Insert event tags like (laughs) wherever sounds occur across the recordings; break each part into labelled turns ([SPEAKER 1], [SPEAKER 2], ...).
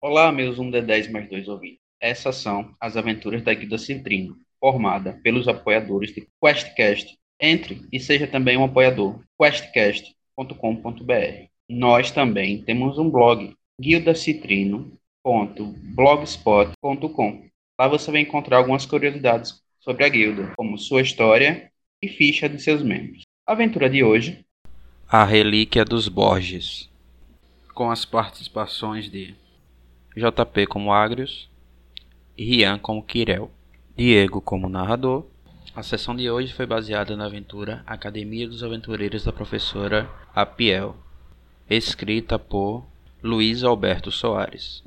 [SPEAKER 1] Olá, meus 1 de 10 mais 2 ouvintes. Essas são as aventuras da Guilda Centrino, formada pelos apoiadores de QuestCast. Entre e seja também um apoiador, questcast.com.br. Nós também temos um blog, guildacitrino.blogspot.com. Lá você vai encontrar algumas curiosidades sobre a guilda, como sua história e ficha de seus membros. A aventura de hoje,
[SPEAKER 2] A Relíquia dos Borges, com as participações de JP como Agrius, Rian como Quirel, Diego como narrador. A sessão de hoje foi baseada na aventura Academia dos Aventureiros da professora Apiel, escrita por Luiz Alberto Soares.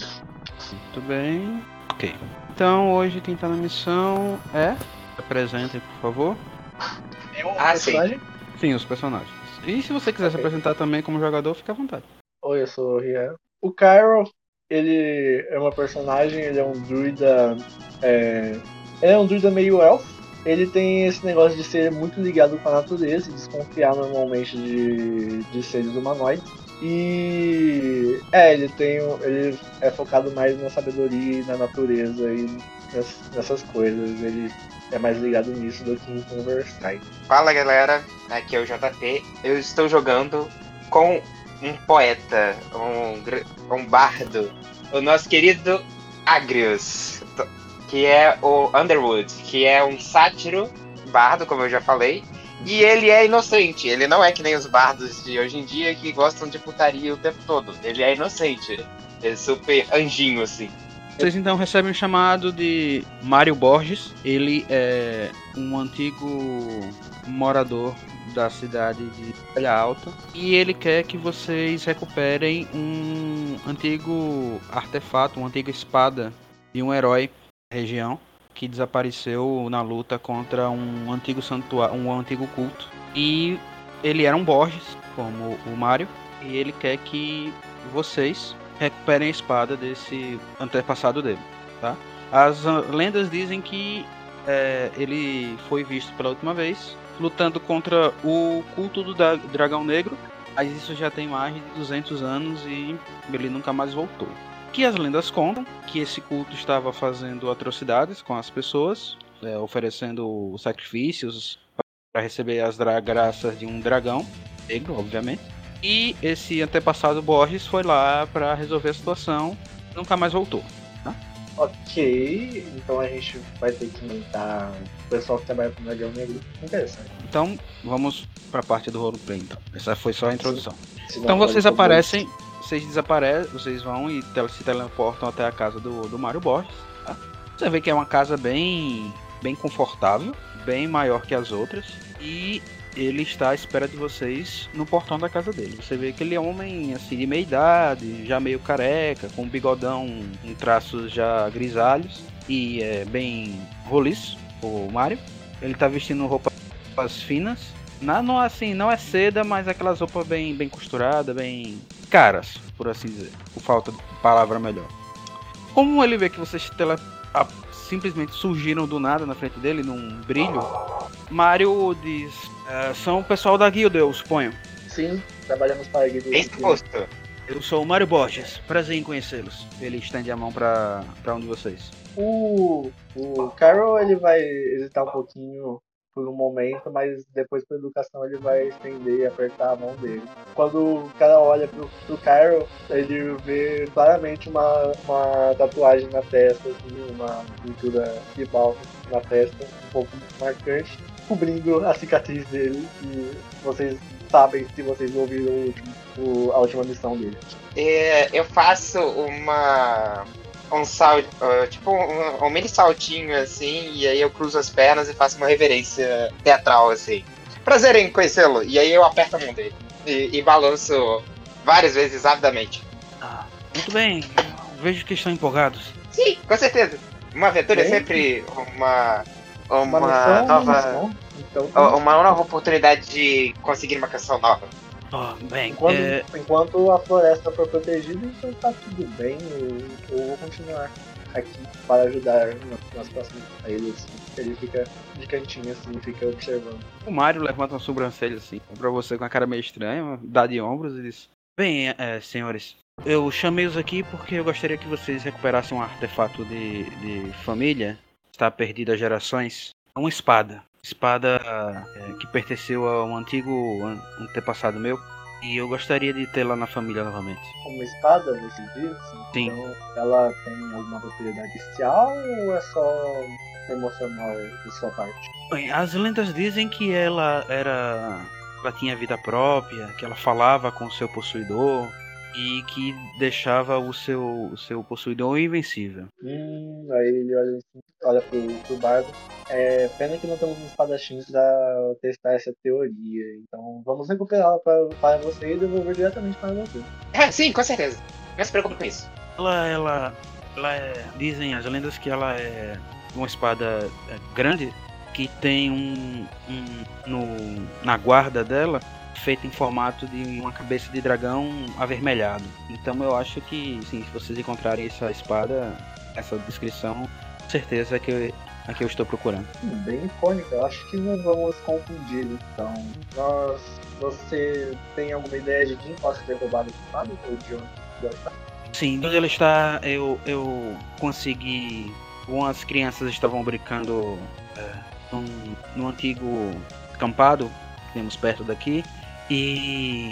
[SPEAKER 2] Muito bem. Ok. Então hoje quem está na missão é. Apresentem, por favor.
[SPEAKER 3] É um
[SPEAKER 4] Ah,
[SPEAKER 3] personagem?
[SPEAKER 2] Sim, os personagens. E se você quiser se
[SPEAKER 3] Ok.
[SPEAKER 2] apresentar também como jogador, fica à vontade.
[SPEAKER 3] Oi, eu sou o Rian. O Cairo, ele é uma personagem, ele é um druida. É... Ele é um druida meio elfo. Ele tem esse negócio de ser muito ligado com a natureza, desconfiar normalmente de, de seres humanoides. E é, ele tem. um- Ele é focado mais na sabedoria e na natureza e ness- nessas coisas. Ele é mais ligado nisso do que em conversar.
[SPEAKER 4] Fala galera, aqui é o JP. Eu estou jogando com um poeta, um, gr- um bardo, o nosso querido Agrius, to- que é o Underwood, que é um sátiro bardo, como eu já falei. E ele é inocente, ele não é que nem os bardos de hoje em dia que gostam de putaria o tempo todo. Ele é inocente, ele é super anjinho assim.
[SPEAKER 2] Vocês então recebem um chamado de Mário Borges. Ele é um antigo morador da cidade de Palha Alta e ele quer que vocês recuperem um antigo artefato, uma antiga espada de um herói da região que desapareceu na luta contra um antigo santuário, um antigo culto. E ele era um Borges, como o Mário, e ele quer que vocês recuperem a espada desse antepassado dele, tá? As ah, lendas dizem que é, ele foi visto pela última vez lutando contra o culto do da- dragão negro, mas isso já tem mais de 200 anos e ele nunca mais voltou. Que as lendas contam que esse culto estava fazendo atrocidades com as pessoas, é, oferecendo sacrifícios para receber as dra- graças de um dragão negro, obviamente. E esse antepassado Borges foi lá para resolver a situação, nunca mais voltou.
[SPEAKER 3] Ok, então a gente vai ter que montar o pessoal que trabalha com o Dragão Negro. Interessante.
[SPEAKER 2] Então, vamos para a parte do roleplay, então. Essa foi só a introdução.
[SPEAKER 3] Senão
[SPEAKER 2] Então
[SPEAKER 3] vai
[SPEAKER 2] vocês
[SPEAKER 3] todo mundo-
[SPEAKER 2] aparecem, vocês desaparecem, vocês vão e tele- se teleportam até a casa do, do Mário Borges. tá? Você vê que é uma casa bem, bem confortável, bem maior que as outras. E ele está à espera de vocês no portão da casa dele. Você vê que ele é um homem assim de meia idade, já meio careca, com um bigodão em traços já grisalhos e é bem roliço, o Mário. Ele tá vestindo roupas finas, na- não, assim, não é seda, mas aquelas roupas bem, bem costuradas, bem caras, por assim dizer. Por falta de palavra melhor. Como ele vê que vocês tele- a- simplesmente surgiram do nada na frente dele, num brilho, Mario diz: "Ah, São o pessoal da guilda, eu suponho.
[SPEAKER 3] Sim, trabalhamos para a Guilda.
[SPEAKER 4] Bem É exposto.
[SPEAKER 2] Eu sou o Mário Borges, prazer em conhecê-los. Ele estende a mão pra pra um de vocês.
[SPEAKER 3] O, o Carol ele vai hesitar um pouquinho por um momento, mas depois com a educação ele vai estender e apertar a mão dele. Quando o cara olha pro, pro Carol, ele vê claramente uma, uma tatuagem na testa, assim, uma pintura tribal na testa, um pouco marcante, cobrindo a cicatriz dele. E vocês sabem se vocês ouviram o último- o- a última missão dele.
[SPEAKER 4] É, eu faço uma. Um salto. Tipo, um, um mini saltinho assim, e aí eu cruzo as pernas e faço uma reverência teatral assim. Prazer em conhecê-lo. E aí eu aperto a mão dele. E, e balanço várias vezes rapidamente.
[SPEAKER 2] Ah, muito bem, vejo que estão empolgados.
[SPEAKER 4] Sim, com certeza. Uma aventura é
[SPEAKER 3] Bem.
[SPEAKER 4] sempre uma. Uma,
[SPEAKER 3] Uma, missão,
[SPEAKER 4] nova.
[SPEAKER 3] uma missão. Então,
[SPEAKER 4] o- Uma nova oportunidade de conseguir uma canção nova.
[SPEAKER 2] Oh, bem,
[SPEAKER 3] Enquanto,
[SPEAKER 2] é,
[SPEAKER 3] enquanto a floresta for protegida, então tá tudo bem. Eu, eu vou continuar aqui para ajudar na- nas próximas. Aí ele, assim, ele fica de cantinho assim, fica observando.
[SPEAKER 2] O Mário levanta uma sobrancelha assim, pra você com a cara meio estranha, dá de ombros e diz: Bem, é, senhores, Eu chamei os aqui porque eu gostaria que vocês recuperassem um artefato de, de família. Está perdido há gerações. É uma espada. Espada é, que pertenceu a um antigo an- antepassado meu. E eu gostaria de tê-la na família novamente.
[SPEAKER 3] Uma espada nesse dia?
[SPEAKER 2] Sim.
[SPEAKER 3] Então, ela tem alguma propriedade especial ou é só emocional de sua parte?
[SPEAKER 2] Bem, as lendas dizem que ela era. Ela tinha vida própria, que ela falava com o seu possuidor e que deixava o seu, o seu possuidor invencível.
[SPEAKER 3] Hum, aí ele olha, assim- olha pro, pro bardo. É, pena que não temos um espadachim pra testar essa teoria. Então vamos recuperá-la pra- para você e devolver diretamente para você.
[SPEAKER 4] É, sim, com certeza. Não se preocupe com isso.
[SPEAKER 2] Ela, ela, ela é, dizem as lendas que ela é uma espada é, grande que tem um, um- no, na guarda dela feita em formato de uma cabeça de dragão avermelhado. Então eu acho que sim, se vocês encontrarem essa espada, essa descrição, com certeza é que eu, é que eu estou procurando.
[SPEAKER 3] Hum, Bem icônica, eu acho que não vamos confundir, então. Nós, você tem alguma ideia de quem possa ter roubado o padre ou de um, onde ela está?
[SPEAKER 2] Sim, onde ela está, eu, eu consegui. Algumas crianças estavam brincando é, num, num antigo acampado que temos perto daqui. E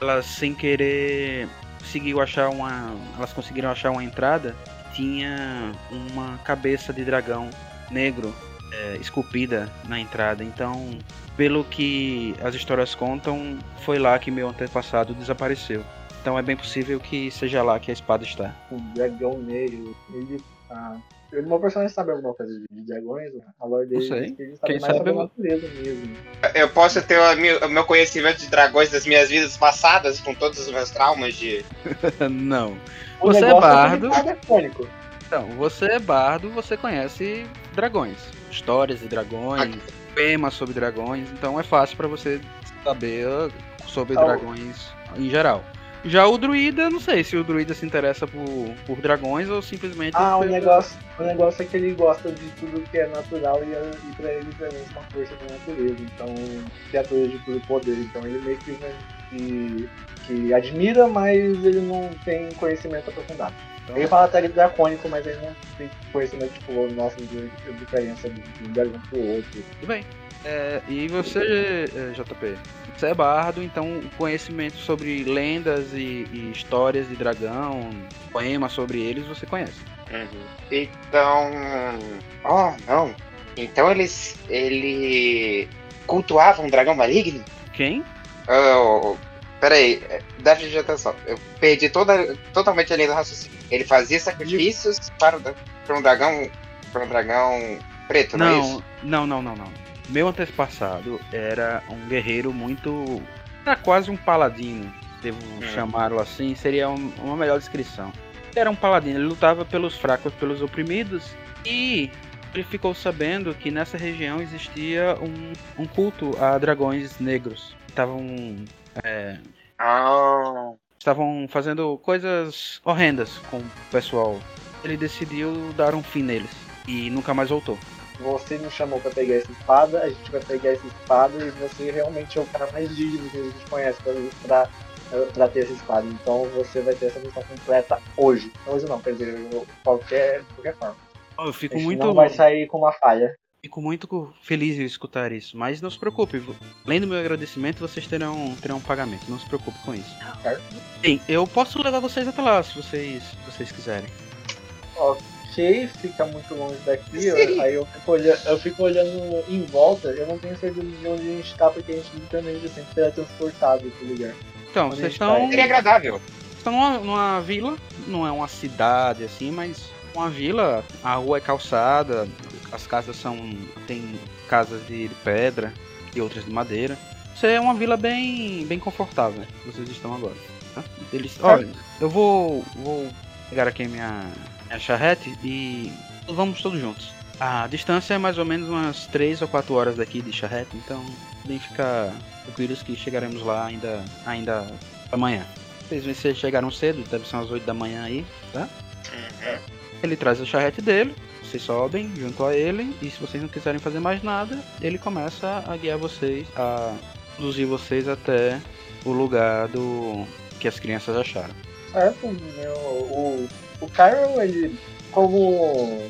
[SPEAKER 2] elas, sem querer, conseguiu achar uma. Elas conseguiram achar uma entrada que tinha uma cabeça de dragão negro é, esculpida na entrada. Então, pelo que as histórias contam, foi lá que meu antepassado desapareceu. Então é bem possível que seja lá que a espada está.
[SPEAKER 3] Um dragão negro. Ele. Ah, ele- meu personagem sabe alguma coisa de, de dragões, né? a lore dele
[SPEAKER 2] sei.
[SPEAKER 3] diz que ele sabe
[SPEAKER 2] Quem
[SPEAKER 3] mais
[SPEAKER 2] sabe
[SPEAKER 3] sobre a
[SPEAKER 2] eu-
[SPEAKER 3] natureza mesmo.
[SPEAKER 4] Eu posso ter o meu, o meu conhecimento de dragões das minhas vidas passadas, com todos os meus traumas de.
[SPEAKER 2] (laughs) Não.
[SPEAKER 3] O
[SPEAKER 2] Você é
[SPEAKER 3] negócio
[SPEAKER 2] bardo?
[SPEAKER 3] É que ele sabe é icônico.
[SPEAKER 2] Então, você é bardo, você conhece dragões. Histórias de dragões, temas sobre dragões. Então é fácil para você saber ah, sobre
[SPEAKER 3] Ah, o-
[SPEAKER 2] dragões em geral. Já o druida, eu não sei se o druida se interessa por, por dragões ou simplesmente.
[SPEAKER 3] Ah,
[SPEAKER 2] Então
[SPEAKER 3] o
[SPEAKER 2] foi-
[SPEAKER 3] negócio, o negócio é que ele gosta de tudo que é natural e, e pra ele também é uma força da natureza. Então, criatura de puro poder. Então, ele meio que, né, que, que admira, mas ele não tem conhecimento aprofundado. Então, ele fala até de dracônico, mas ele não tem conhecimento, tipo, nossa, de, de diferença de, de um dragão pro outro.
[SPEAKER 2] Tudo bem. É, e você, eh, JP? Você é bardo, então o conhecimento sobre lendas e, e histórias de dragão, poemas sobre eles, você conhece.
[SPEAKER 4] Uhum. Então. Oh, não. Então eles. Ele. cultuava um dragão maligno?
[SPEAKER 2] Quem?
[SPEAKER 4] Oh, peraí, dá de atenção. Eu perdi toda, totalmente a linha do raciocínio. Ele fazia sacrifícios para, o dra- para um dragão. para um dragão preto, não, é isso?
[SPEAKER 2] Não, não, não, não, não. Meu antepassado era um guerreiro muito. Era quase um paladino, devo
[SPEAKER 4] É.
[SPEAKER 2] chamá-lo assim, seria um- uma melhor descrição. Era um paladino, ele lutava pelos fracos, pelos oprimidos, e ele ficou sabendo que nessa região existia um, um culto a dragões negros. Estavam é,
[SPEAKER 4] Ah,
[SPEAKER 2] estavam fazendo coisas horrendas com o pessoal. Ele decidiu dar um fim neles e nunca mais voltou.
[SPEAKER 3] Você nos chamou pra pegar essa espada, a gente vai pegar essa espada e você realmente é o cara mais digno que a gente conhece pra, pra, pra ter essa espada. Então você vai ter essa missão completa hoje. Hoje não, quer dizer, eu- qualquer, qualquer forma.
[SPEAKER 2] Eu
[SPEAKER 3] A
[SPEAKER 2] fico
[SPEAKER 3] gente
[SPEAKER 2] muito
[SPEAKER 3] não vai sair com uma falha.
[SPEAKER 2] Fico muito feliz em escutar isso, mas não se preocupe. vo- Além do meu agradecimento, vocês terão, terão um pagamento. Não se preocupe com isso.
[SPEAKER 3] Certo.
[SPEAKER 2] Sim, eu posso levar vocês até lá, se vocês, se vocês quiserem.
[SPEAKER 3] Ok, fica muito longe daqui, eu-
[SPEAKER 4] Sim.
[SPEAKER 3] aí eu fico, olhando, eu fico olhando em volta, eu não tenho certeza de onde a gente tá, porque a gente literalmente é sempre será transportado pro lugar.
[SPEAKER 2] Então,
[SPEAKER 3] Onde a
[SPEAKER 2] vocês
[SPEAKER 3] gente tá?
[SPEAKER 2] estão,
[SPEAKER 4] seria é agradável.
[SPEAKER 2] estão numa, numa Então, vila, não é uma cidade assim, mas uma vila. A rua é calçada, as casas são. tem casas de, de pedra e outras de madeira. Isso é uma vila bem, bem confortável, que vocês estão agora. tá? Eles, olha, eu vou, vou pegar aqui minha, minha charrete e vamos todos juntos. A distância é mais ou menos umas 3 ou 4 horas daqui de charrete, então podem ficar tranquilos que chegaremos lá ainda, ainda amanhã. Vocês vêm- Vocês chegaram cedo, deve ser umas 8 da manhã aí. tá? Ele traz a charrete dele, vocês sobem junto a ele, e se vocês não quiserem fazer mais nada, ele começa a guiar vocês, a conduzir vocês até o lugar do que as crianças acharam.
[SPEAKER 3] certo. né? O, o, o Cairo, ele, como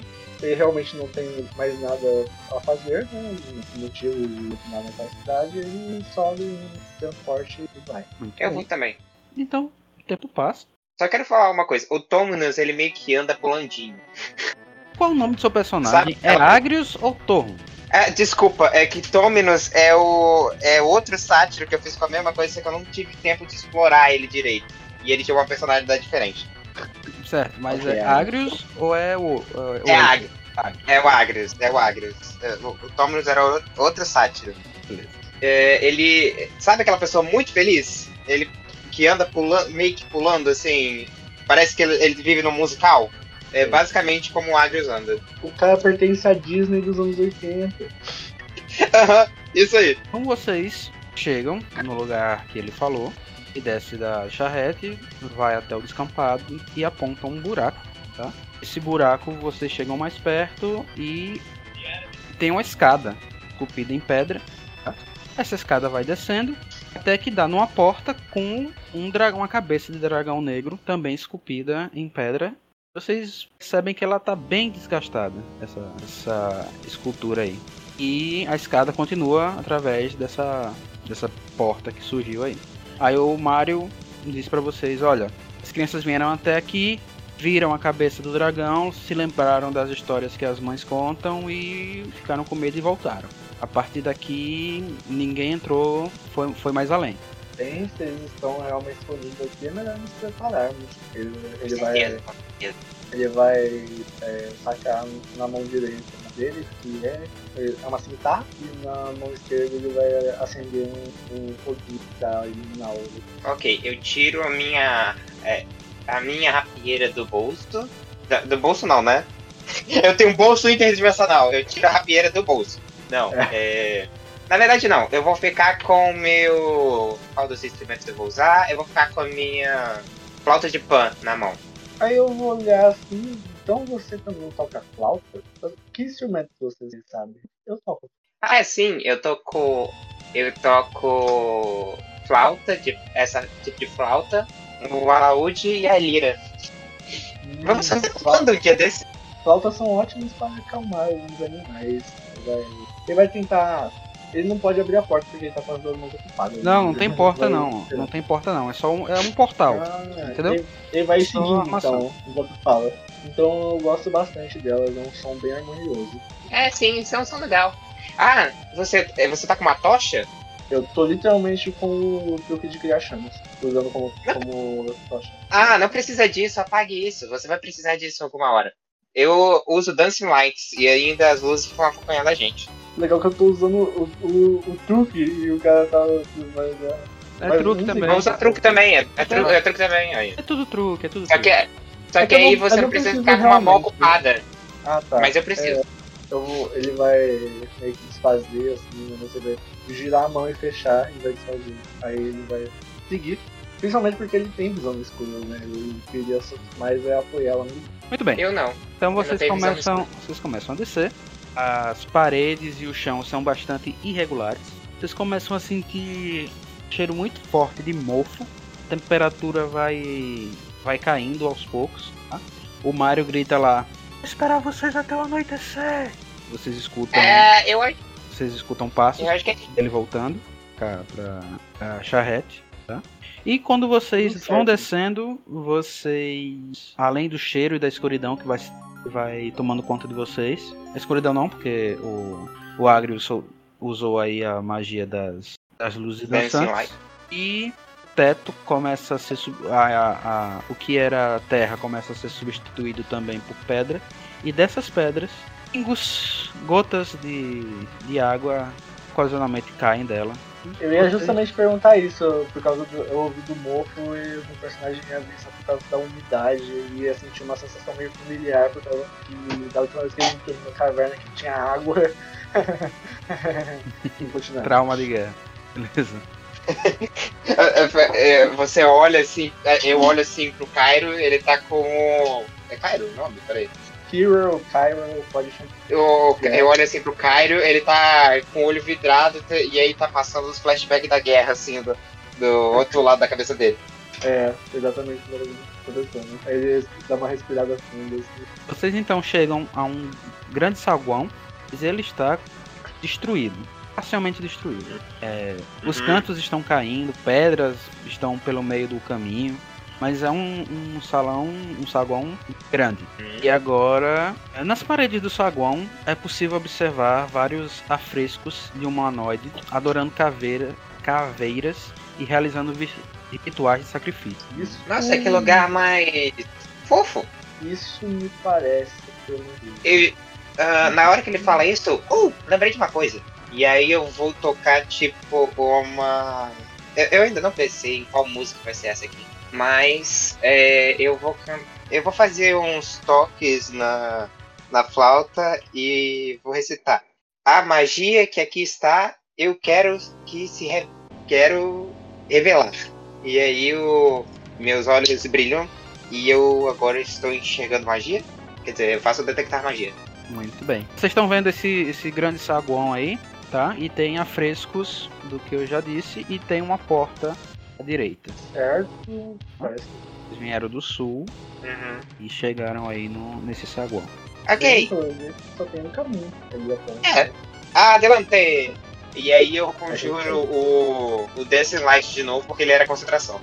[SPEAKER 3] ele realmente não tem mais nada a fazer, né? Motivo de nada pra cidade, ele sobe em transporte e vai.
[SPEAKER 4] Eu vou é também.
[SPEAKER 2] Então, o tempo passa.
[SPEAKER 4] Só quero falar uma coisa. O Tomnus, ele meio que anda pulandinho.
[SPEAKER 2] Qual o nome do seu personagem?
[SPEAKER 4] Sabe-
[SPEAKER 2] É Agrius ou Tormo?
[SPEAKER 4] É, desculpa, é que Tomnus é o é outro sátiro que eu fiz com a mesma coisa, só que eu não tive tempo de explorar ele direito. E ele tinha uma personalidade diferente.
[SPEAKER 2] Certo, mas
[SPEAKER 3] Ok,
[SPEAKER 2] é
[SPEAKER 3] Agrius.
[SPEAKER 2] Agrius ou é o. É, o
[SPEAKER 4] É
[SPEAKER 2] Agrius?
[SPEAKER 4] Agri. É o Agrius, é o Agrius. É, O o Tomnus era o- outro sátiro. É, ele. Sabe aquela pessoa muito feliz? Ele que anda pulando, meio que pulando assim. Parece que ele, ele vive num musical. É basicamente como o Agrius anda. (laughs)
[SPEAKER 3] O cara pertence à Disney dos anos 80.
[SPEAKER 4] Aham, Isso aí.
[SPEAKER 2] Então vocês chegam no lugar que ele falou e desce da charrete, vai até o descampado e aponta um buraco, tá? Esse buraco vocês chegam mais perto e tem uma escada esculpida em pedra. tá? Essa escada vai descendo até que dá numa porta com um dragão, uma cabeça de dragão negro também esculpida em pedra. Vocês percebem que ela tá bem desgastada, essa, essa escultura aí. E a escada continua através dessa, dessa porta que surgiu aí. Aí o Mario diz pra vocês, olha, as crianças vieram até aqui, viram a cabeça do dragão, se lembraram das histórias que as mães contam e ficaram com medo e voltaram. A partir daqui, ninguém entrou, foi, foi mais além.
[SPEAKER 3] Bem, se eles estão realmente escondidos aqui, é melhor nos prepararmos. né, Ele, ele vai. é, ele vai é, sacar na mão direita dele, que é, é uma cimitarra, e na mão esquerda ele vai acender um, um foguinho pra eliminar o.
[SPEAKER 4] Ok, eu tiro a minha. é, a minha rapieira do bolso. Da- do bolso não, né? (laughs) Eu tenho um bolso interdimensional. Eu tiro a rapieira do bolso. Não, é. Na verdade não, eu vou ficar com o meu. Qual dos instrumentos eu vou usar? Eu vou ficar com a minha flauta de pan na mão.
[SPEAKER 3] Aí eu vou olhar assim, então você também toca flauta? Que instrumento vocês sabem? Eu toco.
[SPEAKER 4] Ah, sim, eu toco. Eu toco flauta, de, essa tipo de flauta, o alaúde e a lira. Vamos fazer
[SPEAKER 3] Hum,
[SPEAKER 4] quando um dia desse?
[SPEAKER 3] Flautas são ótimas para acalmar os animais. Ele vai- Ele vai tentar. Ele não pode abrir a porta porque ele tá com as duas mãos ocupadas.
[SPEAKER 2] Não, não
[SPEAKER 3] Ele
[SPEAKER 2] tem
[SPEAKER 3] vai-
[SPEAKER 2] porta
[SPEAKER 3] vai- assim.
[SPEAKER 2] não, não tem porta não, é só um, é um portal.
[SPEAKER 3] Ah,
[SPEAKER 2] entendeu?
[SPEAKER 3] Ele, ele vai
[SPEAKER 2] Só
[SPEAKER 3] seguindo,
[SPEAKER 2] armação.
[SPEAKER 3] então, enquanto fala. Então eu gosto bastante delas, é um som bem harmonioso.
[SPEAKER 4] É, sim, isso é um som legal. Ah, você, eh, você tá com uma tocha?
[SPEAKER 3] Eu tô literalmente com o truque de criar chamas, usando como, como tocha.
[SPEAKER 4] Ah, não precisa disso, apague isso. Você vai precisar disso alguma hora. Eu uso Dancing Lights e ainda as luzes ficam acompanhando a gente.
[SPEAKER 3] Legal que eu tô usando o, o, o truque e o cara tá. vai usar.
[SPEAKER 2] É
[SPEAKER 3] Mas
[SPEAKER 2] truque
[SPEAKER 3] não sei,
[SPEAKER 2] também.
[SPEAKER 4] Vamos usar truque também, é, é, tru- é truque também. Aí.
[SPEAKER 2] É tudo truque, é tudo
[SPEAKER 4] Só que,
[SPEAKER 2] truque.
[SPEAKER 4] só
[SPEAKER 3] Mas
[SPEAKER 4] que
[SPEAKER 3] É eu
[SPEAKER 4] aí
[SPEAKER 3] não- mas
[SPEAKER 4] você
[SPEAKER 3] eu
[SPEAKER 4] precisa
[SPEAKER 3] preciso
[SPEAKER 4] ficar com uma mão
[SPEAKER 3] realmente.
[SPEAKER 4] ocupada.
[SPEAKER 3] Ah tá.
[SPEAKER 4] Mas eu preciso.
[SPEAKER 3] Eu vou- ele vai meio que desfazer, assim, você vai girar a mão e fechar e vai desfazer. Aí ele vai seguir. Principalmente porque ele tem visão no escuro, né? Ele queria só- mais é apoiar ela no
[SPEAKER 2] Muito bem.
[SPEAKER 4] Eu não.
[SPEAKER 2] Então
[SPEAKER 4] não
[SPEAKER 2] vocês
[SPEAKER 4] tenho visão de
[SPEAKER 2] começam, vocês começam a descer. As paredes e o chão são bastante irregulares. Vocês começam a sentir cheiro muito forte de mofo. A temperatura vai vai caindo aos poucos. tá? O Mario grita lá: "Vou "Esperar vocês até o anoitecer". Vocês escutam,
[SPEAKER 4] É, eu, acho-
[SPEAKER 2] vocês escutam passos
[SPEAKER 4] eu acho que é
[SPEAKER 2] dele voltando pra, pra, pra charrete, tá? E quando vocês
[SPEAKER 3] Tudo
[SPEAKER 2] vão
[SPEAKER 3] certo.
[SPEAKER 2] descendo, vocês, além do cheiro e da escuridão que vai, vai tomando conta de vocês, a escuridão não, porque o, o Agrius sou- usou aí a magia das, das luzes
[SPEAKER 4] Dancing
[SPEAKER 2] dançantes,
[SPEAKER 4] Light.
[SPEAKER 2] e o teto começa a ser, sub- a, a- a- o que era terra começa a ser substituído também por pedra, e dessas pedras, pingos, gotas de, de água ocasionalmente caem dela.
[SPEAKER 3] Eu ia justamente perguntar isso, por causa do. Eu ouvi do mofo e o personagem ia vir só por causa da umidade e ia sentir uma sensação meio familiar, por causa que da última vez que ele entrou numa caverna que tinha água. Vou continuar.
[SPEAKER 2] Trauma de guerra. (laughs) Beleza.
[SPEAKER 4] É, é, é, Você olha assim, é, eu olho assim pro Cairo, ele tá com. o- É Cairo o nome? Peraí.
[SPEAKER 3] Hero, Cairo, pode chamar.
[SPEAKER 4] Eu, eu olho assim pro Cairo, ele tá com o olho vidrado e aí tá passando os flashbacks da guerra, assim, do, do outro lado da cabeça dele.
[SPEAKER 3] É, exatamente o que tá acontecendo. Aí ele dá uma respirada funda, assim.
[SPEAKER 2] Vocês então chegam a um grande saguão, mas ele está destruído. Parcialmente destruído. É, Os
[SPEAKER 4] Uhum.
[SPEAKER 2] cantos estão caindo, pedras estão pelo meio do caminho, mas é um, um salão, um saguão grande.
[SPEAKER 4] Uhum.
[SPEAKER 2] E agora, é, nas paredes do saguão é possível observar vários afrescos de humanoide adorando caveira, caveiras e realizando vi- rituais de sacrifício.
[SPEAKER 3] Isso,
[SPEAKER 4] Nossa, que lugar mais fofo.
[SPEAKER 3] isso me parece que eu não vi.
[SPEAKER 4] Eu, ah, na hora que ele fala isso, eu, uh, lembrei de uma coisa. E aí eu vou tocar, tipo, uma. Eu, eu ainda não pensei em qual música vai ser essa aqui. Mas é, eu vou can- eu vou fazer uns toques na, na flauta e vou recitar. A magia que aqui está, eu quero que se re- quero revelar. E aí o, meus olhos brilham e eu agora estou enxergando magia. Quer dizer, eu faço detectar magia.
[SPEAKER 2] Muito bem. Vocês estão vendo esse, esse grande saguão aí, tá? E tem afrescos do que eu já disse e tem uma porta à direita.
[SPEAKER 3] Certo, parece que
[SPEAKER 2] Vocês vieram do sul e chegaram aí no, nesse saguão.
[SPEAKER 4] Ok,
[SPEAKER 3] eu não tô, só tem um caminho. Ele aponta.
[SPEAKER 4] É. adelante! E aí eu conjuro o, o Dancing Light de novo, porque ele era concentração.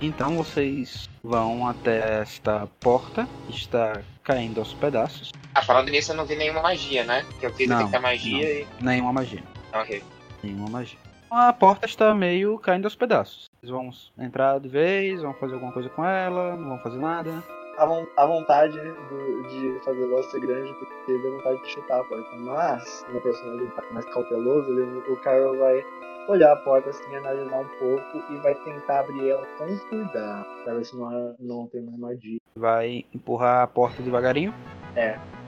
[SPEAKER 2] Então vocês vão até esta porta, que está caindo aos pedaços,
[SPEAKER 4] Ah, falando nisso, eu não vi nenhuma magia, né? Que eu fiz
[SPEAKER 2] Não,
[SPEAKER 4] detectar magia
[SPEAKER 2] nenhuma magia.
[SPEAKER 4] e. Ok.
[SPEAKER 2] Nenhuma magia. A porta está meio caindo aos pedaços. Vocês vão entrar de vez, vão fazer alguma coisa com ela, não vão fazer nada.
[SPEAKER 3] A, von- a vontade do- de fazer o negócio ser grande, porque teve a vontade de chutar a porta. Mas, no personagem tá mais cauteloso, ele- o Carol vai olhar a porta assim, analisar um pouco e vai tentar abrir ela com cuidado, pra ver se não, é- não tem mais magia.
[SPEAKER 2] Vai empurrar a porta devagarinho.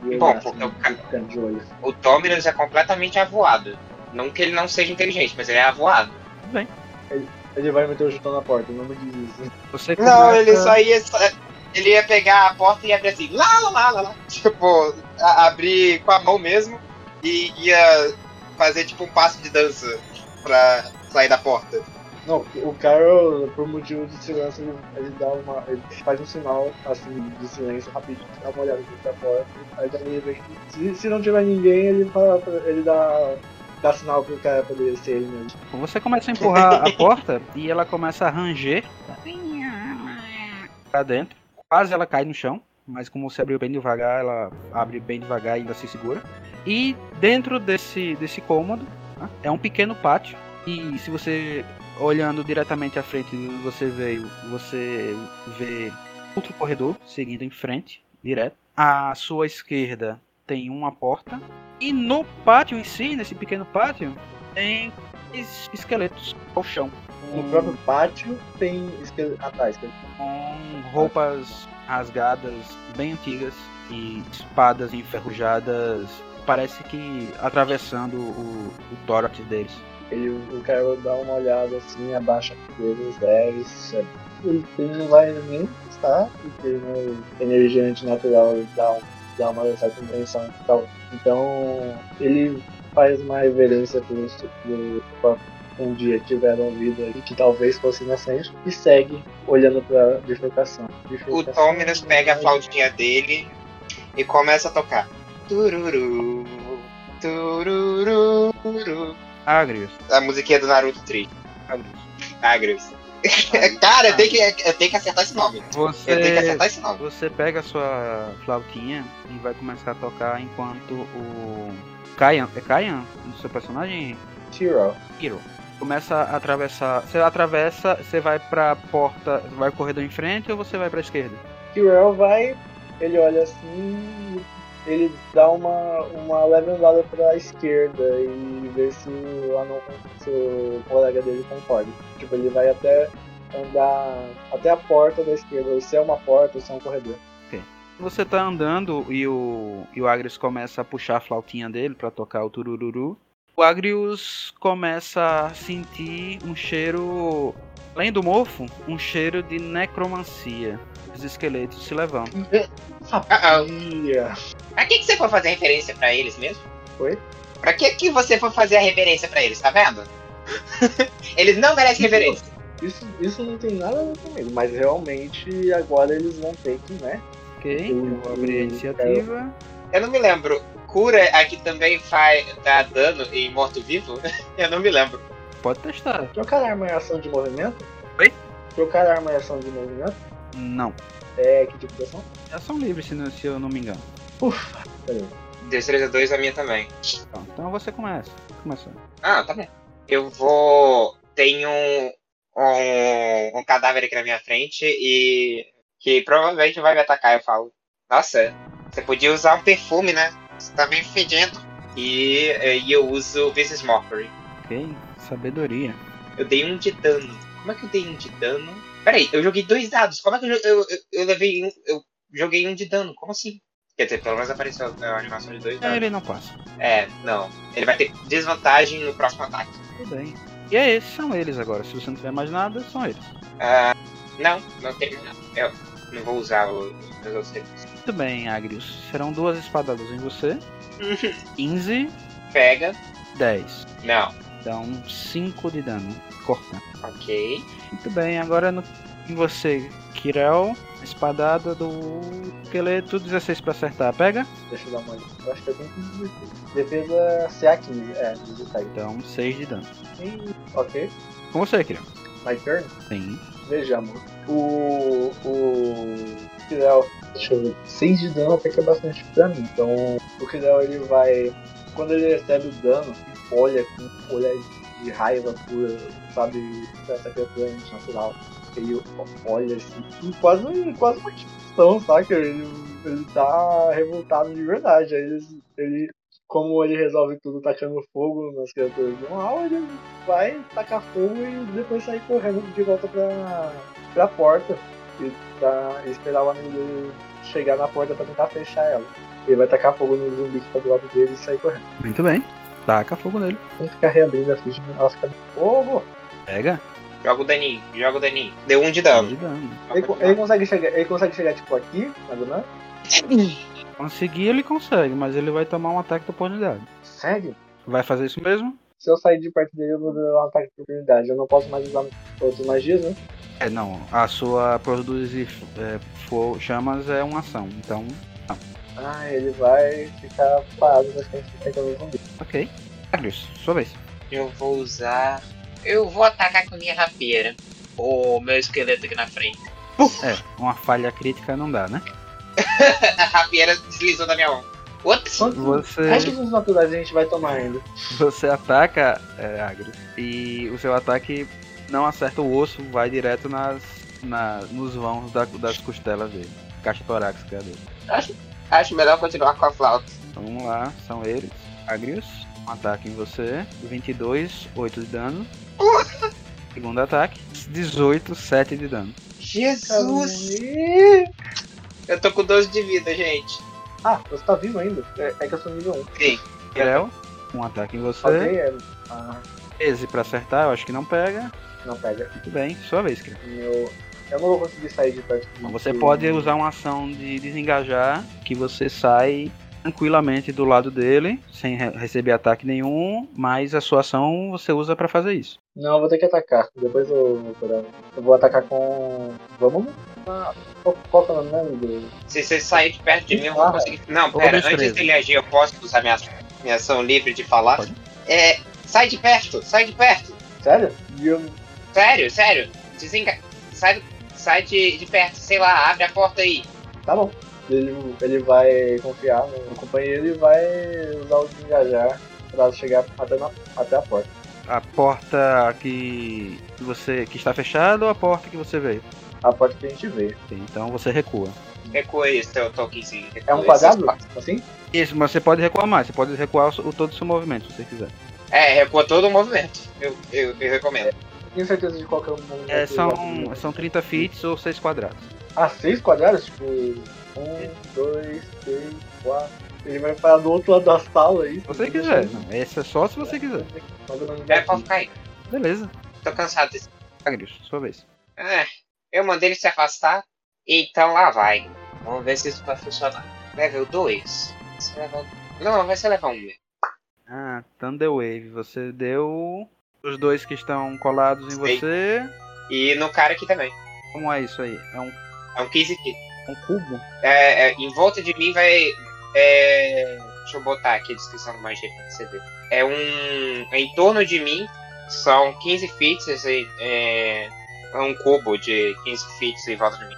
[SPEAKER 3] E
[SPEAKER 4] Bom,
[SPEAKER 3] olhar,
[SPEAKER 4] porque
[SPEAKER 3] assim,
[SPEAKER 4] o Ca-
[SPEAKER 3] ficando de olho.
[SPEAKER 4] O Dominus é completamente avoado. Não que ele não seja inteligente, mas ele é avoado.
[SPEAKER 3] Ele vai meter o chutão na porta, não me diz isso.
[SPEAKER 2] Você
[SPEAKER 4] Não, ele
[SPEAKER 2] começa-
[SPEAKER 4] só ia. só- Ele ia pegar a porta e abrir assim, lá, lá, lá, lá, lá. Tipo, a- abrir com a mão mesmo e ia fazer tipo um passo de dança pra sair da porta.
[SPEAKER 3] Não, o Carol, por motivo de segurança, ele, ele dá uma. ele faz um sinal assim de silêncio rapidinho, dá uma olhada dentro da porta, aí daí ele vem. Se, se não tiver ninguém, ele fala pra- ele dá. dá sinal pro cara poder ser ele mesmo.
[SPEAKER 2] Você começa a empurrar a porta e ela começa a ranger pra dentro. Quase ela cai no chão, mas como você abriu bem devagar, ela abre bem devagar e ainda se segura. E dentro desse, desse cômodo tá? é um pequeno pátio. E se você olhando diretamente à frente de onde você veio, você vê outro corredor seguindo em frente, direto. À sua esquerda tem uma porta. E no pátio em si, nesse pequeno pátio, tem es- esqueletos ao chão,
[SPEAKER 3] No
[SPEAKER 2] Hum.
[SPEAKER 3] próprio pátio tem esqueleto. Ah, tá, esqueleto.
[SPEAKER 2] com roupas rasgadas bem antigas e espadas enferrujadas, parece que atravessando o, o tórax deles.
[SPEAKER 3] Ele, o Carol dá uma olhada assim, abaixa a cabeça, os 10. Ele ele não vai nem testar, porque né, energia antinatural dá, um- dá uma certa compreensão e tal. Então, ele faz uma reverência pelo su- pelo corpo que um dia tiveram vida e que talvez fosse inocente, e segue olhando pra bifurcação.
[SPEAKER 4] O
[SPEAKER 3] Bifurcação,
[SPEAKER 4] Dominus pega a
[SPEAKER 3] né,
[SPEAKER 4] flautinha dele e começa a tocar. Tururu, tururu.
[SPEAKER 2] Agrius,
[SPEAKER 4] A musiquinha do Naruto Tree.
[SPEAKER 2] Agrius.
[SPEAKER 4] Agrius. (laughs) Cara, eu tenho, que, eu tenho que acertar esse nome. Eu tenho que
[SPEAKER 2] Você,
[SPEAKER 4] acertar esse nome.
[SPEAKER 2] você pega a sua flautinha e vai começar a tocar enquanto o Kayan, é Kayan, o seu personagem
[SPEAKER 3] Tiro.
[SPEAKER 2] Hiro. Começa a atravessar. Você atravessa, você vai pra porta. Vai o corredor em frente ou você vai pra esquerda?
[SPEAKER 3] Tyrell vai, ele olha assim, ele dá uma, uma leve andada pra esquerda e vê se o, anão, se o colega dele concorda. Tipo, ele vai até andar até a porta da esquerda, ou se é uma porta ou se é um corredor.
[SPEAKER 2] Você tá andando e o, e o Agrius começa a puxar a flautinha dele pra tocar o turururu. O Agrius começa a sentir um cheiro, além do mofo, um cheiro de necromancia. Os esqueletos se levantam.
[SPEAKER 4] Ah,
[SPEAKER 3] Ia.
[SPEAKER 4] Pra que, que você foi fazer referência pra eles mesmo?
[SPEAKER 3] Oi?
[SPEAKER 4] (laughs) Pra que, que você foi fazer a reverência pra eles, tá vendo? eles não merecem reverência.
[SPEAKER 3] Isso, isso não tem nada a ver comigo, mas realmente agora eles vão ter que, né?
[SPEAKER 2] Ok, eu vou abrir a iniciativa.
[SPEAKER 4] Eu não me lembro. Cura aqui também faz, dá dano em morto-vivo? (laughs) Eu não me lembro.
[SPEAKER 2] Pode testar.
[SPEAKER 3] Trocar arma em ação de movimento?
[SPEAKER 2] Oi?
[SPEAKER 3] Trocar arma em ação de movimento?
[SPEAKER 2] Não.
[SPEAKER 3] É, que tipo de ação?
[SPEAKER 2] É ação livre, se, não- se eu não me engano.
[SPEAKER 3] Ufa, peraí.
[SPEAKER 4] Destreza 2 a minha também.
[SPEAKER 2] Então, então você começa. Começa.
[SPEAKER 4] Ah, tá bom. Eu vou. Tem um, um, um cadáver aqui na minha frente e. que provavelmente vai me atacar, eu falo. Nossa, você podia usar um perfume, né? Você tá meio fedendo. E, eh, e eu uso o Business Mockery.
[SPEAKER 2] Ok, sabedoria.
[SPEAKER 4] Eu dei um de dano. Como é que eu dei um de dano? Peraí, eu joguei dois dados. Como é que eu, jo- eu, eu, eu levei um. Eu joguei um de dano? Como assim? Quer dizer, pelo menos apareceu a animação de dois
[SPEAKER 2] É,
[SPEAKER 4] dados.
[SPEAKER 2] ele não passa.
[SPEAKER 4] É, não. Ele vai ter desvantagem no próximo ataque.
[SPEAKER 2] Tudo bem. E é esses são eles agora. Se você não tiver mais nada, são eles.
[SPEAKER 4] Não, não tem. Eu não vou usar o, os outros recursos.
[SPEAKER 2] Muito bem, Agrius. Serão duas espadadas em você. 15,
[SPEAKER 4] Pega.
[SPEAKER 2] 10.
[SPEAKER 4] Não.
[SPEAKER 2] Dão 5 um de dano. Corta.
[SPEAKER 4] Ok.
[SPEAKER 2] Muito bem, agora no, em você, Kirel. Espadada do esqueleto, 16 pra acertar. Pega?
[SPEAKER 3] Deixa eu dar uma olhada. Eu acho que é bem difícil. Defesa CA15. É, 16.
[SPEAKER 2] Então, 6 de dano.
[SPEAKER 3] Ih, Ok,
[SPEAKER 2] Com você, Kirel.
[SPEAKER 3] my turn.
[SPEAKER 2] Sim.
[SPEAKER 3] Vejamos. O. O. Kirel. Deixa eu ver. 6 de dano até que é bastante pra mim. Então, o Kirel ele vai. Quando ele recebe o dano, olha com um olhar de raiva pura, sabe? Essa criatura natural. Ele olha assim, com quase, quase uma discussão, saca? Ele, ele tá revoltado de verdade. Aí ele, ele. Como ele resolve tudo tacando fogo nas criaturas do mal, ele vai tacar fogo e depois sair correndo de volta pra, pra porta e, pra, e esperar o amigo dele chegar na porta pra tentar fechar ela. Ele vai tacar fogo no zumbi que tá do lado dele e sair correndo.
[SPEAKER 2] Muito bem. Taca fogo nele.
[SPEAKER 3] Tem que ficar reabrindo a ficha, ela fica fogo!
[SPEAKER 2] Pega?
[SPEAKER 4] Joga o daninho. Joga o daninho. Deu um de
[SPEAKER 2] Dano de
[SPEAKER 4] dano.
[SPEAKER 2] dano.
[SPEAKER 3] Ele, co- ele consegue chegar, ele consegue chegar tipo aqui, na Gunnar?
[SPEAKER 2] Conseguir, ele consegue, mas ele vai tomar um ataque de oportunidade.
[SPEAKER 3] Sério?
[SPEAKER 2] Vai fazer isso mesmo?
[SPEAKER 3] Se eu sair de perto dele, eu vou dar um ataque de oportunidade. Eu não posso mais usar outras magias, né?
[SPEAKER 2] É, não. A sua produzir é, fo- chamas é uma ação. Então,
[SPEAKER 3] Ah, ele vai ficar parado na frente tentando zumbi.
[SPEAKER 2] ok. Agrius, sua vez.
[SPEAKER 4] Eu vou usar. Eu vou atacar com minha rapieira. O meu esqueleto aqui na frente. (laughs)
[SPEAKER 2] É, uma falha crítica não dá, né?
[SPEAKER 4] a rapieira deslizou da minha mão. Ups!
[SPEAKER 3] Quantos
[SPEAKER 2] Você,
[SPEAKER 3] dos naturais a gente vai tomar ainda?
[SPEAKER 2] você ataca, é, Agrius, e o seu ataque não acerta o osso, vai direto nas, na, nos vãos da- das costelas dele. Caixa torácica dele.
[SPEAKER 4] Acho melhor continuar com a flauta.
[SPEAKER 2] Então, vamos lá, são eles. Agrius, um ataque em você. 22, 8 de dano. Segundo ataque, 18, 7 de dano.
[SPEAKER 4] Jesus! Eu tô com 12 de vida, gente.
[SPEAKER 3] Ah, você tá vivo ainda? É, é que eu sou nível 1.
[SPEAKER 4] Sim.
[SPEAKER 2] Creu, um ataque em você.
[SPEAKER 3] Falei, é. Ah,
[SPEAKER 2] 13 pra acertar, eu acho que não pega.
[SPEAKER 3] não pega.
[SPEAKER 2] Muito bem, sua vez, Creu.
[SPEAKER 3] Meu... Eu não vou conseguir sair de perto.
[SPEAKER 2] Então, Você pode usar uma ação de desengajar, que você sai tranquilamente do lado dele, sem re- receber ataque nenhum, mas a sua ação você usa pra fazer isso.
[SPEAKER 3] Não, eu vou ter que atacar. Depois eu vou Eu vou atacar com. Vamos? Ah, qual, qual que é o nome mesmo? do-
[SPEAKER 4] Se você sair de perto de mim, eu vou
[SPEAKER 3] Ah,
[SPEAKER 4] conseguir. Não,
[SPEAKER 2] Ou
[SPEAKER 4] pera,
[SPEAKER 2] destreza.
[SPEAKER 4] antes dele agir, eu posso usar minha, minha ação livre de falar.
[SPEAKER 2] Pode.
[SPEAKER 4] É. Sai de perto, sai de perto.
[SPEAKER 3] Sério? E eu.
[SPEAKER 4] Sério, sério. Desenga. Sai, sai de, de perto, sei lá, abre a porta aí.
[SPEAKER 3] Tá bom. Ele, ele vai confiar no companheiro e vai usar o desengajar pra chegar até, na, até a porta.
[SPEAKER 2] A porta que que você que está fechada ou a porta que você veio?
[SPEAKER 3] A porta que a gente vê.
[SPEAKER 2] Ok, Então você recua.
[SPEAKER 4] Recua aí, seu tokenzinho. Recua
[SPEAKER 3] É um
[SPEAKER 4] esse
[SPEAKER 3] quadrado?
[SPEAKER 4] espaço.
[SPEAKER 3] Assim?
[SPEAKER 2] Isso, mas você pode recuar mais, você pode recuar o, o todo o seu movimento se você quiser.
[SPEAKER 4] É, recua todo o movimento. Eu, eu, eu recomendo.
[SPEAKER 3] Tenho certeza de qual que é o nome
[SPEAKER 2] É,
[SPEAKER 3] daquele
[SPEAKER 2] são,
[SPEAKER 3] lado.
[SPEAKER 2] são 30 feats ou 6 quadrados.
[SPEAKER 3] Ah, seis quadrados? Tipo, um, dois, três, quatro. Ele vai parar do outro lado da sala aí.
[SPEAKER 2] Se você quiser, não, esse é só se você quiser.
[SPEAKER 4] É, pode ficar aí.
[SPEAKER 2] Beleza.
[SPEAKER 4] Tô cansado desse.
[SPEAKER 2] Agrius, sua vez.
[SPEAKER 4] Ah, eu mandei ele se afastar, então lá vai. Vamos ver se isso vai funcionar. Level 2. um- Não, vai ser level 1 mesmo.
[SPEAKER 2] Ah, Thunder Wave, você deu os dois que estão colados em
[SPEAKER 4] Sei.
[SPEAKER 2] você,
[SPEAKER 4] E no cara aqui também.
[SPEAKER 2] Como é isso aí? É um,
[SPEAKER 4] É um 15 aqui.
[SPEAKER 2] um cubo?
[SPEAKER 4] É, é, em volta de mim vai. é, deixa eu botar aqui a descrição do magia pra você ver. É um. Em torno de mim são 15 feats, esse, é, é um cubo de 15 feats em volta de mim.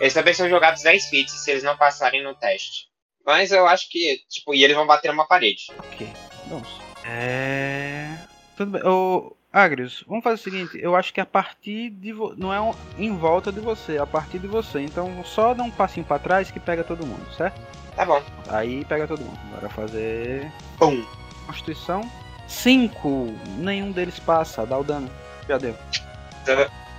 [SPEAKER 4] Eles também são jogados 10 feats se eles não passarem no teste. Mas eu acho que, tipo, e eles vão bater numa parede.
[SPEAKER 2] Ok. Nossa. É. Tudo bem. Ô, Agrius, vamos fazer o seguinte: eu acho que a partir de. vo- Não é um- em volta de você, é a partir de você. Então só dá um passinho pra trás que pega todo mundo, certo?
[SPEAKER 4] Tá bom.
[SPEAKER 2] Aí pega todo mundo. Bora fazer.
[SPEAKER 4] Pum.
[SPEAKER 2] Constituição. 5. Nenhum deles passa, dá o dano. Já deu.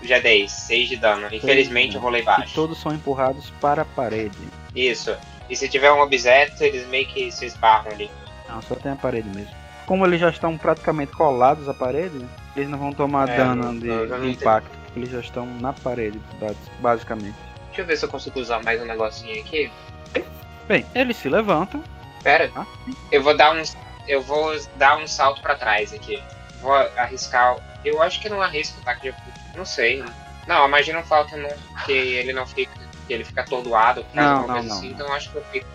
[SPEAKER 4] Já dei 6 de dano. Infelizmente eu rolei
[SPEAKER 2] E
[SPEAKER 4] baixo.
[SPEAKER 2] todos são empurrados para a parede.
[SPEAKER 4] Isso. E se tiver um objeto, eles meio que se esbarram ali.
[SPEAKER 2] Não, só tem a parede mesmo. Como eles já estão praticamente colados à parede, eles não vão tomar
[SPEAKER 4] É, não-
[SPEAKER 2] dano de,
[SPEAKER 4] não, já
[SPEAKER 2] de
[SPEAKER 4] não
[SPEAKER 2] impacto, porque eles já estão na parede, ba- basicamente.
[SPEAKER 4] Deixa eu ver se eu consigo usar mais um negocinho aqui.
[SPEAKER 2] Bem, eles se levantam.
[SPEAKER 4] Pera.
[SPEAKER 2] Ah.
[SPEAKER 4] Eu vou dar um. Eu vou dar um salto pra trás aqui. Vou arriscar. o- Eu acho que não arrisco o ataque de oportunidade. Não sei. né? Não, a magia não falta, não. Que ele não fica. Que ele fica atordoado por causa
[SPEAKER 2] Não,
[SPEAKER 4] de alguma
[SPEAKER 2] não,
[SPEAKER 4] coisa
[SPEAKER 2] não,
[SPEAKER 4] assim.
[SPEAKER 2] não.
[SPEAKER 4] Então eu acho que eu fico.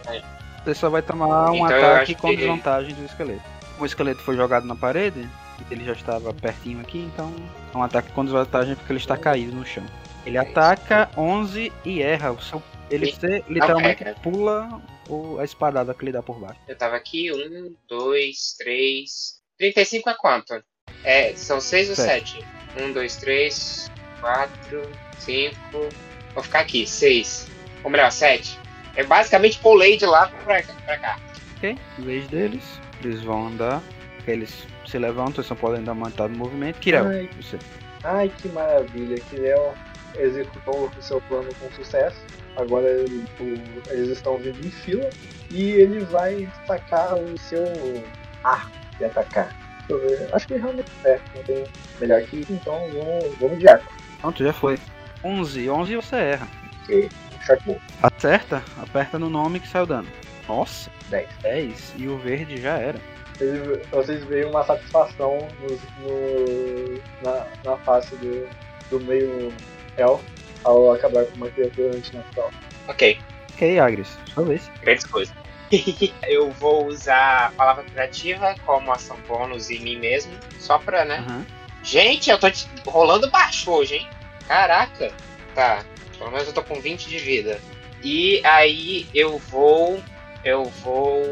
[SPEAKER 2] Você só vai tomar um
[SPEAKER 4] Então eu
[SPEAKER 2] ataque
[SPEAKER 4] acho
[SPEAKER 2] com
[SPEAKER 4] que-
[SPEAKER 2] desvantagem do esqueleto. O esqueleto foi jogado na parede, ele já estava pertinho aqui, então é um ataque com desvantagem porque ele está caído no chão. Ele ataca 11 e erra. O seu... Ele
[SPEAKER 4] Sim. é,
[SPEAKER 2] você literalmente
[SPEAKER 4] pega.
[SPEAKER 2] pula o- a espadada que ele dá por baixo.
[SPEAKER 4] Eu tava aqui. Um, dois, três. 35 é quanto? É, são seis ou
[SPEAKER 2] Sete.
[SPEAKER 4] sete? Um, dois, três, quatro, cinco. Vou ficar aqui, seis. Ou melhor, sete. Eu basicamente pulei de lá pra, pra cá.
[SPEAKER 2] Ok, em vez deles, eles vão andar. Eles se levantam, só podem dar uma entrada no movimento. Kirel,
[SPEAKER 3] Ai.
[SPEAKER 2] você.
[SPEAKER 3] Ai, que maravilha. Que Léo executou o seu plano com sucesso. Agora ele- o- eles estão vindo em fila. E ele vai sacar o seu arco e atacar. Deixa eu ver. Acho que realmente é. Não tem melhor que isso, então vamos, vamos de arco.
[SPEAKER 2] Pronto, já foi. 11, 11 você erra.
[SPEAKER 3] Ok, chacou.
[SPEAKER 2] Acerta, aperta no nome que sai o dano. Nossa,
[SPEAKER 3] 10.
[SPEAKER 2] 10. E o verde já era.
[SPEAKER 3] Ele- vocês veem uma satisfação no, no- na, na face do, do meio elfo ao acabar com uma criatura antinatural.
[SPEAKER 4] Ok.
[SPEAKER 2] Ok, Agris, sua vez.
[SPEAKER 4] Grandes coisas. (laughs) eu vou usar a palavra curativa como ação bônus em mim mesmo, só pra, né?
[SPEAKER 2] Aham.
[SPEAKER 4] Gente, eu tô te- rolando baixo hoje, hein? Caraca! Tá, pelo menos eu tô com 20 de vida. E aí eu vou. Eu vou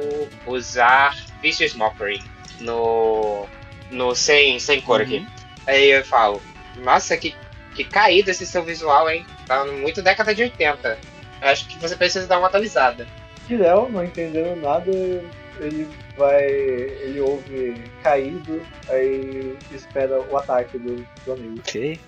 [SPEAKER 4] usar Vicious Mockery no. no sem, sem cor aqui.
[SPEAKER 2] Uhum.
[SPEAKER 4] Aí eu falo, nossa, que, que caído esse seu visual, hein? Tá muito década de 80. Acho que você precisa dar uma atualizada.
[SPEAKER 3] Tirel, não entendendo nada, ele vai. ele ouve caído, aí espera o ataque do, do amigo.
[SPEAKER 2] Ok.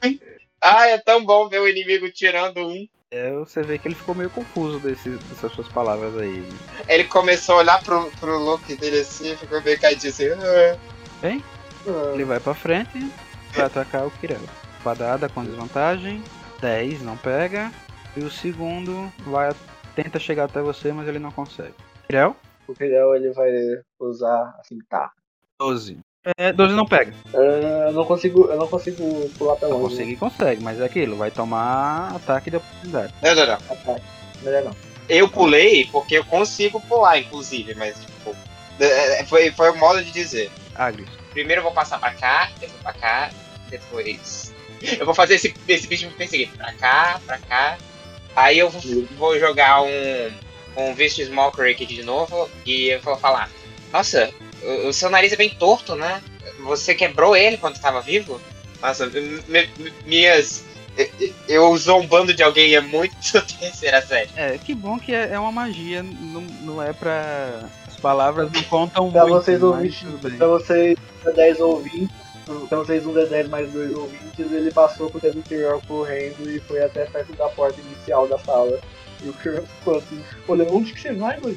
[SPEAKER 3] Aí,
[SPEAKER 4] Ah, é tão bom ver o inimigo tirando um.
[SPEAKER 2] É, você vê que ele ficou meio confuso desse, dessas suas palavras aí.
[SPEAKER 4] Ele começou a olhar pro, pro look dele assim, ficou meio caidinho assim. "Ah".
[SPEAKER 2] (laughs) Ele vai pra frente vai atacar o Kirel. Espadada com desvantagem. 10 não pega. E o segundo vai tenta chegar até você, mas ele não consegue. Kirel?
[SPEAKER 3] o Tirel ele vai usar assim, tá.
[SPEAKER 2] 12. É, 12 não pega.
[SPEAKER 3] Ah, Eu não consigo. Eu não consigo pular pra
[SPEAKER 2] Não
[SPEAKER 3] longe.
[SPEAKER 2] consegue, consegue, mas é aquilo, vai tomar ataque de oportunidade.
[SPEAKER 4] Não, não, não.
[SPEAKER 3] né? Ataque. Melhor não.
[SPEAKER 4] Eu pulei porque eu consigo pular, inclusive, mas tipo. é, é, Foi, foi o modo de dizer.
[SPEAKER 2] Agris.
[SPEAKER 4] Primeiro eu vou passar pra cá, depois pra cá, depois. Eu vou fazer esse, esse bicho me perseguir. Pra cá, pra cá. Aí eu vou, vou jogar um. Um Vicious Mockery aqui de novo e eu vou falar: Nossa, o, o seu nariz é bem torto, né? Você quebrou ele quando tava vivo? Nossa, m- m- m- minhas. eu- eu- Eu zombando de alguém é muito (laughs) terceira série.
[SPEAKER 2] É, que bom que é, é uma magia, não, não é pra. As palavras não contam
[SPEAKER 3] Pra
[SPEAKER 2] muito.
[SPEAKER 3] vocês
[SPEAKER 2] mas
[SPEAKER 3] ouvintes,
[SPEAKER 2] tudo bem.
[SPEAKER 3] Pra vocês, um 10 ouvintes. Pra vocês, um D10 mais dois ouvintes. Ele passou pro tempo interior correndo e foi até perto da porta inicial da sala. E o Tirel ficou assim: olha, onde que você vai, mano?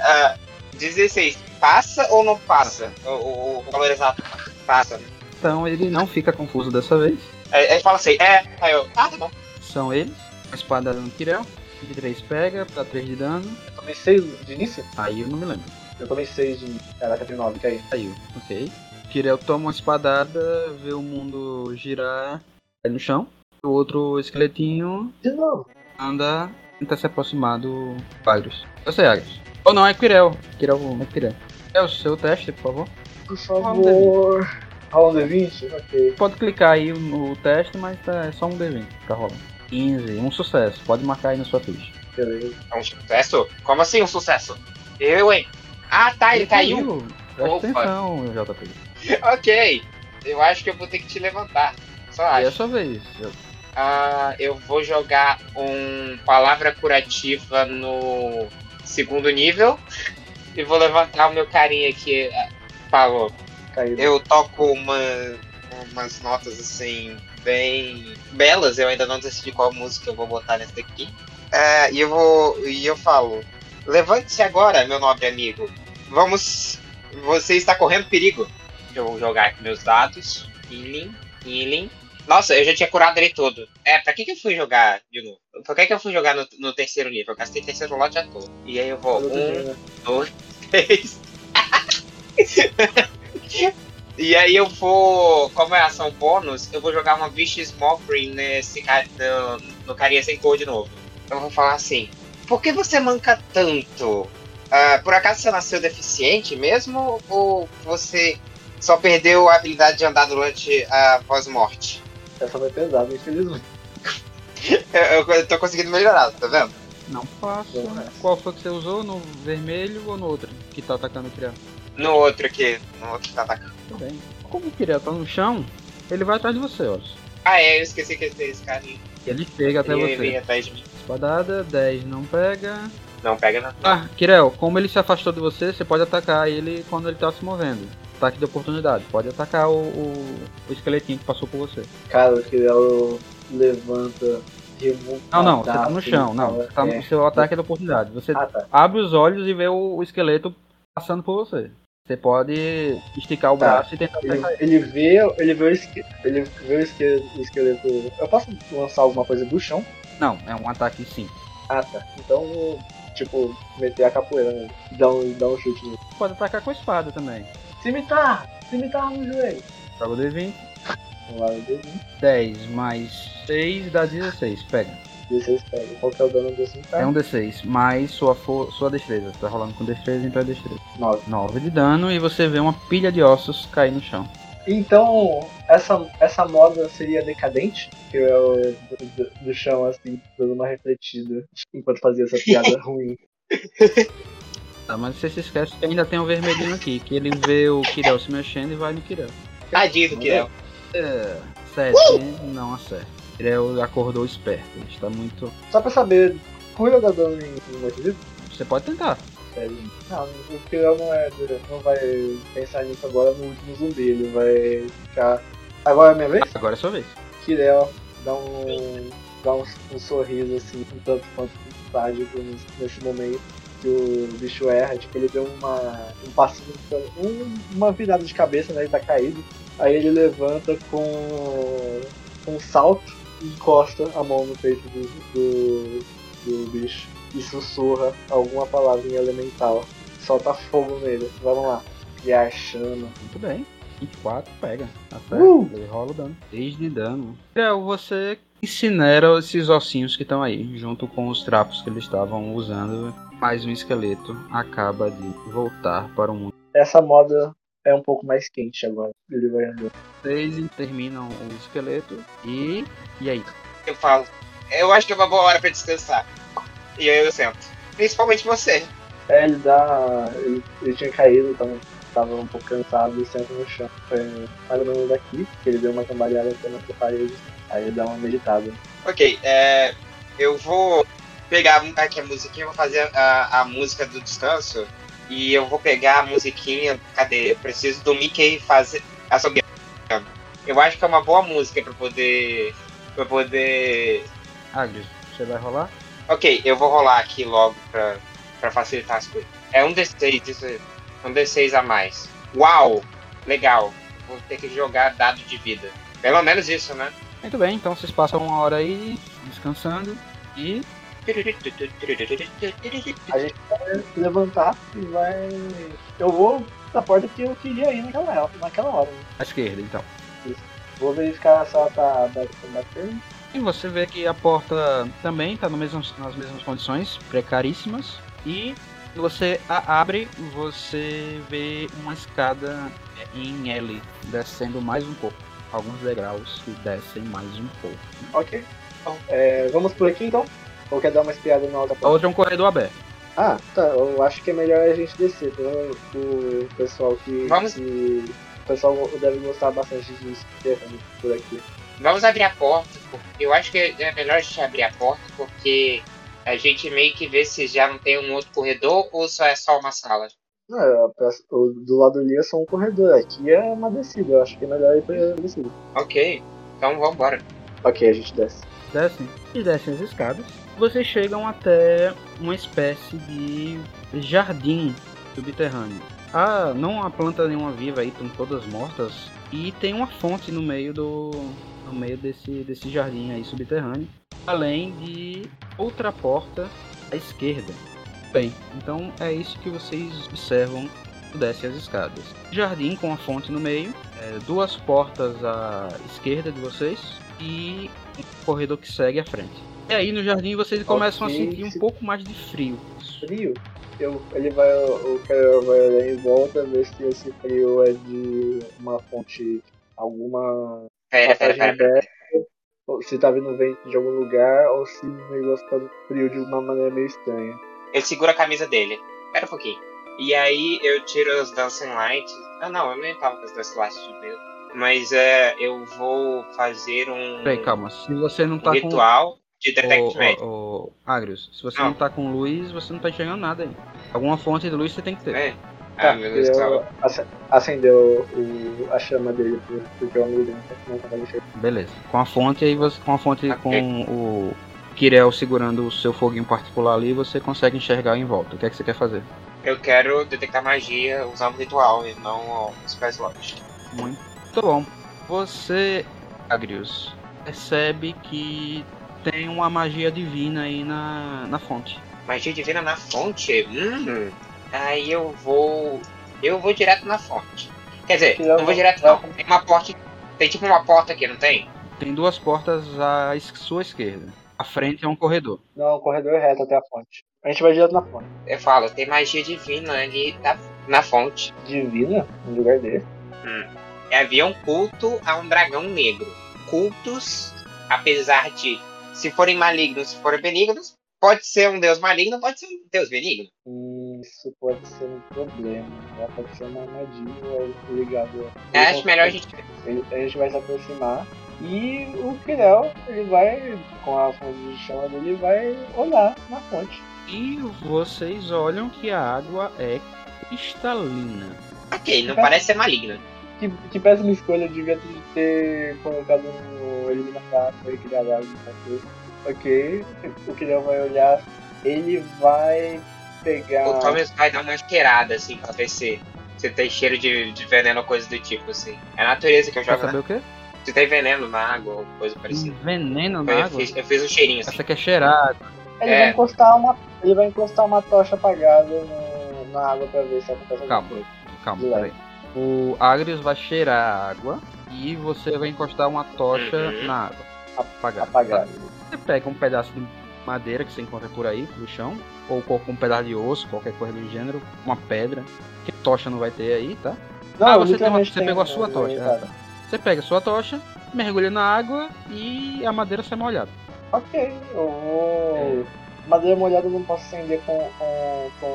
[SPEAKER 4] Ah, 16. Passa ou não passa? O, o, o valor exato passa.
[SPEAKER 2] Então ele não fica confuso dessa vez.
[SPEAKER 4] Aí aí fala assim: É, aí eu. Ah, tá bom.
[SPEAKER 2] São eles. A espada no Kirel. 23 pega, dá 3 de dano.
[SPEAKER 3] Eu tomei 6 de início?
[SPEAKER 2] Aí eu não me lembro.
[SPEAKER 3] Eu tomei 6 de. Caraca, tem 9, caiu.
[SPEAKER 2] Saiu, ok. Kirel toma uma espadada, vê o mundo girar, cai no chão. O outro esqueletinho
[SPEAKER 3] De novo.
[SPEAKER 2] anda, tenta se aproximar do Agrius. Eu sei, Agrius. Ou não, é Kirel. Kirel, é Kirel. É o seu teste, por favor.
[SPEAKER 3] Por favor. Rola um D20? Ok.
[SPEAKER 2] Pode clicar aí no teste, mas é só um D20 que tá rolando. 15, um sucesso. Pode marcar aí na sua ficha.
[SPEAKER 3] Beleza.
[SPEAKER 4] É um sucesso? Como assim um sucesso? Eu, hein? Ah, tá,
[SPEAKER 2] (laughs)
[SPEAKER 4] ele caiu.
[SPEAKER 2] Presta
[SPEAKER 4] Opa.
[SPEAKER 2] atenção, JP.
[SPEAKER 4] Ok. Eu acho que eu vou ter que te levantar. Só
[SPEAKER 2] Aí é
[SPEAKER 4] acho.
[SPEAKER 2] a sua vez. Eu-
[SPEAKER 4] Ah, eu vou jogar um palavra curativa no segundo nível. (laughs) E vou levantar o meu carinha que eh, falou.
[SPEAKER 3] Caído.
[SPEAKER 4] Eu toco uma, umas notas assim, bem belas. Eu ainda não decidi qual música eu vou botar nessa daqui. É, e eu vou. E eu falo. Levante-se agora, meu nobre amigo. Vamos. Você está correndo perigo. Eu vou jogar aqui meus dados. Healing, healing. Nossa, eu já tinha curado ele todo. É, pra que, que eu fui jogar de novo? Pra que, que eu fui jogar no, no terceiro nível? Eu gastei terceiro lote à toa. E aí eu vou.
[SPEAKER 3] Tudo
[SPEAKER 4] Um,
[SPEAKER 3] bem, né?
[SPEAKER 4] fez. e aí eu vou, como é ação bônus, eu vou jogar uma Vish Smokering nesse cara no, no carinha sem cor de novo. Eu vou falar assim, por que você manca tanto? Ah, por acaso você nasceu deficiente mesmo? Ou você só perdeu a habilidade de andar durante a pós-morte?
[SPEAKER 3] Essa vai pesada, infelizmente.
[SPEAKER 4] Eu, eu, eu tô conseguindo melhorar, tá vendo?
[SPEAKER 2] Não faço.
[SPEAKER 3] Bom, é.
[SPEAKER 2] Qual foi que você usou? No vermelho ou no outro que tá atacando o Kirel?
[SPEAKER 4] No outro aqui, no outro que tá atacando.
[SPEAKER 2] Tudo bem. Como o Kirel tá no chão, ele vai atrás de você, ó.
[SPEAKER 4] Ah, é, eu esqueci que esse esse carinha
[SPEAKER 2] Ele chega até
[SPEAKER 4] ele
[SPEAKER 2] você.
[SPEAKER 4] veio atrás de mim.
[SPEAKER 2] Espadada, 10 não pega.
[SPEAKER 4] Não, pega não.
[SPEAKER 2] Ah, Kirel, como ele se afastou de você, você pode atacar ele quando ele tá se movendo. Ataque de oportunidade. Pode atacar o, o, o esqueletinho que passou por você.
[SPEAKER 3] Cara, que ela levanta, remonta.
[SPEAKER 2] Não, não, você tá no chão.
[SPEAKER 3] então,
[SPEAKER 2] Não, você tá
[SPEAKER 3] é.
[SPEAKER 2] no seu ataque de oportunidade. Você
[SPEAKER 3] Ah, tá.
[SPEAKER 2] abre os olhos e vê o, o esqueleto passando por você. Você pode esticar o
[SPEAKER 3] Tá.
[SPEAKER 2] braço e tentar
[SPEAKER 3] Ele,
[SPEAKER 2] pegar ele.
[SPEAKER 3] ele vê, ele vê, o esque, ele vê o, esque, o esqueleto. Eu posso lançar alguma coisa do chão?
[SPEAKER 2] Não, é um ataque sim.
[SPEAKER 3] Ah, tá. Então, eu vou, tipo, meter a capoeira nele. Dar um, dar um chute nele.
[SPEAKER 2] Pode atacar com a espada também.
[SPEAKER 3] Cimitarra! Cimitarra tá no joelho!
[SPEAKER 2] Joga o D20.
[SPEAKER 3] Vamos lá, eu dei um.
[SPEAKER 2] 10 mais 6 dá 16. Pega.
[SPEAKER 3] 16 pega. Qual que é o dano do
[SPEAKER 2] É
[SPEAKER 3] cimitarra?
[SPEAKER 2] um D6 mais sua, fo- sua destreza. Tá rolando com destreza, então é destreza.
[SPEAKER 3] 9.
[SPEAKER 2] 9 de dano e você vê uma pilha de ossos cair no chão.
[SPEAKER 3] Então, essa, essa moda seria decadente? Que eu do, do- do chão, assim, dando uma refletida enquanto fazia essa
[SPEAKER 2] (laughs)
[SPEAKER 3] piada ruim.
[SPEAKER 2] Tá, mas você se esquece que ainda tem um vermelhinho aqui, que ele vê o Kirel se mexendo e vai no Kirel.
[SPEAKER 4] Tadinho do Kirel.
[SPEAKER 2] É, 7 não acerta. Kirel acordou esperto, ele está muito...
[SPEAKER 3] Só pra saber, cura dá dano em, em morte-vivo?
[SPEAKER 2] Você pode tentar.
[SPEAKER 3] Sério. Não, o Pirão não é. não vai pensar nisso agora no último zumbi, ele vai ficar. Agora é minha vez?
[SPEAKER 2] Agora é sua vez.
[SPEAKER 3] Kirel dá um. dá um, um sorriso assim, um tanto quanto sádico nesse- nesse momento que o bicho erra, tipo, ele deu uma. um passinho, um- uma virada de cabeça, né? Ele tá caído. Aí ele levanta com um salto e encosta a mão no peito do, do, do bicho e sussurra alguma palavrinha elemental. Solta fogo nele. Vamos lá. E a chama.
[SPEAKER 2] Muito bem. 24, pega. Acerta.
[SPEAKER 3] Uh!
[SPEAKER 2] Ele rola o dano. 6 de dano. Kirel, você incinera esses ossinhos que estão aí, junto com os trapos que eles estavam usando. Mais um esqueleto acaba de voltar para o mundo.
[SPEAKER 3] Essa moda é um pouco mais quente agora. Ele vai andando.
[SPEAKER 2] Vocês terminam o esqueleto e. E aí?
[SPEAKER 4] Eu falo, eu acho que é uma boa hora pra descansar. E aí eu sento. Principalmente você.
[SPEAKER 3] É, ele dá. Ele, ele tinha caído, tava, tava um pouco cansado e senta no chão. Foi mais ou menos daqui, que ele deu uma cambalhada até na parede. Aí ele dá uma meditada.
[SPEAKER 4] Ok, é, eu vou pegar aqui a musiquinha, vou fazer a, a música do descanso. E eu vou pegar a musiquinha. Cadê? Eu preciso do Mickey fazer a sombra. Eu acho que é uma boa música pra poder. pra poder.
[SPEAKER 2] Agnes, você vai rolar?
[SPEAKER 4] Ok, eu vou rolar aqui logo pra, pra facilitar as coisas. É um D6, isso aí. Um D6 a mais. Uau! Legal. Vou ter que jogar dado de vida. Pelo menos isso, né?
[SPEAKER 2] Muito bem, então vocês passam uma hora aí descansando e.
[SPEAKER 3] A gente vai levantar e vai. Eu vou na porta que eu queria ir naquela, naquela hora. né?
[SPEAKER 2] À esquerda, então.
[SPEAKER 3] Vou verificar se ela tá aberta na frente.
[SPEAKER 2] E você vê que a porta também está nas mesmas condições, precaríssimas. E você a abre, você vê uma escada é, em L, descendo mais um pouco. Alguns degraus que descem mais um pouco.
[SPEAKER 3] Ok. É, vamos por aqui então? Ou quer dar uma espiada na outra
[SPEAKER 2] A
[SPEAKER 3] porta?
[SPEAKER 2] outra é um corredor aberto.
[SPEAKER 3] Ah, tá. Eu acho que é melhor a gente descer. Pelo menos o pessoal que.
[SPEAKER 4] Vamos.
[SPEAKER 3] que- o pessoal deve gostar bastante de esquerda por aqui.
[SPEAKER 4] Vamos abrir a porta. por- Eu acho que é melhor a gente abrir a porta, porque a gente meio que vê se já não tem um outro corredor ou só é só uma sala.
[SPEAKER 3] Não, eu peço- o- do lado ali é só um corredor. Aqui é uma descida. Eu acho que é melhor ir pra descida.
[SPEAKER 4] Ok, então vambora.
[SPEAKER 3] Ok, a gente desce.
[SPEAKER 2] descem e descem as escadas. Vocês chegam até uma espécie de jardim subterrâneo. Ah, não há planta nenhuma viva aí, estão todas mortas. E tem uma fonte no meio do. no meio desse, desse jardim aí subterrâneo. Além de outra porta à esquerda. Bem, então é isso que vocês observam quando descem as escadas. Jardim com a fonte no meio, eh, duas portas à esquerda de vocês e um corredor que segue à frente. E aí no jardim vocês começam
[SPEAKER 3] Ok,
[SPEAKER 2] a sentir um
[SPEAKER 3] se-
[SPEAKER 2] pouco mais de frio.
[SPEAKER 3] Frio. Eu, ele vai, o cara vai olhar em volta, ver se esse frio é de uma fonte, alguma
[SPEAKER 4] (laughs)
[SPEAKER 3] passagem aberta, ou se tá vindo vento de algum lugar, ou se o negócio tá frio de uma maneira meio estranha.
[SPEAKER 4] Eu seguro a camisa dele. Pera um pouquinho. E aí eu tiro os Dancing Lights. Ah não, eu nem tava com os Dancing Lights de medo. Mas é, eu vou fazer um
[SPEAKER 2] Peraí, calma. Se você não
[SPEAKER 4] um
[SPEAKER 2] tá com.
[SPEAKER 4] ritual de Detect Magic.
[SPEAKER 2] Ô, ô, ô, Agrius, se você
[SPEAKER 4] é Não.
[SPEAKER 2] não tá com luz, você não tá enxergando nada aí. Alguma fonte de luz você tem que ter.
[SPEAKER 4] É.
[SPEAKER 3] Tá,
[SPEAKER 4] Ah, meu Deus do
[SPEAKER 3] eu
[SPEAKER 4] céu.
[SPEAKER 3] ac- acendeu o- a chama dele pro- porque o amigo dele não consegue enxergar.
[SPEAKER 2] Beleza. Com a fonte aí você. Com a fonte
[SPEAKER 4] Tá Ok.
[SPEAKER 2] com o Kirel segurando o seu foguinho particular ali, você consegue enxergar em volta. O que é que você quer fazer?
[SPEAKER 4] Eu quero detectar magia usando ritual e não os pés lógicos.
[SPEAKER 2] Muito Tá bom. Você, Agrius, percebe que tem uma magia divina aí na, na fonte.
[SPEAKER 4] Magia divina na fonte? Hum. Aí eu vou. Eu vou direto na fonte. Quer dizer,
[SPEAKER 3] Eu
[SPEAKER 4] não vou
[SPEAKER 3] vou-
[SPEAKER 4] direto não. Tem uma porta. Tem tipo uma porta aqui, não tem?
[SPEAKER 2] Tem duas portas à es- sua esquerda. À frente é um corredor.
[SPEAKER 3] Não, o corredor é reto até a fonte. A gente vai direto na fonte.
[SPEAKER 4] Eu falo, tem magia divina ali na, na fonte.
[SPEAKER 3] Divina, no lugar dele.
[SPEAKER 4] E havia um culto a um dragão negro. Cultos, apesar de se forem malignos, se forem benignos, pode ser um deus maligno, pode ser um deus benigno.
[SPEAKER 3] Hum, Isso pode ser um problema. Ela pode ser uma armadilha é ligada.
[SPEAKER 4] Eu É, acho melhor a gente.
[SPEAKER 3] Ele- A gente vai se aproximar. E o Kirel, ele vai, com a fonte de chama dele, vai olhar na fonte.
[SPEAKER 2] E vocês olham que a água é cristalina.
[SPEAKER 4] Ok, não parece ser maligno.
[SPEAKER 3] Que, que péssima escolha, eu devia ter- ter colocado um no eliminar foi criar algo pra tudo. Ok, o Kirel vai olhar, ele vai pegar.
[SPEAKER 4] O Thomas vai dar uma cheirada, assim, pra ver se, se tem cheiro de, de veneno ou coisa do tipo, assim. É a natureza que eu
[SPEAKER 2] Quer
[SPEAKER 4] jogo,
[SPEAKER 2] saber
[SPEAKER 4] né?
[SPEAKER 2] o quê?
[SPEAKER 4] Se tem veneno na água ou coisa parecida.
[SPEAKER 2] Veneno
[SPEAKER 4] Então
[SPEAKER 2] na
[SPEAKER 4] eu
[SPEAKER 2] água?
[SPEAKER 4] fiz, eu fiz um cheirinho, assim.
[SPEAKER 2] Você quer cheirar?
[SPEAKER 3] Ele
[SPEAKER 4] É.
[SPEAKER 3] vai encostar uma. Ele vai encostar uma tocha apagada no- na água pra ver se acontece alguma
[SPEAKER 2] Calma.
[SPEAKER 3] coisa.
[SPEAKER 2] Calma,
[SPEAKER 3] Lá.
[SPEAKER 2] peraí. O Agrius vai cheirar a água e você vai encostar uma tocha
[SPEAKER 4] Uhum.
[SPEAKER 2] na água. Apagar.
[SPEAKER 3] Apagada.
[SPEAKER 2] Você pega um pedaço de madeira que você encontra por aí, no chão, ou co- um pedaço de osso, qualquer coisa do gênero, uma pedra, que tocha não vai ter aí, tá?
[SPEAKER 3] Não,
[SPEAKER 2] ah,
[SPEAKER 3] eu
[SPEAKER 2] você, tem uma,
[SPEAKER 3] literalmente
[SPEAKER 2] você
[SPEAKER 3] tenho
[SPEAKER 2] pegou a
[SPEAKER 3] no-
[SPEAKER 2] sua
[SPEAKER 3] no
[SPEAKER 2] tocha. Ah,
[SPEAKER 3] inventário.
[SPEAKER 2] tá. Você pega a sua tocha, mergulha na água e a madeira sai molhada.
[SPEAKER 3] Ok, eu vou.
[SPEAKER 2] É.
[SPEAKER 3] Madeira molhada eu não posso acender com, com, com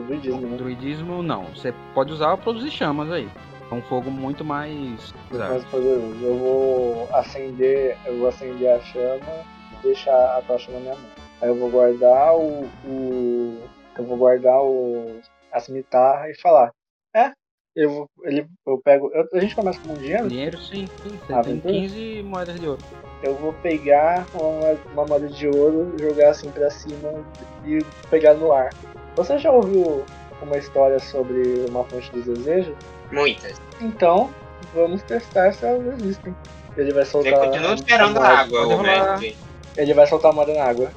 [SPEAKER 3] o druidismo, né?
[SPEAKER 2] Druidismo não, você pode usar pra produzir chamas aí. É um fogo muito mais.
[SPEAKER 3] mais poderoso. Eu vou acender, eu vou acender a chama e deixar a tocha na minha mão. Aí eu vou guardar o. o- eu vou guardar o. a cimitarra e falar. É, eu vou. Ele, eu pego. eu- a gente começa com um né? dinheiro?
[SPEAKER 2] Dinheiro sim, sim, você
[SPEAKER 3] Ah,
[SPEAKER 2] tem
[SPEAKER 3] aventura?
[SPEAKER 2] 15 moedas de ouro.
[SPEAKER 3] Eu vou pegar uma, uma moeda de ouro, jogar assim pra cima e pegar no ar. Você já ouviu uma história sobre uma fonte dos desejos?
[SPEAKER 4] Muitas.
[SPEAKER 3] Então, vamos testar se elas existem. Ele vai soltar.
[SPEAKER 4] Eu continuo esperando a
[SPEAKER 3] moeda-
[SPEAKER 4] água, né?
[SPEAKER 2] pode
[SPEAKER 4] ô
[SPEAKER 2] rolar.
[SPEAKER 4] mestre.
[SPEAKER 3] Ele vai soltar a moeda na água.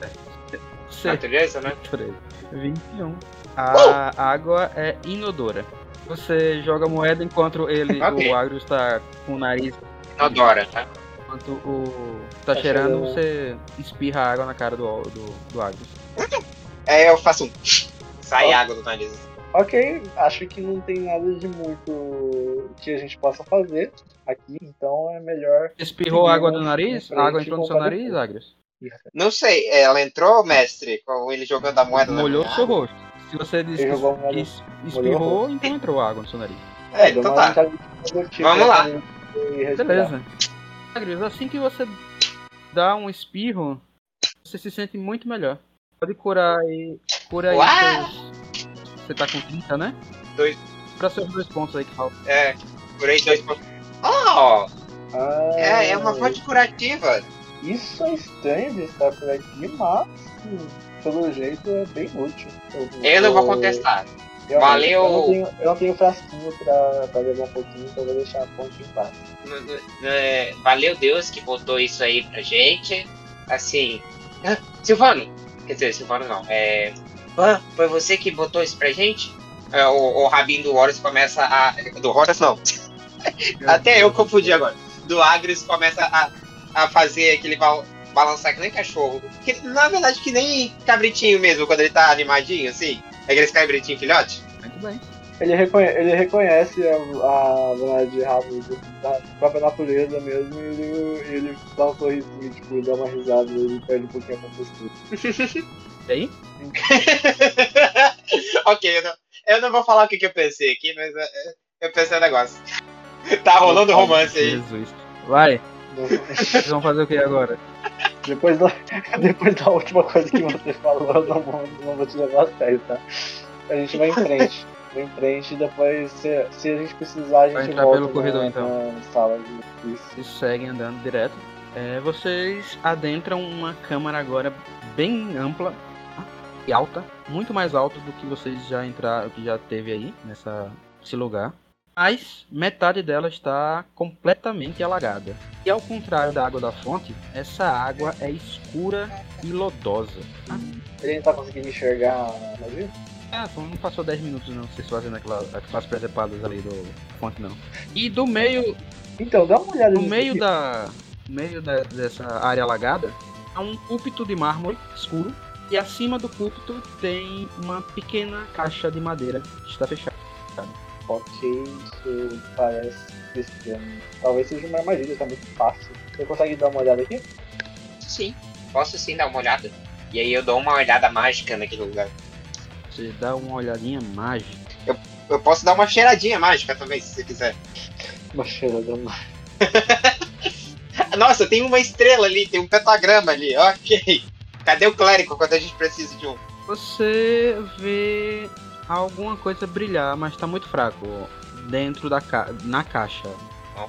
[SPEAKER 2] Você
[SPEAKER 4] Natureza, né?
[SPEAKER 2] um. 23, 21. A água é inodora. Você joga a moeda enquanto ele,
[SPEAKER 4] Ok.
[SPEAKER 2] o Agrius tá com o nariz,
[SPEAKER 4] Odora, tá?
[SPEAKER 2] enquanto o tá,
[SPEAKER 3] Tá
[SPEAKER 2] cheirando,
[SPEAKER 3] cheirando.
[SPEAKER 2] você espirra água na cara do, do, do Agrius.
[SPEAKER 4] É, eu faço um. (sniffs) Sai
[SPEAKER 3] Ó.
[SPEAKER 4] água do nariz.
[SPEAKER 3] Ok, acho que não tem nada de muito que a gente possa fazer aqui, então é melhor.
[SPEAKER 2] Espirrou
[SPEAKER 3] Seguindo
[SPEAKER 2] água do
[SPEAKER 3] em
[SPEAKER 2] nariz?
[SPEAKER 3] frente,
[SPEAKER 2] A água entrou no seu
[SPEAKER 3] compadre.
[SPEAKER 2] nariz, Agrius?
[SPEAKER 4] Não sei, é, ela entrou, mestre? Com ele jogando a moeda na
[SPEAKER 2] Molhou
[SPEAKER 4] minha
[SPEAKER 2] seu
[SPEAKER 4] água?
[SPEAKER 2] rosto. Se você disse
[SPEAKER 3] Ele
[SPEAKER 2] que
[SPEAKER 3] jogou a moeda-
[SPEAKER 2] que es- espirrou, então entrou água no seu nariz.
[SPEAKER 4] É, então tá. Vamos lá.
[SPEAKER 2] Beleza. Agrius, assim que você dá um espirro, você se sente muito melhor. Pode curar aí. Cura aí
[SPEAKER 4] Uau!
[SPEAKER 2] seus. Você tá com 30, né?
[SPEAKER 4] Dois.
[SPEAKER 2] Pra seus dois pontos aí que faltam.
[SPEAKER 4] É, curei dois pontos. Oh!
[SPEAKER 3] Ah,
[SPEAKER 4] É, é uma fonte curativa.
[SPEAKER 3] Isso é estranho de estar por aqui, mas hum, pelo jeito é bem útil.
[SPEAKER 4] Eu não vou contestar.
[SPEAKER 3] realmente, Eu não
[SPEAKER 4] Valeu.
[SPEAKER 3] tenho, eu não tenho frasquinho pra, pra levar um pouquinho, então eu vou deixar a ponte em paz.
[SPEAKER 4] N- n- é, Valeu Deus que botou isso aí pra gente. Assim. ah, Silvano! Quer dizer, Silvano não. É. "Ah, foi você que botou isso pra gente? É, o, o rabinho do Horus começa a. Do Horus não. (laughs) Até eu confundi agora. Do Agris começa a, a fazer aquele bal- balançar que nem cachorro. Que, na verdade, que nem cabritinho mesmo, quando ele tá animadinho, assim. É aqueles cabritinho filhote.
[SPEAKER 2] Muito bem.
[SPEAKER 3] Ele, reconhe ele reconhece a, a vontade de rabo do- da própria natureza mesmo e ele, ele dá um sorrisinho, tipo, dá uma risada e ele perde um pouquinho a compostura.
[SPEAKER 2] E aí?
[SPEAKER 4] (laughs) ok, eu não, eu não vou falar o que, que eu pensei aqui, mas é, é, eu pensei um negócio. (laughs) tá rolando romance aí.
[SPEAKER 2] Jesus. Vai,
[SPEAKER 3] Não-
[SPEAKER 2] vocês vão fazer o que agora?
[SPEAKER 3] Depois da, (laughs) depois da última coisa que você falou, eu não vou, não vou te levar a sério, tá? A gente vai em frente. Vai em frente e depois, se, se a gente precisar, a gente
[SPEAKER 2] Vai entrar
[SPEAKER 3] volta
[SPEAKER 2] pelo
[SPEAKER 3] na-
[SPEAKER 2] corredor, então.
[SPEAKER 3] na sala de- isso.
[SPEAKER 2] Vocês seguem andando direto. É, vocês adentram uma câmara agora bem ampla e alta, muito mais alta do que vocês já entraram, que já teve aí nessa esse lugar. Mas metade dela está completamente alagada. E ao contrário da água da fonte, essa água é escura e lodosa.
[SPEAKER 3] Ele não tá conseguindo enxergar a magia?
[SPEAKER 2] Ah, então não passou 10 minutos não, vocês fazendo aquela, aquelas presepadas ali do fonte não. E do meio
[SPEAKER 3] Então, dá uma olhada
[SPEAKER 2] No
[SPEAKER 3] nisso
[SPEAKER 2] meio
[SPEAKER 3] aqui.
[SPEAKER 2] da. No meio da- dessa área alagada há um púlpito de mármore escuro. E acima do púlpito tem uma pequena caixa de madeira que está fechada.
[SPEAKER 3] Ok, isso parece estranho. Talvez seja uma armadilha, tá muito fácil. Você consegue dar uma olhada aqui?
[SPEAKER 4] Sim, posso sim dar uma olhada. E aí eu dou uma olhada mágica naquele lugar.
[SPEAKER 2] Você dá uma olhadinha mágica.
[SPEAKER 4] Eu posso dar uma cheiradinha mágica também, se você quiser.
[SPEAKER 3] Uma cheirada má.
[SPEAKER 4] Nossa, tem uma estrela ali, tem um pentagrama ali, ok. Cadê o clérigo quando a gente precisa de um?
[SPEAKER 2] Você vê alguma coisa brilhar, mas está muito fraco. Dentro da ca... na caixa.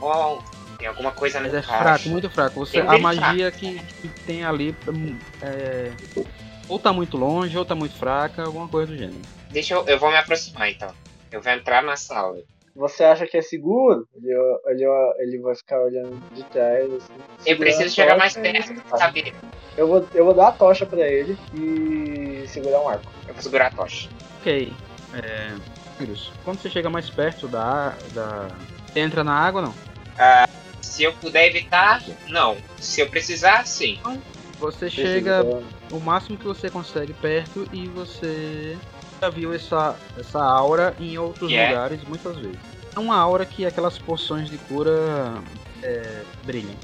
[SPEAKER 4] Oh, tem alguma coisa
[SPEAKER 2] Mas
[SPEAKER 4] na
[SPEAKER 2] é fraco,
[SPEAKER 4] caixa.
[SPEAKER 2] muito fraco. Você,
[SPEAKER 4] Tem
[SPEAKER 2] a
[SPEAKER 4] bem né?
[SPEAKER 2] magia que, que tem ali é, ou tá muito longe, ou tá muito fraca, alguma coisa do gênero.
[SPEAKER 4] Deixa eu, eu vou me aproximar então. Eu vou entrar na sala.
[SPEAKER 3] Você acha que é seguro? Ele, ele, ele vai ficar olhando de trás. Assim,
[SPEAKER 4] Eu
[SPEAKER 3] segurando a
[SPEAKER 4] preciso chegar mais
[SPEAKER 3] tocha e-
[SPEAKER 4] perto pra saber.
[SPEAKER 3] Eu vou, eu vou dar a tocha pra ele e segurar um arco.
[SPEAKER 4] Eu vou segurar a tocha.
[SPEAKER 2] Ok. É... Sirius, Quando você chega mais perto da, da. Você entra na água não?
[SPEAKER 4] Se eu puder evitar, não. Se eu precisar, sim. É
[SPEAKER 2] Você
[SPEAKER 3] Preciso
[SPEAKER 2] chega
[SPEAKER 3] dar-
[SPEAKER 2] o máximo que você consegue perto e você já viu essa, essa aura em outros
[SPEAKER 4] Yeah.
[SPEAKER 2] lugares muitas vezes. É uma aura que aquelas poções de cura é, brilham.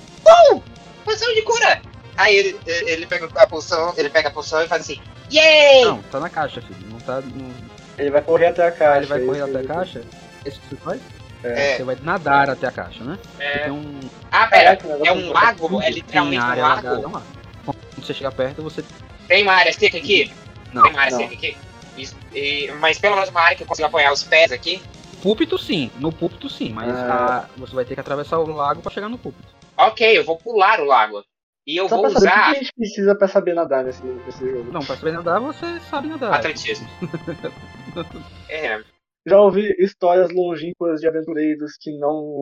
[SPEAKER 4] Poção de cura! Aí ele, ele pega a poção, ele pega a poção e faz assim. Yay!
[SPEAKER 2] Não, tá na caixa, filho. Não tá. Não...
[SPEAKER 3] Ele vai correr até a caixa.
[SPEAKER 2] Ele vai correr
[SPEAKER 3] isso
[SPEAKER 2] até a
[SPEAKER 3] ele-
[SPEAKER 2] caixa? É isso que você faz?
[SPEAKER 4] É.
[SPEAKER 2] Você vai nadar até a caixa, né?
[SPEAKER 4] É.
[SPEAKER 2] Tem um
[SPEAKER 4] Ah, pera,
[SPEAKER 3] Caraca, o negócio
[SPEAKER 4] é um lago? É
[SPEAKER 2] tem
[SPEAKER 4] literalmente um
[SPEAKER 2] área alagada
[SPEAKER 4] lago?
[SPEAKER 2] lá. Quando você chegar perto, você.
[SPEAKER 4] Tem uma área seca aqui?
[SPEAKER 2] Não.
[SPEAKER 4] Tem uma área
[SPEAKER 3] não.
[SPEAKER 4] seca aqui? Isso- e- mas pelo menos uma área que eu consigo apoiar os pés aqui.
[SPEAKER 2] Púlpito sim, no púlpito sim, mas
[SPEAKER 3] Ah.
[SPEAKER 2] a- você vai ter que atravessar o lago pra chegar no púlpito.
[SPEAKER 4] Ok, eu vou pular o lago. E eu
[SPEAKER 3] Só
[SPEAKER 4] vou
[SPEAKER 3] pra saber o
[SPEAKER 4] usar
[SPEAKER 3] que a gente precisa pra saber nadar nesse, nesse jogo.
[SPEAKER 2] Não, pra saber nadar, você sabe nadar.
[SPEAKER 4] atletismo. é,
[SPEAKER 3] Já ouvi histórias longínquas de aventureiros que não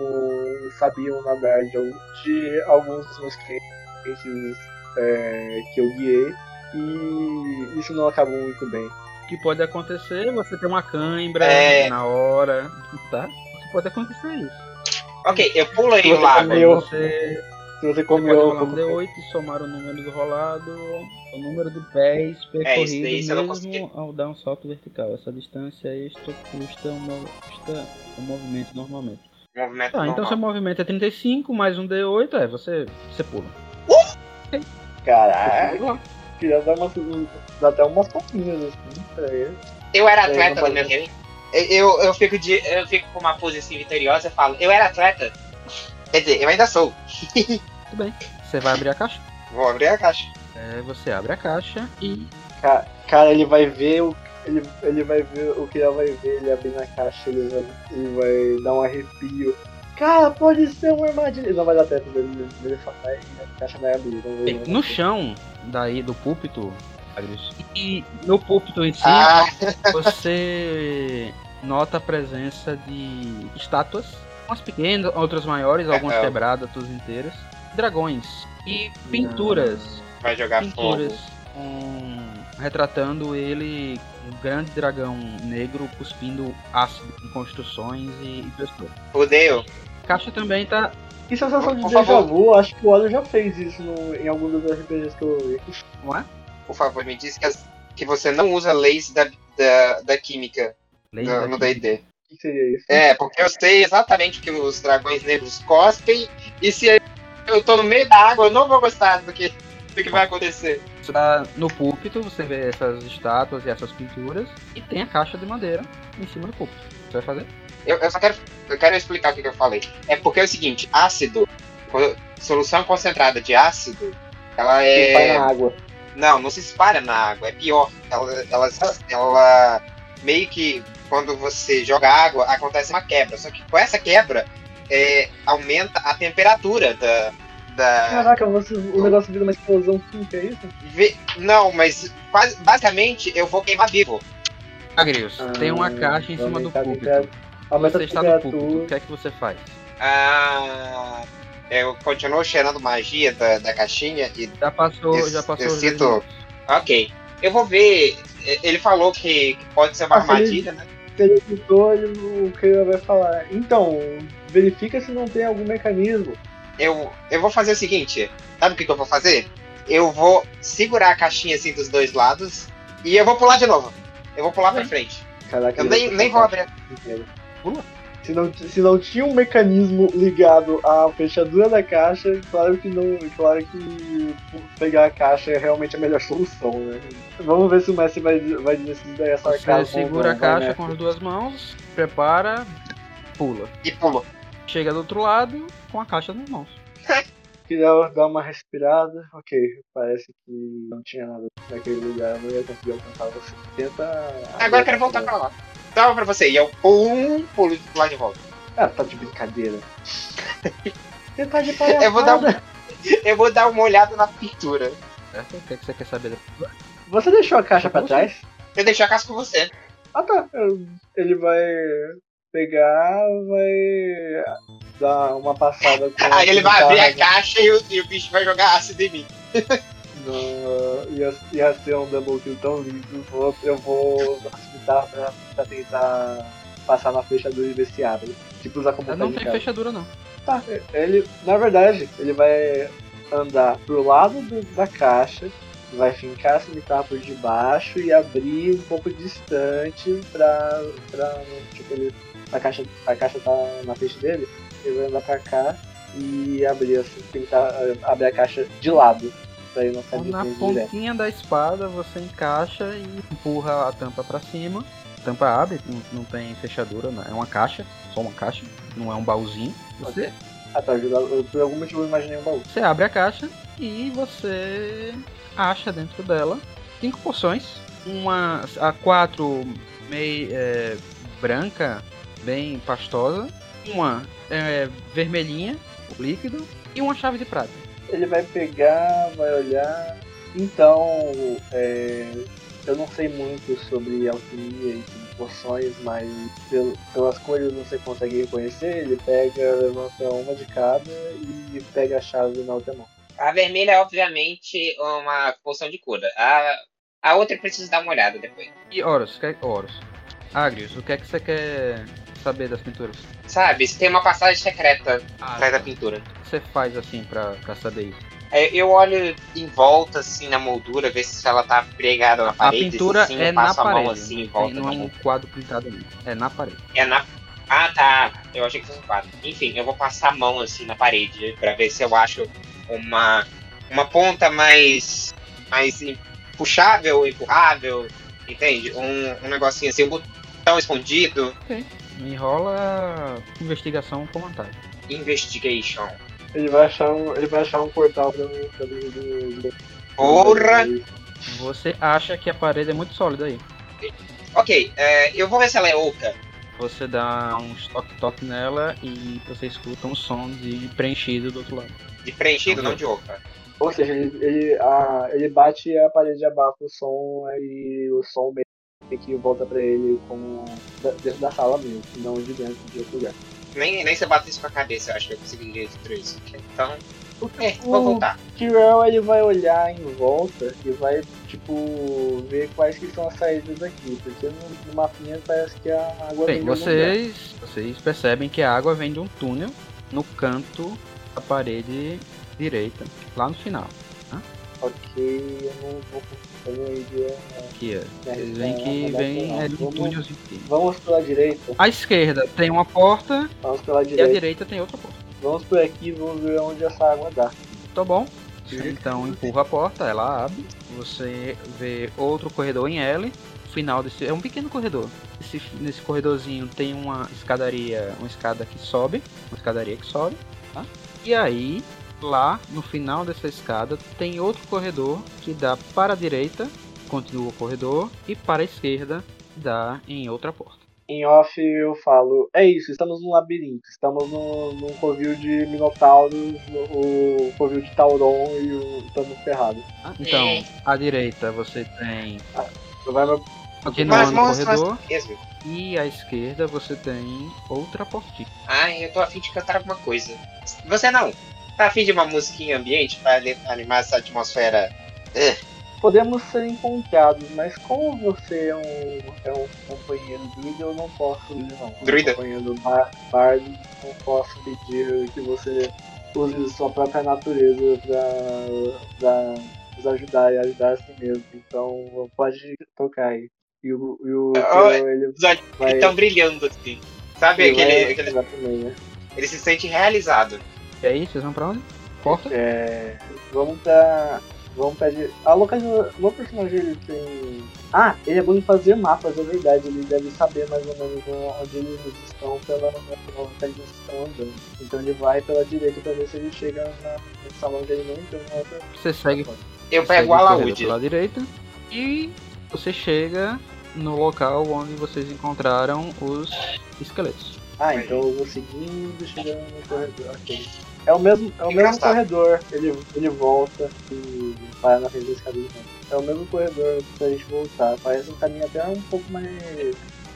[SPEAKER 3] o, sabiam nadar de, algum- de alguns dos meus clientes é, que eu guiei. E isso não acabou muito bem.
[SPEAKER 2] que pode acontecer, você tem uma cãibra
[SPEAKER 4] É.
[SPEAKER 2] na hora, tá? Isso Pode acontecer é isso.
[SPEAKER 4] Ok, eu pulei o
[SPEAKER 3] Você
[SPEAKER 4] lago.
[SPEAKER 2] Aí
[SPEAKER 3] Eu-
[SPEAKER 2] você,
[SPEAKER 3] Se você
[SPEAKER 2] você pode
[SPEAKER 3] comeu
[SPEAKER 2] rolar um
[SPEAKER 3] como-
[SPEAKER 2] D8 e somar o número do rolado, o número de pés
[SPEAKER 4] É,
[SPEAKER 2] percorridos
[SPEAKER 4] isso daí você não conseguiu.
[SPEAKER 2] mesmo ao dar um salto vertical. Essa distância extra custa um, mo- custa um movimento normalmente.
[SPEAKER 4] Movimento
[SPEAKER 2] Tá, então
[SPEAKER 4] normal.
[SPEAKER 2] seu movimento é 35 mais um D8, é, você, você pula.
[SPEAKER 4] É.
[SPEAKER 3] Caralho, queria dar, uma, dar até umas copinhas assim pra ele.
[SPEAKER 4] Eu era
[SPEAKER 3] Eu
[SPEAKER 4] atleta
[SPEAKER 3] não
[SPEAKER 4] na minha vida. Eu, eu, fico de, eu fico com uma pose assim vitoriosa e falo, eu era atleta. Quer dizer, eu ainda sou.
[SPEAKER 2] Você vai abrir a caixa?
[SPEAKER 4] Vou abrir a caixa.
[SPEAKER 2] É, você abre a caixa e
[SPEAKER 3] Ca- Cara, ele vai ver o. Ele, ele vai ver o que ela vai ver, ele abrir na caixa, ele vai, ele vai dar um arrepio. Cara, pode ser uma armadilha. Ele não vai dar tempo dele, dele- dele falar e a caixa vai abrir. Não vai,
[SPEAKER 2] no chão daí do púlpito, Agnes, e no púlpito em si,
[SPEAKER 4] Ah,
[SPEAKER 2] você nota a presença de estátuas, umas pequenas, outras maiores, algumas
[SPEAKER 4] É, é.
[SPEAKER 2] quebradas, outras inteiras, dragões e pinturas,
[SPEAKER 4] vai jogar Ah, fogo.
[SPEAKER 2] pinturas com- retratando ele um grande dragão negro cuspindo ácido em construções e, e pessoas.
[SPEAKER 4] Fudeu.
[SPEAKER 2] A caixa também tá
[SPEAKER 3] Que sensação de
[SPEAKER 4] Por
[SPEAKER 3] déjà
[SPEAKER 4] favor.
[SPEAKER 3] vu, acho que o Olho já fez isso no- em algum dos RPGs que eu vi.
[SPEAKER 2] não é?
[SPEAKER 4] Por favor, me diz que, as- que você não usa leis da, da, da química
[SPEAKER 2] Leis
[SPEAKER 4] no
[SPEAKER 2] da
[SPEAKER 4] no
[SPEAKER 2] química.
[SPEAKER 4] D&D.
[SPEAKER 3] O que seria isso?
[SPEAKER 4] É, porque eu sei exatamente o que os dragões negros cospem. E se eu tô no meio da água, eu não vou gostar do que, do que vai acontecer.
[SPEAKER 2] Você tá no púlpito, você vê essas estátuas e essas pinturas, e tem a caixa de madeira em cima do púlpito. Você vai fazer?
[SPEAKER 4] Eu, eu só quero, eu quero explicar o que, que eu falei. É porque é o seguinte, ácido, co- solução concentrada de ácido, ela
[SPEAKER 3] Que Vai
[SPEAKER 4] é.
[SPEAKER 3] na água.
[SPEAKER 4] Não, não se espalha na água, é pior. Ela, ela, ela meio que quando você joga água, acontece uma quebra. Só que com essa quebra, é, aumenta a temperatura da. da
[SPEAKER 3] Caraca, você, o negócio vira uma explosão química, é isso?
[SPEAKER 4] Ve- Não, mas quase- basicamente eu vou queimar vivo.
[SPEAKER 2] Agrius, tem uma caixa em
[SPEAKER 3] Ah,
[SPEAKER 2] cima do
[SPEAKER 3] aumenta a
[SPEAKER 2] púlpito.
[SPEAKER 3] temperatura- Aumenta
[SPEAKER 2] Você
[SPEAKER 3] a
[SPEAKER 2] está no
[SPEAKER 3] temperatura.
[SPEAKER 2] púlpito, o que é que você faz?
[SPEAKER 4] Ah, eu continuo cheirando magia da, da caixinha e
[SPEAKER 2] Já passou,
[SPEAKER 4] Eu-
[SPEAKER 2] já passou
[SPEAKER 4] eu
[SPEAKER 2] os dois
[SPEAKER 4] sinto-
[SPEAKER 2] minutos.
[SPEAKER 4] Ok. Eu vou ver. E- Ele falou que, que pode ser uma
[SPEAKER 3] Ah,
[SPEAKER 4] armadilha, né?
[SPEAKER 3] Se ele escutou, ele- o Keira vai falar. Então, verifica se não tem algum mecanismo.
[SPEAKER 4] Eu, eu vou fazer o seguinte: sabe o que, que eu vou fazer? Eu vou segurar a caixinha assim dos dois lados e eu vou pular de novo. Eu vou pular pra frente.
[SPEAKER 3] Caraca,
[SPEAKER 4] Eu
[SPEAKER 3] ele
[SPEAKER 4] nem,
[SPEAKER 3] vai
[SPEAKER 4] nem vou
[SPEAKER 3] falar
[SPEAKER 4] abrir.
[SPEAKER 3] primeiro.
[SPEAKER 2] Pula.
[SPEAKER 3] Se não, se não tinha um mecanismo ligado à fechadura da caixa, claro que não. Claro que pegar a caixa é realmente a melhor solução, né? Vamos ver se o Messi vai, vai decidir essa
[SPEAKER 2] Você
[SPEAKER 3] caixa.
[SPEAKER 2] segura a caixa com as duas mãos, prepara, pula.
[SPEAKER 4] E pulo.
[SPEAKER 2] Chega do outro lado com a caixa nas mãos.
[SPEAKER 3] Queria dar uma respirada. Ok, parece que não tinha nada naquele lugar, eu não ia conseguir alcançar você. Tenta. Tá
[SPEAKER 4] Agora eu quero voltar pra lá. Tava pra você. E eu pum, pulo lá de volta.
[SPEAKER 3] Ah, tá de brincadeira. (laughs) Você tá de palhaçada.
[SPEAKER 4] Eu vou dar um- Eu vou dar uma olhada na pintura.
[SPEAKER 2] Certo? O que é que você quer saber?
[SPEAKER 3] Você deixou a caixa pra trás?
[SPEAKER 4] Eu deixei a casca com você.
[SPEAKER 3] Ah, tá. Eu- Ele vai pegar, vai dar uma passada
[SPEAKER 4] (laughs)
[SPEAKER 3] com
[SPEAKER 4] Aí ele vai abrir a
[SPEAKER 3] cara.
[SPEAKER 4] caixa e o, e o bicho vai jogar ácido em mim.
[SPEAKER 3] Ia, ia ser um double kill tão lindo. Vou- Eu vou facilitar pra, pra tentar passar na fechadura e ver se abre. Tipo usar como
[SPEAKER 2] Não
[SPEAKER 3] tá de
[SPEAKER 2] tem
[SPEAKER 3] cara.
[SPEAKER 2] fechadura não.
[SPEAKER 3] Tá, ele, na verdade, ele vai andar pro lado do- da caixa, vai fincar a cimitarra por debaixo e abrir um pouco distante pra. pra tipo, ele, a, caixa, a caixa tá na frente dele, ele vai andar pra cá e abrir assim, tentar eh, abrir a caixa de lado, pra ele não
[SPEAKER 2] Então,
[SPEAKER 3] sair
[SPEAKER 2] na
[SPEAKER 3] do direto.
[SPEAKER 2] pontinha da espada você encaixa e empurra a tampa pra cima. A tampa abre, não, não tem fechadura, não. é uma caixa, só uma caixa, não é um baúzinho. Você,
[SPEAKER 3] Ah, tá, eu- eu- por algum motivo eu imaginei um baú.
[SPEAKER 2] você abre a caixa e você acha dentro dela cinco poções, uma a quatro meio é, branca, bem pastosa, uma é, vermelhinha, líquido e uma chave de prata.
[SPEAKER 3] Ele vai pegar, vai olhar. Então, é, eu não sei muito sobre alquimia e sobre poções, mas pel- pelas cores você consegue reconhecer. Ele pega, levanta uma de cada e pega a chave na outra mão.
[SPEAKER 4] A vermelha é obviamente uma poção de cura. A A outra eu preciso dar uma olhada depois.
[SPEAKER 2] E Horus, que... Horus. Agrius, o que é que você quer saber das pinturas?
[SPEAKER 4] Sabe, se tem uma passagem secreta atrás da
[SPEAKER 2] o
[SPEAKER 4] pintura.
[SPEAKER 2] que você faz assim pra, pra saber isso?
[SPEAKER 4] É, eu olho em volta, assim, na moldura, ver se ela tá pregada na
[SPEAKER 2] A
[SPEAKER 4] parede. se
[SPEAKER 2] pintura
[SPEAKER 4] sim, eu
[SPEAKER 2] é na
[SPEAKER 4] passo a
[SPEAKER 2] parede,
[SPEAKER 4] mão assim em
[SPEAKER 2] não, tem-
[SPEAKER 4] volta.
[SPEAKER 2] não é
[SPEAKER 4] da
[SPEAKER 2] um quadro pintado ali. É na parede.
[SPEAKER 4] É na. Ah, tá. Eu achei que fosse um quadro. Enfim, eu vou passar a mão assim na parede pra ver se eu acho uma uma ponta mais mais em- puxável, empurrável, entende? Um, um negocinho assim, um botão escondido.
[SPEAKER 2] Me rola investigação com vantagem.
[SPEAKER 4] Investigation.
[SPEAKER 3] Ele vai achar um, ele vai achar um portal pra mim. Pra mim do- do-
[SPEAKER 4] Porra!
[SPEAKER 2] Você acha que a parede é muito sólida aí.
[SPEAKER 4] Ok, é, eu vou ver se ela é oca.
[SPEAKER 2] Você dá um toque-toque nela e você escuta um som de preenchido do outro lado.
[SPEAKER 4] De preenchido,
[SPEAKER 2] Uhum.
[SPEAKER 4] não de oca.
[SPEAKER 3] Ou seja, ele, ele, a- ele bate a parede abaixo o som e o som meio que volta pra ele como da- dentro da sala mesmo, não de dentro de outro lugar.
[SPEAKER 4] Nem, nem se eu bater isso com a cabeça, eu acho que eu conseguiria destruir isso. Então, é, vou voltar.
[SPEAKER 3] Tyrell ele vai olhar em volta e vai, tipo, ver quais que são as saídas aqui, porque no, no mapinha parece que a água
[SPEAKER 2] Bem,
[SPEAKER 3] é, vem de algum lugar.
[SPEAKER 2] vocês, vocês percebem que a água vem de um túnel no canto da parede direita, lá no final.
[SPEAKER 3] Ok, eu não vou fazer uma ideia.
[SPEAKER 2] Aqui, ó.
[SPEAKER 3] né,
[SPEAKER 2] Vocês veem que
[SPEAKER 3] não,
[SPEAKER 2] vem
[SPEAKER 3] não,
[SPEAKER 2] é de um
[SPEAKER 3] vamos-
[SPEAKER 2] túnelzinho. aqui.
[SPEAKER 3] Vamos pela direita,
[SPEAKER 2] À esquerda tem uma porta
[SPEAKER 3] vamos pela
[SPEAKER 2] e à
[SPEAKER 3] direita.
[SPEAKER 2] direita tem outra porta.
[SPEAKER 3] Vamos por aqui, vamos ver onde essa água dá.
[SPEAKER 2] Tá bom? Então empurra a porta, ela abre. Você vê outro corredor em L. O Final desse é um pequeno corredor. Esse- nesse corredorzinho tem uma escadaria, uma escada que sobe, uma escadaria que sobe. tá? E aí lá no final dessa escada tem outro corredor que dá para a direita, continua o corredor e para a esquerda dá em outra porta.
[SPEAKER 3] Em off eu falo, é isso, estamos num labirinto, estamos num, num covil de Minotauros, o covil de Tauron e o, estamos ferrados.
[SPEAKER 2] tá? Então à direita você tem
[SPEAKER 3] Vai meu
[SPEAKER 2] continuando o
[SPEAKER 4] mostra-
[SPEAKER 2] corredor.
[SPEAKER 4] Mesmo.
[SPEAKER 2] E à esquerda você tem outra portinha.
[SPEAKER 4] Ai, eu tô afim de cantar alguma coisa. Você não? Tá afim de uma musiquinha ambiente pra ali- animar essa atmosfera?
[SPEAKER 3] Podemos ser encontrados, mas como você é um, é um companheiro druida, eu não posso ir, não.
[SPEAKER 4] Druida?
[SPEAKER 3] Um companheiro bar- bardo, não posso pedir que você use sua própria natureza pra, pra nos ajudar e ajudar a si mesmo. Então, pode tocar aí. E o, e o
[SPEAKER 4] Ah,
[SPEAKER 3] Theo, ele
[SPEAKER 4] Os olhos
[SPEAKER 3] vai...
[SPEAKER 4] estão brilhando assim. Sabe
[SPEAKER 3] ele
[SPEAKER 4] aquele,
[SPEAKER 3] vai-
[SPEAKER 4] aquele-
[SPEAKER 3] vai também, né?
[SPEAKER 4] Ele se sente realizado.
[SPEAKER 2] E aí, vocês vão pra onde? Porta?
[SPEAKER 3] É, vamos pra... Vamos pedir... A localização... Meu personagem, ele tem... Ah, ele é bom em fazer mapas, é verdade. Ele deve saber mais ou menos onde eles estão pela pela localização que eles estão andando. Então ele vai pela direita pra ver se ele chega na... no salão onde ele não entrou. Na outra...
[SPEAKER 2] Você segue.
[SPEAKER 4] Eu
[SPEAKER 2] você segue
[SPEAKER 4] pego o
[SPEAKER 2] corredor
[SPEAKER 4] alaúde.
[SPEAKER 2] Pela direita. E você chega no local onde vocês encontraram os esqueletos.
[SPEAKER 3] Ah, então eu vou seguindo, chegando no corredor. Ok. É o mesmo, é o mesmo
[SPEAKER 4] Engraçado.
[SPEAKER 3] corredor. Ele, ele volta e para na frente da escada de novo. É o mesmo corredor pra gente voltar. Parece um caminho até um pouco mais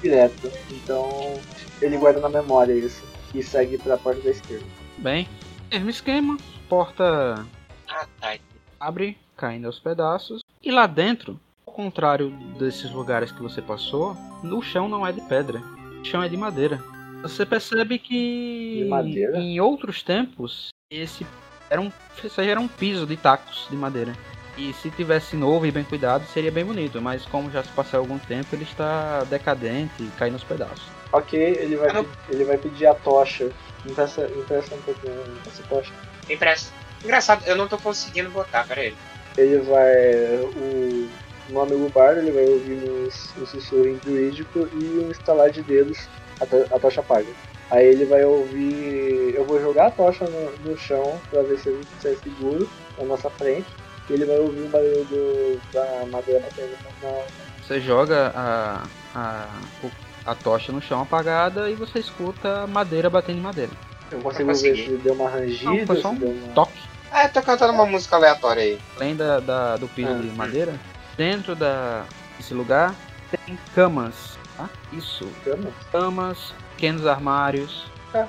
[SPEAKER 3] direto. Então ele guarda na memória isso. E segue pra porta da esquerda.
[SPEAKER 2] Bem, mesmo esquema. Porta
[SPEAKER 4] Ah, tá.
[SPEAKER 2] abre, caindo aos pedaços. E lá dentro, ao contrário desses lugares que você passou, no chão não é de pedra. O chão é de madeira. Você percebe que
[SPEAKER 3] De madeira?
[SPEAKER 2] em outros tempos esse era um, isso aí era um piso de tacos de madeira. E se tivesse novo e bem cuidado, seria bem bonito, mas como já se passou algum tempo, ele está decadente e caindo aos pedaços.
[SPEAKER 3] Ok, ele vai,
[SPEAKER 4] Ah, não.
[SPEAKER 3] pe- ele vai pedir a tocha. Impressa, impressa um pouquinho essa tocha.
[SPEAKER 4] Impresso. Engraçado, eu não tô conseguindo botar, peraí.
[SPEAKER 3] Ele vai. O meu amigo Bardo ele vai ouvir um, um sussurro em druídico e um estalar de dedos, a, to- a tocha apaga. Aí ele vai ouvir. Eu vou jogar a tocha no, no chão pra ver se ele se é seguro na nossa frente. E ele vai ouvir o barulho do- da madeira batendo na.
[SPEAKER 2] Você joga a, a, o- a tocha no chão apagada e você escuta madeira batendo em madeira.
[SPEAKER 3] Eu consigo ver
[SPEAKER 4] consegui.
[SPEAKER 3] se deu uma rangida,
[SPEAKER 2] Não, foi só
[SPEAKER 3] se
[SPEAKER 2] um
[SPEAKER 3] deu uma.
[SPEAKER 2] Toque!
[SPEAKER 4] Ah, eu tô cantando uma música aleatória aí.
[SPEAKER 2] além da, da- do piso
[SPEAKER 3] Ah.
[SPEAKER 2] de madeira, dentro da, desse lugar tem camas. Tá? Isso.
[SPEAKER 3] Cama.
[SPEAKER 2] Camas, pequenos armários.
[SPEAKER 3] Ah,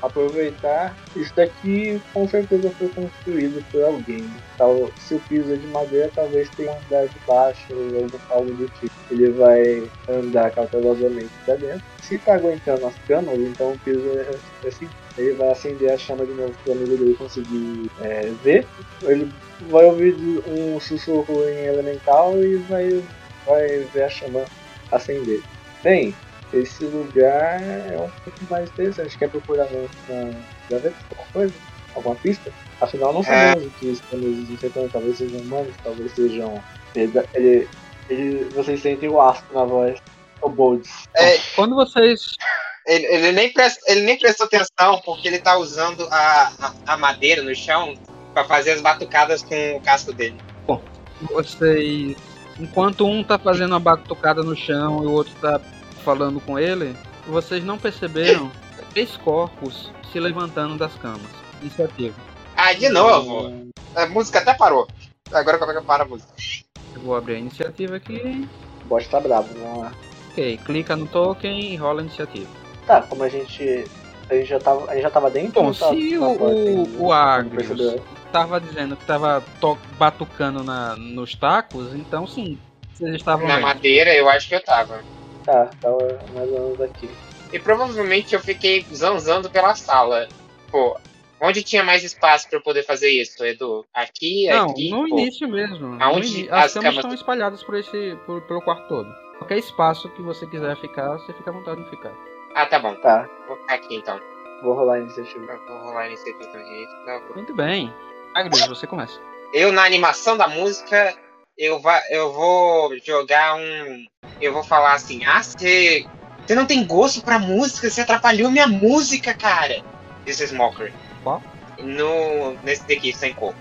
[SPEAKER 3] aproveitar. Isso daqui com certeza foi construído por alguém. Tal, se o piso é de madeira, talvez tenha um andar de baixo ou algo do tipo. Ele vai andar cautelosamente pra dentro. Se tá aguentando as camas, então o piso é, é assim. Ele vai acender a chama de novo pro amigo dele conseguir é, ver. Ele vai ouvir um sussurro em elemental e vai, vai ver a chama acender. Bem, esse lugar é um pouco mais interessante. Quer procurar na, na gaveta alguma coisa? Alguma pista? Afinal, não sabemos o que estamos enfrentando. Talvez sejam humanos, talvez sejam. Ele, ele, ele- vocês sentem o asco na voz. O Bolds.
[SPEAKER 2] Quando vocês.
[SPEAKER 4] Ele, ele nem presta- ele nem prestou atenção porque ele tá usando a, a, a madeira no chão pra fazer as batucadas com o casco dele.
[SPEAKER 2] Vocês. Enquanto um tá fazendo uma batucada no chão e o outro tá falando com ele, vocês não perceberam três corpos se levantando das camas. Iniciativa.
[SPEAKER 4] Ah, de novo! A música até parou. Agora como é que eu paro a música?
[SPEAKER 2] Eu vou abrir a iniciativa aqui.
[SPEAKER 3] O bot tá bravo, vamos lá.
[SPEAKER 2] Ok, clica no token e rola a iniciativa.
[SPEAKER 3] Tá, como a gente. A gente já tava, a gente já tava dentro?
[SPEAKER 2] Bom,
[SPEAKER 3] ou tá-
[SPEAKER 2] se
[SPEAKER 3] tá
[SPEAKER 2] o,
[SPEAKER 3] fora, assim,
[SPEAKER 2] o, o
[SPEAKER 3] não
[SPEAKER 2] Agrius
[SPEAKER 3] percebeu?
[SPEAKER 2] tava dizendo que tava to- batucando na, nos tacos, então sim, vocês estavam
[SPEAKER 4] Na
[SPEAKER 2] vendo.
[SPEAKER 4] madeira eu acho que eu tava.
[SPEAKER 3] Tá, tava mais ou menos aqui.
[SPEAKER 4] E provavelmente eu fiquei zanzando pela sala. Pô, onde tinha mais espaço pra eu poder fazer isso, Edu? Aqui,
[SPEAKER 2] Não,
[SPEAKER 4] aqui?
[SPEAKER 2] no
[SPEAKER 4] pô.
[SPEAKER 2] início mesmo. no
[SPEAKER 4] Aonde
[SPEAKER 2] ini-
[SPEAKER 4] as
[SPEAKER 2] as camas
[SPEAKER 4] camas-
[SPEAKER 2] estão espalhadas por esse, por- pelo quarto todo. Qualquer espaço que você quiser ficar, você fica à vontade de ficar.
[SPEAKER 4] Ah, tá bom.
[SPEAKER 3] Tá,
[SPEAKER 4] Vou ficar aqui então.
[SPEAKER 3] vou rolar a iniciativa.
[SPEAKER 4] Eu Vou rolar a iniciativa também. Não,
[SPEAKER 2] Muito bem. Agnes, você começa.
[SPEAKER 4] Eu na animação da música, eu, va eu vou jogar um. Eu vou falar assim, ah, você. Você não tem gosto pra música, você atrapalhou minha música, cara! This is Mocker.
[SPEAKER 2] Qual?
[SPEAKER 4] No. Nesse daqui, sem cor.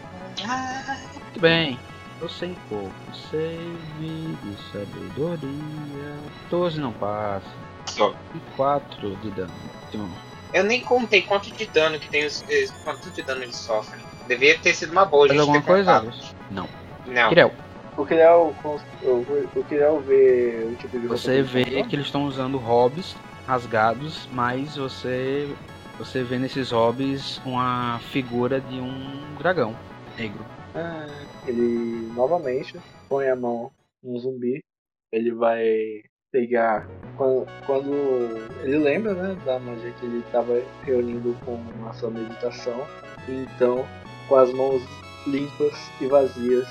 [SPEAKER 4] Ah,
[SPEAKER 2] Muito bem. Eu sei pouco. Save de sabedoria. 12 não passa.
[SPEAKER 4] só.
[SPEAKER 2] E 4 de dano. Ótimo.
[SPEAKER 4] Eu nem contei quanto de dano que tem os. eh, Quanto de dano ele sofre. Deveria ter sido uma boa, a
[SPEAKER 2] Faz
[SPEAKER 4] gente
[SPEAKER 2] alguma
[SPEAKER 4] ter
[SPEAKER 2] coisa,
[SPEAKER 4] contado.
[SPEAKER 2] Agnes? Não.
[SPEAKER 4] Não.
[SPEAKER 2] Kirel,
[SPEAKER 3] Eu queria, eu, é cons- eu, vou- eu queria ver é o tipo de roupa que
[SPEAKER 2] você
[SPEAKER 3] eles
[SPEAKER 2] vê
[SPEAKER 3] estão
[SPEAKER 2] que eles estão usando hobbies rasgados, mas você você vê nesses hobbies uma figura de um dragão negro.
[SPEAKER 3] usando. Ah, Ele novamente põe a mão no zumbi. Ele vai pegar. Quando, quando ele lembra, né, da magia que ele estava reunindo com a sua meditação. Então, com as mãos limpas e vazias,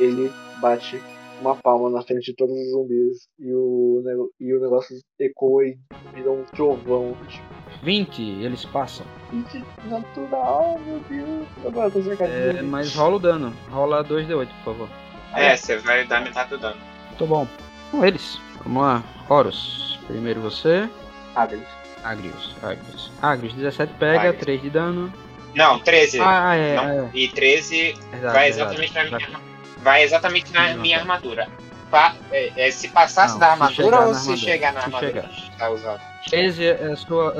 [SPEAKER 3] ele bate uma palma na frente de todos os zumbis e o, nego- e o negócio ecoa e vira um trovão de
[SPEAKER 2] 20, eles passam.
[SPEAKER 3] Gente, natural, meu Deus. Agora eu tô cercado de
[SPEAKER 2] É,
[SPEAKER 3] zumbi.
[SPEAKER 2] mas rola o dano. Rola 2d8, por favor.
[SPEAKER 4] É, você vai dar metade do dano.
[SPEAKER 2] Muito bom. Com eles. Vamos lá. Horus. Primeiro você.
[SPEAKER 3] Ah, beleza.
[SPEAKER 2] Agrius. Agrius. Agrius, 17 pega,
[SPEAKER 4] Agrius.
[SPEAKER 2] 3 de dano.
[SPEAKER 4] Não, 13.
[SPEAKER 2] Ah, é.
[SPEAKER 4] não.
[SPEAKER 2] é,
[SPEAKER 4] E 13
[SPEAKER 2] verdade,
[SPEAKER 4] Vai
[SPEAKER 2] Tá, verdade.
[SPEAKER 4] exatamente na minha,
[SPEAKER 2] Vai-
[SPEAKER 4] vai exatamente na
[SPEAKER 2] Não.
[SPEAKER 4] minha armadura. Pa- é, é, se passasse
[SPEAKER 2] Não,
[SPEAKER 4] da
[SPEAKER 2] se
[SPEAKER 4] armadura
[SPEAKER 2] chegar
[SPEAKER 4] ou
[SPEAKER 2] na
[SPEAKER 4] se
[SPEAKER 2] armadura.
[SPEAKER 4] chegar na
[SPEAKER 2] Se
[SPEAKER 4] armadura? Tá usando.
[SPEAKER 2] 13 é a sua.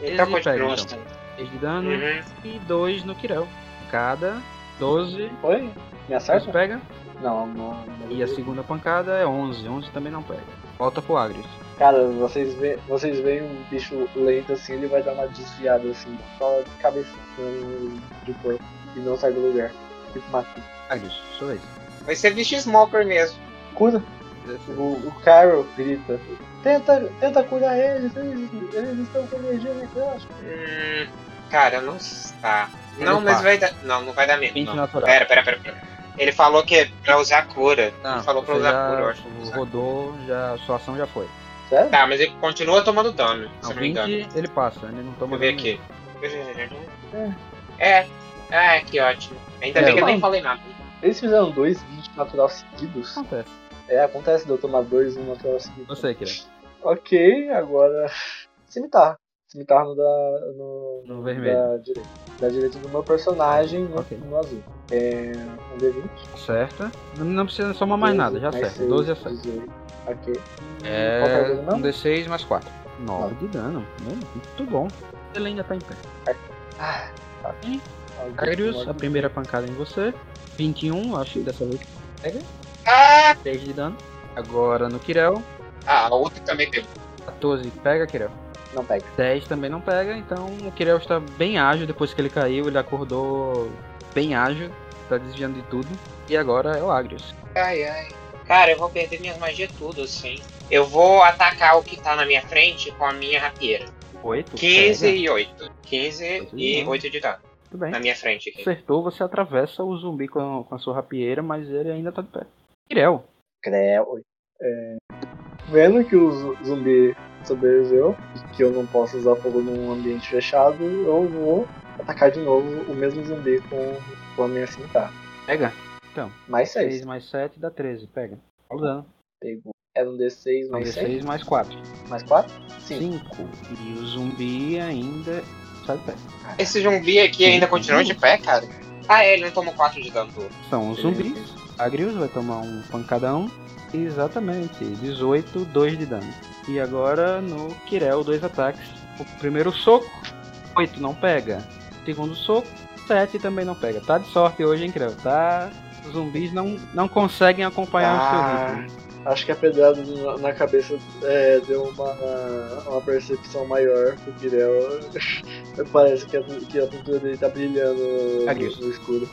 [SPEAKER 2] É, 13
[SPEAKER 4] Ele trocou de
[SPEAKER 2] pega,
[SPEAKER 4] bronze.
[SPEAKER 2] então. 3 de dano
[SPEAKER 4] Uhum.
[SPEAKER 2] e 2 no Kirel. Cada. 12.
[SPEAKER 3] Oi? Me
[SPEAKER 2] Eles
[SPEAKER 3] acerta?
[SPEAKER 2] pega.
[SPEAKER 3] Não, não. não.
[SPEAKER 2] E a segunda pancada é 11. 11 também não pega. Volta pro Agrius.
[SPEAKER 3] Cara, vocês veem vocês veem um bicho lento assim, ele vai dar uma desviada assim, só de cabeça no- de corpo e não sai do lugar. Tipo, mata.
[SPEAKER 2] Agrius, sua vez.
[SPEAKER 4] Vai ser bicho smoker mesmo.
[SPEAKER 3] Cura?
[SPEAKER 2] é
[SPEAKER 3] O, o Carol grita. Tenta, tenta curar eles, eles, eles estão com energia necrótica.
[SPEAKER 4] Hum, cara, não está.
[SPEAKER 2] Ele
[SPEAKER 4] Não, mas
[SPEAKER 2] passa.
[SPEAKER 4] vai dar. Não, não vai dar
[SPEAKER 2] 20
[SPEAKER 4] mesmo. Não.
[SPEAKER 2] natural.
[SPEAKER 4] Pera, pera, pera, pera. Ele falou que é pra usar cura.
[SPEAKER 2] Não,
[SPEAKER 4] ele falou pra
[SPEAKER 2] você
[SPEAKER 4] usar
[SPEAKER 2] já
[SPEAKER 4] cura, eu acho.
[SPEAKER 2] Rodou, já, sua ação já foi.
[SPEAKER 3] Sério?
[SPEAKER 4] Tá, mas ele continua tomando dano, se
[SPEAKER 2] Não,
[SPEAKER 4] eu não me engano.
[SPEAKER 2] 20 ele passa, ele não toma
[SPEAKER 4] Vamos ver
[SPEAKER 2] dano
[SPEAKER 4] aqui. É. Ah, que ótimo. Ainda bem
[SPEAKER 2] É,
[SPEAKER 4] que eu nem
[SPEAKER 3] eu-
[SPEAKER 4] falei nada.
[SPEAKER 3] Eles fizeram dois 20 natural seguidos.
[SPEAKER 2] nenhum. Acontece.
[SPEAKER 3] É, acontece de eu tomar dois um natural seguido.
[SPEAKER 2] Você, Kira.
[SPEAKER 3] Ok, agora. Cimitarra. Cimitarra no da. No,
[SPEAKER 2] No vermelho.
[SPEAKER 3] Da direita. Da direita do meu personagem no,
[SPEAKER 2] Ok.
[SPEAKER 3] no azul. É. Um D20.
[SPEAKER 2] Acerta. Não, não precisa somar mais nada, já acerta. 12 acerta.
[SPEAKER 3] 18. Ok. Qual que é o
[SPEAKER 2] É.
[SPEAKER 3] dano
[SPEAKER 2] Um
[SPEAKER 3] mesmo?
[SPEAKER 2] D6 mais 4. 9 de dano. Muito bom. Ele ainda tá em pé.
[SPEAKER 3] Ah, tá.
[SPEAKER 2] Hum.
[SPEAKER 3] Ok,
[SPEAKER 2] Agrius, a
[SPEAKER 3] vamos lá.
[SPEAKER 2] primeira pancada em você. 21, acho que dessa vez.
[SPEAKER 4] Ah!
[SPEAKER 2] 3 de dano. Agora no Kirel.
[SPEAKER 4] Ah, a outra também pegou.
[SPEAKER 2] 14, pega, Kirel.
[SPEAKER 3] Não pega.
[SPEAKER 2] 10 também não pega, então o Kirel está bem ágil depois que ele caiu, ele acordou bem ágil, tá desviando de tudo. E agora é o Agrius.
[SPEAKER 4] Ai, ai. Cara, eu vou perder minhas magias tudo, assim. Eu vou atacar o que tá na minha frente com a minha rapieira.
[SPEAKER 2] 8.
[SPEAKER 4] 15
[SPEAKER 2] é?
[SPEAKER 4] e 8. 15
[SPEAKER 2] Tudo
[SPEAKER 4] e
[SPEAKER 2] bem.
[SPEAKER 4] 8 de dano.
[SPEAKER 2] Tudo bem.
[SPEAKER 4] Na minha frente aqui.
[SPEAKER 2] Acertou, você atravessa o zumbi com, com a sua rapieira, mas ele ainda tá de pé. Kirel.
[SPEAKER 3] Creu. É, Vendo que o zu- zumbi sobreviveu, e que eu não posso usar fogo num ambiente fechado, eu vou atacar de novo o mesmo zumbi com, com a minha cinta.
[SPEAKER 2] Pega.
[SPEAKER 3] Mais
[SPEAKER 2] 6
[SPEAKER 3] 6.
[SPEAKER 2] mais 7 dá 13. Pega. Olha o dano.
[SPEAKER 3] Pegou. Era um D6
[SPEAKER 2] Não,
[SPEAKER 3] mais 6?
[SPEAKER 2] 6 mais 4.
[SPEAKER 3] Mais 4?
[SPEAKER 2] 5. E o zumbi ainda está de pé.
[SPEAKER 4] Esse zumbi aqui ainda continua de pé, cara? Ah, é, ele não tomou 4 de dano. do-
[SPEAKER 2] São os zumbis. Agrius vai tomar um pancadão. Exatamente. 18, 2 de dano. E agora no Kirel, dois ataques. O primeiro soco, 8 não pega. Segundo soco, 7 também não pega. Tá de sorte hoje, hein, Kirel? Tá. Os zumbis não, não conseguem acompanhar o seu ritmo.
[SPEAKER 3] Acho que a pedrada na- na cabeça é, deu uma, uma percepção maior pro Pirel. (laughs) Parece que a, que a pintura dele tá brilhando no,
[SPEAKER 2] Agrius.
[SPEAKER 3] no escuro.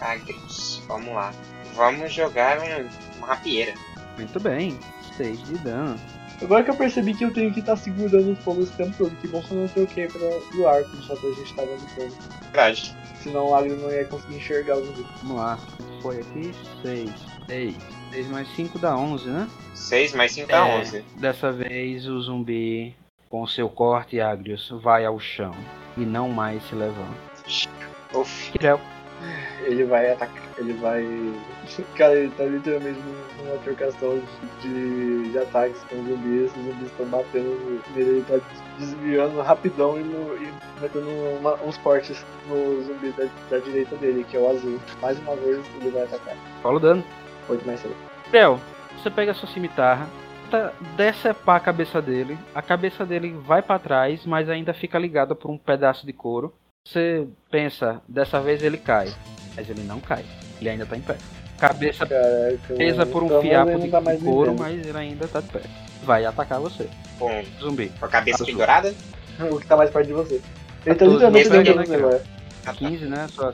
[SPEAKER 4] Agrius, vamos lá. Vamos jogar um- uma rapieira.
[SPEAKER 2] Muito bem. 6 de dano.
[SPEAKER 3] Agora que eu percebi que eu tenho que estar segurando o fogo esse tempo todo, que bom que eu não troquei pra, do arco enquanto a gente tava lutando.
[SPEAKER 4] Verdade.
[SPEAKER 3] Senão o Agri não ia conseguir enxergar o zumbi.
[SPEAKER 2] Vamos lá. Foi aqui. 6. 6. 6 mais 5 dá 11, né?
[SPEAKER 4] 6 mais 5 dá
[SPEAKER 2] É.
[SPEAKER 4] 11.
[SPEAKER 2] Dessa vez o zumbi, com seu corte Agrius, vai ao chão e não mais se levanta.
[SPEAKER 4] Uf.
[SPEAKER 2] Kirel,
[SPEAKER 3] Ele vai atacar, ele vai. (laughs) Cara, ele tá literalmente num- numa trocação de, de ataques com zumbis, esses zumbis estão batendo nele, ele tá desviando rapidão e, no- e metendo uma- uns cortes no zumbi da, da direita dele, que é o azul. Mais uma vez ele vai atacar.
[SPEAKER 2] fala o dano.
[SPEAKER 3] 8 mais 6.
[SPEAKER 2] Kirel, você pega a sua cimitarra, tenta decepar a cabeça dele, a cabeça dele vai pra trás, mas ainda fica ligada por um pedaço de couro. Você pensa, dessa vez ele cai, mas ele não cai, ele ainda tá em pé. Cabeça
[SPEAKER 3] Caraca.
[SPEAKER 2] presa
[SPEAKER 3] mano,
[SPEAKER 2] por
[SPEAKER 3] pelo
[SPEAKER 2] um
[SPEAKER 3] menos
[SPEAKER 2] fiapo
[SPEAKER 3] ele
[SPEAKER 2] de
[SPEAKER 3] não tá mais
[SPEAKER 2] couro,
[SPEAKER 3] vivendo.
[SPEAKER 2] mas ele ainda tá de pé. Vai atacar você,
[SPEAKER 4] Com,
[SPEAKER 2] zumbi.
[SPEAKER 4] com a cabeça
[SPEAKER 2] Azul.
[SPEAKER 4] pendurada?
[SPEAKER 3] O que tá mais perto de você. Ele tá
[SPEAKER 2] 14,
[SPEAKER 3] literalmente
[SPEAKER 4] mesmo
[SPEAKER 3] derrubando
[SPEAKER 2] aqui, né,
[SPEAKER 3] agora.
[SPEAKER 4] Ah, tá.
[SPEAKER 2] 15, né? Só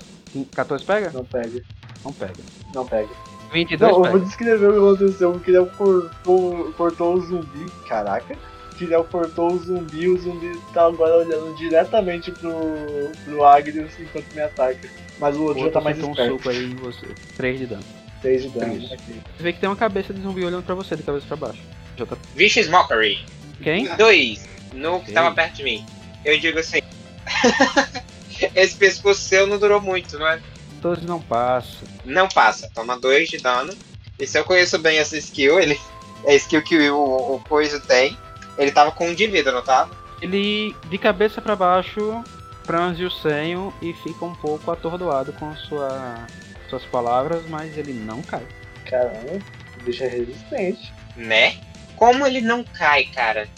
[SPEAKER 2] 14 pega?
[SPEAKER 3] Não pega,
[SPEAKER 2] Não pega.
[SPEAKER 3] não pega.
[SPEAKER 2] 22
[SPEAKER 3] Não, eu
[SPEAKER 2] pega.
[SPEAKER 3] vou descrever o que aconteceu, porque ele cortou, cortou o zumbi. Caraca. Que ele cortou o zumbi, o zumbi tá agora olhando diretamente pro, pro Agrius enquanto me ataca. Mas o
[SPEAKER 2] O
[SPEAKER 3] outro já
[SPEAKER 2] outro
[SPEAKER 3] tá mais
[SPEAKER 2] acertou um
[SPEAKER 3] esperto.
[SPEAKER 2] soco aí em você. 3 de dano.
[SPEAKER 3] 3 de dano.
[SPEAKER 2] Isso. Você vê que tem uma cabeça de zumbi olhando pra você de cabeça pra baixo. Já tá...
[SPEAKER 4] Vicious Mockery.
[SPEAKER 2] Quem?
[SPEAKER 4] 2. No que
[SPEAKER 2] Ok.
[SPEAKER 4] tava perto de mim. Eu digo assim. (laughs) Esse pescoço seu não durou muito, não é?
[SPEAKER 2] 12 não passa.
[SPEAKER 4] Não passa. Toma 2 de dano. E se eu conheço bem essa skill, ele. É a skill que o, o Poiso tem. Ele tava com um de vida, não tava?
[SPEAKER 2] Ele, de cabeça pra baixo, franze o senho e fica um pouco atordoado com sua- suas palavras, mas ele não cai.
[SPEAKER 3] Caramba, o bicho é resistente.
[SPEAKER 4] Né? Como ele não cai, cara?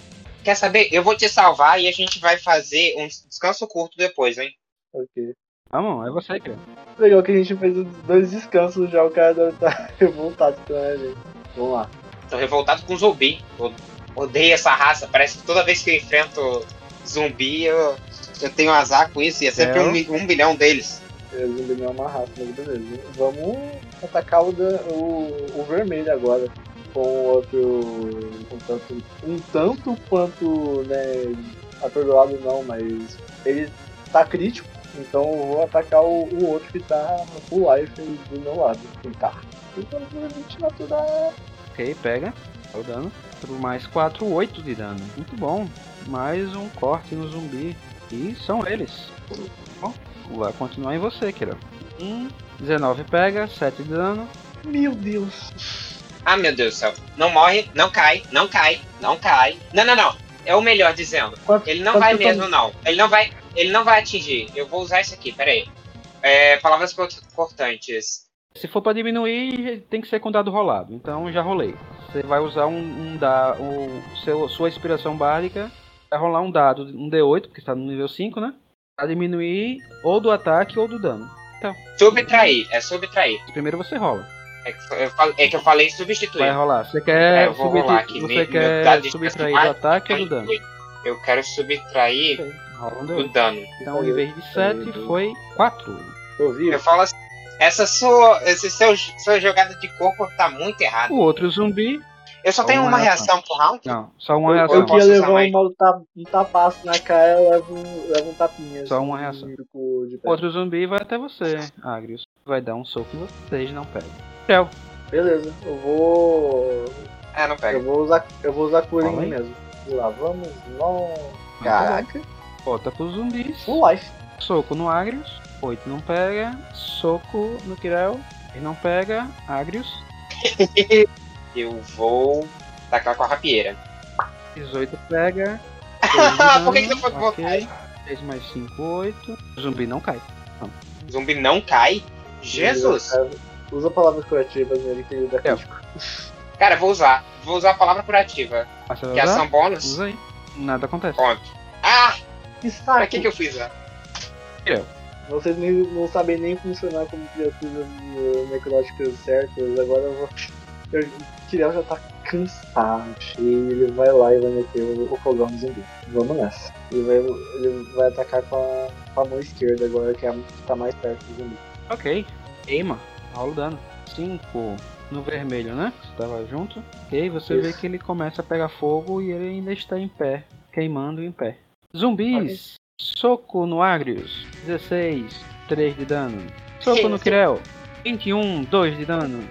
[SPEAKER 4] Quer saber? Eu vou te salvar e a gente vai fazer um descanso curto depois, hein?
[SPEAKER 3] Ok.
[SPEAKER 2] Vamos, é você, cara.
[SPEAKER 3] Legal que a gente fez os dois descansos já, o cara deve tá (laughs) revoltado com a gente. Vamos lá.
[SPEAKER 4] Tô revoltado com zumbi. Eu odeio essa raça. Parece que toda vez que eu enfrento zumbi, eu, eu tenho azar com isso. E é sempre
[SPEAKER 2] É.
[SPEAKER 4] um, mi- um bilhão deles.
[SPEAKER 3] É, Zumbi não é uma raça, mas beleza. Vamos atacar o, da- o, o vermelho agora. Com o outro. Um tanto, um tanto quanto, né? Atordoado não, mas ele tá crítico. Então eu vou atacar o, o outro que tá full life do meu lado. Ele tá. Tentando provavelmente natural.
[SPEAKER 2] Ok, pega. Dá o dano. Por mais 4, 8 de dano. Muito bom. Mais um corte no zumbi. E são eles. Bom, vai continuar em você, Kira. 19 pega, 7 de dano.
[SPEAKER 3] Meu Deus!
[SPEAKER 4] Ah, meu Deus do céu. Não morre, não cai, não cai, não cai. Não, não, não. É o melhor dizendo.
[SPEAKER 3] Quanto,
[SPEAKER 4] Ele não
[SPEAKER 3] quanto
[SPEAKER 4] vai
[SPEAKER 3] que eu
[SPEAKER 4] mesmo, não. Ele não vai. Ele não vai atingir. Eu vou usar isso aqui, peraí. É, palavras co- cortantes.
[SPEAKER 2] Se for pra diminuir, tem que ser com dado rolado. Então já rolei. Você vai usar um, um da, o seu, sua inspiração básica. Vai rolar um dado, um D8, porque está no nível 5, né? Pra diminuir ou do ataque ou do dano.
[SPEAKER 4] Subtrair, é subtrair.
[SPEAKER 2] Primeiro você rola.
[SPEAKER 4] É que eu fal- é que eu falei
[SPEAKER 2] Vai
[SPEAKER 4] substituir.
[SPEAKER 2] rolar. Você quer,
[SPEAKER 4] É, eu vou
[SPEAKER 2] subtru-
[SPEAKER 4] rolar aqui.
[SPEAKER 2] você
[SPEAKER 4] Meu- é meu
[SPEAKER 2] quer
[SPEAKER 4] dado de
[SPEAKER 2] subtrair do
[SPEAKER 3] é
[SPEAKER 4] inspiração
[SPEAKER 2] ataque ou do dano?
[SPEAKER 4] Eu quero subtrair
[SPEAKER 2] Rola um
[SPEAKER 4] o
[SPEAKER 2] D8.
[SPEAKER 4] dano.
[SPEAKER 2] Então, em vez de
[SPEAKER 3] Aí,
[SPEAKER 2] 7,
[SPEAKER 3] dois.
[SPEAKER 2] foi 4.
[SPEAKER 3] Tô vivo.
[SPEAKER 4] Eu falo assim, essa sua, esse seu, sua jogada de corpo tá muito errada.
[SPEAKER 2] O outro zumbi.
[SPEAKER 4] Eu só
[SPEAKER 2] Só
[SPEAKER 4] tenho
[SPEAKER 2] uma
[SPEAKER 4] uma
[SPEAKER 2] reação.
[SPEAKER 4] reação por round?
[SPEAKER 2] Não, só uma
[SPEAKER 3] Eu,
[SPEAKER 2] reação.
[SPEAKER 3] eu
[SPEAKER 4] posso
[SPEAKER 3] queria
[SPEAKER 4] usar
[SPEAKER 3] levar
[SPEAKER 4] mais.
[SPEAKER 3] um, mal- ta- um tapaço na cara, eu levo um, levo um tapinha.
[SPEAKER 2] Só
[SPEAKER 3] assim,
[SPEAKER 2] uma reação.
[SPEAKER 3] de cu- de
[SPEAKER 2] O
[SPEAKER 3] pé.
[SPEAKER 2] outro zumbi vai até você, Agrius. Vai dar um soco em vocês, não pega. Creu.
[SPEAKER 3] Beleza, eu vou.
[SPEAKER 4] É, não
[SPEAKER 3] Eu
[SPEAKER 4] pega.
[SPEAKER 3] vou usar, eu vou usar cura em
[SPEAKER 2] Fala
[SPEAKER 3] mim
[SPEAKER 2] aí.
[SPEAKER 3] mesmo. Vamos lá, vamos lá.
[SPEAKER 4] Caraca.
[SPEAKER 2] Volta pros zumbis.
[SPEAKER 3] Full life.
[SPEAKER 2] Soco no Agrius. 8 não pega. Soco no Kirel. Ele não pega. Agrius.
[SPEAKER 4] Eu vou tacar com a rapieira.
[SPEAKER 2] 18
[SPEAKER 4] (laughs)
[SPEAKER 2] pega. um
[SPEAKER 4] Por que que não pode
[SPEAKER 2] botar? 3 mais 5, 8. Zumbi não cai.
[SPEAKER 4] Zumbi não cai? Jesus!
[SPEAKER 3] Usa palavras curativas nele que né, ele dá
[SPEAKER 2] É.
[SPEAKER 3] crítico.
[SPEAKER 4] Cara, eu vou usar. Vou usar a palavra curativa.
[SPEAKER 2] Ah, você vai
[SPEAKER 4] Que é
[SPEAKER 2] usar?
[SPEAKER 4] ação bônus.
[SPEAKER 2] Usa aí. Nada acontece.
[SPEAKER 4] Ponto. Ah!
[SPEAKER 3] Que
[SPEAKER 4] Pra
[SPEAKER 3] saco!
[SPEAKER 4] que que eu fiz? né?
[SPEAKER 3] Vocês nem, não sabem nem funcionar como criaturas eh, necróticas certas, agora eu vou. Eu, o Kiriel já tá cansado. E ele vai lá e vai meter o, o fogão no zumbi. Vamos nessa. Ele vai, ele vai atacar com a, com a mão esquerda agora, que é a que tá mais perto do zumbi.
[SPEAKER 2] Ok. Eima. Rola o dano. 5 no vermelho, né? Você tava junto. Ok, você vê
[SPEAKER 3] Isso.
[SPEAKER 2] que ele começa a pegar fogo e ele ainda está em pé. Queimando em pé. Zumbis. Soco no Agrius. 16. 3 de dano. Soco no
[SPEAKER 4] Isso.
[SPEAKER 2] Kirel. 21. 2 um, de dano.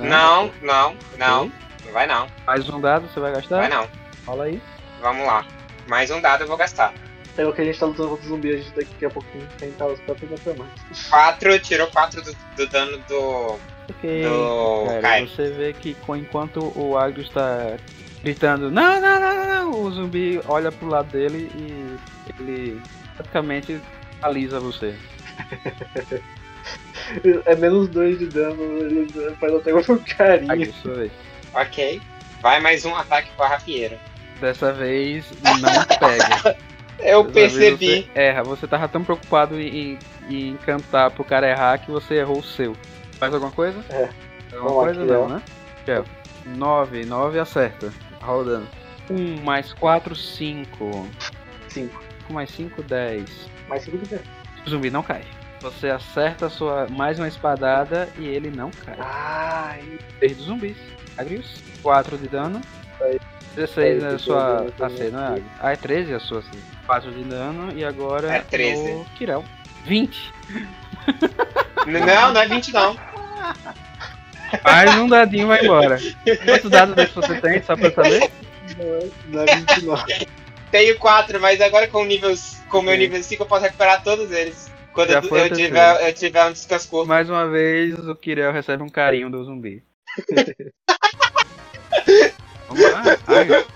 [SPEAKER 4] Não, não,
[SPEAKER 2] Ah.
[SPEAKER 4] não.
[SPEAKER 2] Ok.
[SPEAKER 4] Não vai não.
[SPEAKER 2] Mais um dado você vai gastar?
[SPEAKER 4] Vai não.
[SPEAKER 2] Fala aí.
[SPEAKER 4] Vamos lá. Mais um dado eu vou gastar.
[SPEAKER 3] Pelo que a gente tá lutando contra o zumbi, a gente daqui a pouquinho tentar os próprios necromantes.
[SPEAKER 4] Quatro, tirou quatro do, do dano do.
[SPEAKER 2] Ok.
[SPEAKER 4] do.
[SPEAKER 2] Cara,
[SPEAKER 4] Caio.
[SPEAKER 2] você vê que co- enquanto o Agrius está gritando não, não, não, não, não", o zumbi olha pro lado dele e ele praticamente alisa você.
[SPEAKER 3] É menos dois de dano, ele faz até com um carinho.
[SPEAKER 2] Agrius, sua vez.
[SPEAKER 4] Ok. Vai mais um ataque com a rapieira.
[SPEAKER 2] Dessa vez não
[SPEAKER 3] (laughs)
[SPEAKER 2] pega.
[SPEAKER 4] Eu
[SPEAKER 2] Dessa vez
[SPEAKER 4] percebi.
[SPEAKER 2] Você erra, você tava tão preocupado em, em cantar pro cara errar que você errou o seu. Faz alguma coisa?
[SPEAKER 3] É.
[SPEAKER 2] Alguma
[SPEAKER 3] Vamos
[SPEAKER 2] coisa
[SPEAKER 3] aqui,
[SPEAKER 2] não,
[SPEAKER 3] ó.
[SPEAKER 2] né? 9, 9 acerta. Tá Rodando. 1 mais 4, 5.
[SPEAKER 3] 5.
[SPEAKER 2] 5 mais 5, 10.
[SPEAKER 3] Mais 5 de dano.
[SPEAKER 2] O zumbi não cai. Você acerta a sua mais uma espadada e ele não cai.
[SPEAKER 3] Ai,
[SPEAKER 2] Perde os zumbis. Agrius, 4 de dano.
[SPEAKER 3] Aí.
[SPEAKER 2] 16 é
[SPEAKER 3] Aí,
[SPEAKER 2] a
[SPEAKER 3] depois
[SPEAKER 2] sua
[SPEAKER 3] eu também
[SPEAKER 2] AC, não é?
[SPEAKER 3] aqui.
[SPEAKER 2] Agrius? Ah, é 13 a sua AC. 4 de dano e agora
[SPEAKER 4] É 13.
[SPEAKER 2] o Kirel. 20.
[SPEAKER 4] N- Não, não é 20 não.
[SPEAKER 2] Faz um dadinho e vai embora. Quantos dados desses você tem, só pra eu saber?
[SPEAKER 3] não é, não é 29.
[SPEAKER 4] Tenho quatro, mas agora com o nível, com o meu
[SPEAKER 2] Sim.
[SPEAKER 4] nível 5 eu posso recuperar todos eles. Quando
[SPEAKER 2] Já
[SPEAKER 4] eu,
[SPEAKER 2] foi o
[SPEAKER 4] eu
[SPEAKER 2] terceiro.
[SPEAKER 4] tiver, eu tiver um descanso curto.
[SPEAKER 2] Mais uma vez, o Kirel recebe um carinho do zumbi. (laughs) Vamos lá, Agrius.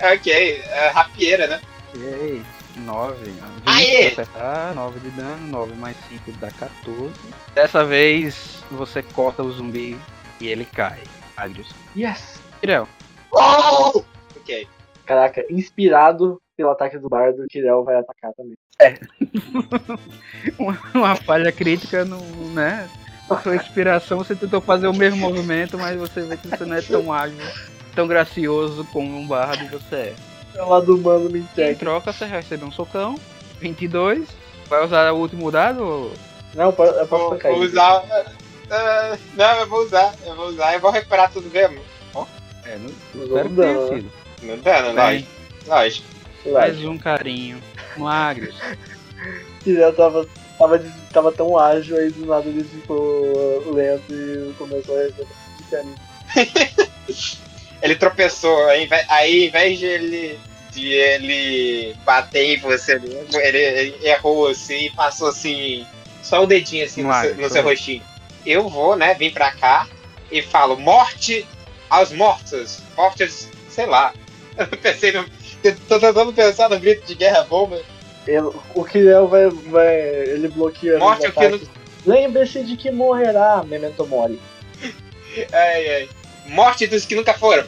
[SPEAKER 4] Ok, é rapieira, né?
[SPEAKER 2] Ok, 9.
[SPEAKER 4] Aê!
[SPEAKER 2] acertar, 9 tá, de dano, 9 mais 5 dá 14. Dessa vez você corta o zumbi e ele cai. Adios.
[SPEAKER 3] Yes!
[SPEAKER 2] Kirel,
[SPEAKER 4] Oh! Ok.
[SPEAKER 3] Caraca, inspirado pelo ataque do bardo, o Kirel vai atacar também.
[SPEAKER 2] (laughs) uma, uma falha crítica, no, né? Com sua inspiração, você tentou fazer o mesmo movimento, mas você vê que você não é tão ágil, tão gracioso como um bardo você
[SPEAKER 3] O lado humano
[SPEAKER 2] é.
[SPEAKER 3] me
[SPEAKER 2] Em
[SPEAKER 3] entrega.
[SPEAKER 2] troca, você recebe um socão, 22. Vai usar o último dado?
[SPEAKER 3] Não, eu posso- eu posso
[SPEAKER 4] Vou,
[SPEAKER 3] tocar
[SPEAKER 4] vou
[SPEAKER 3] isso.
[SPEAKER 4] usar. ah, não, eu vou usar, eu vou usar, eu vou recuperar tudo mesmo.
[SPEAKER 2] É, não,
[SPEAKER 3] Não
[SPEAKER 2] espero que
[SPEAKER 3] dá,
[SPEAKER 2] tenha
[SPEAKER 3] né?
[SPEAKER 2] sido.
[SPEAKER 4] Não dano,
[SPEAKER 2] Bem,
[SPEAKER 4] lógico. Lógico.
[SPEAKER 3] Vai.
[SPEAKER 2] mais um carinho. Um Agrius.
[SPEAKER 3] O Kirel tava, tava, des- tava tão ágil, aí do nada ele ficou lento e começou a receber de carinho.
[SPEAKER 4] Ele tropeçou, aí, inve- aí, ao invés de ele, de ele bater em você mesmo, ele, ele errou assim e passou assim, só o dedinho assim no,
[SPEAKER 2] Vai,
[SPEAKER 4] seu, no
[SPEAKER 2] foi.
[SPEAKER 4] seu rostinho. Eu vou, né, vim pra cá e falo: morte aos mortos, mortes, sei lá. (laughs) Eu pensei no. eu Tô tentando pensar no grito de guerra bomba.
[SPEAKER 3] Ele- O Kirel vai, vai. Ele bloqueia.
[SPEAKER 4] Morte
[SPEAKER 3] os
[SPEAKER 4] ao filo-
[SPEAKER 3] ataques. Lembre-se de que morrerá, Memento Mori.
[SPEAKER 4] Ai, ai. Morte dos que nunca foram.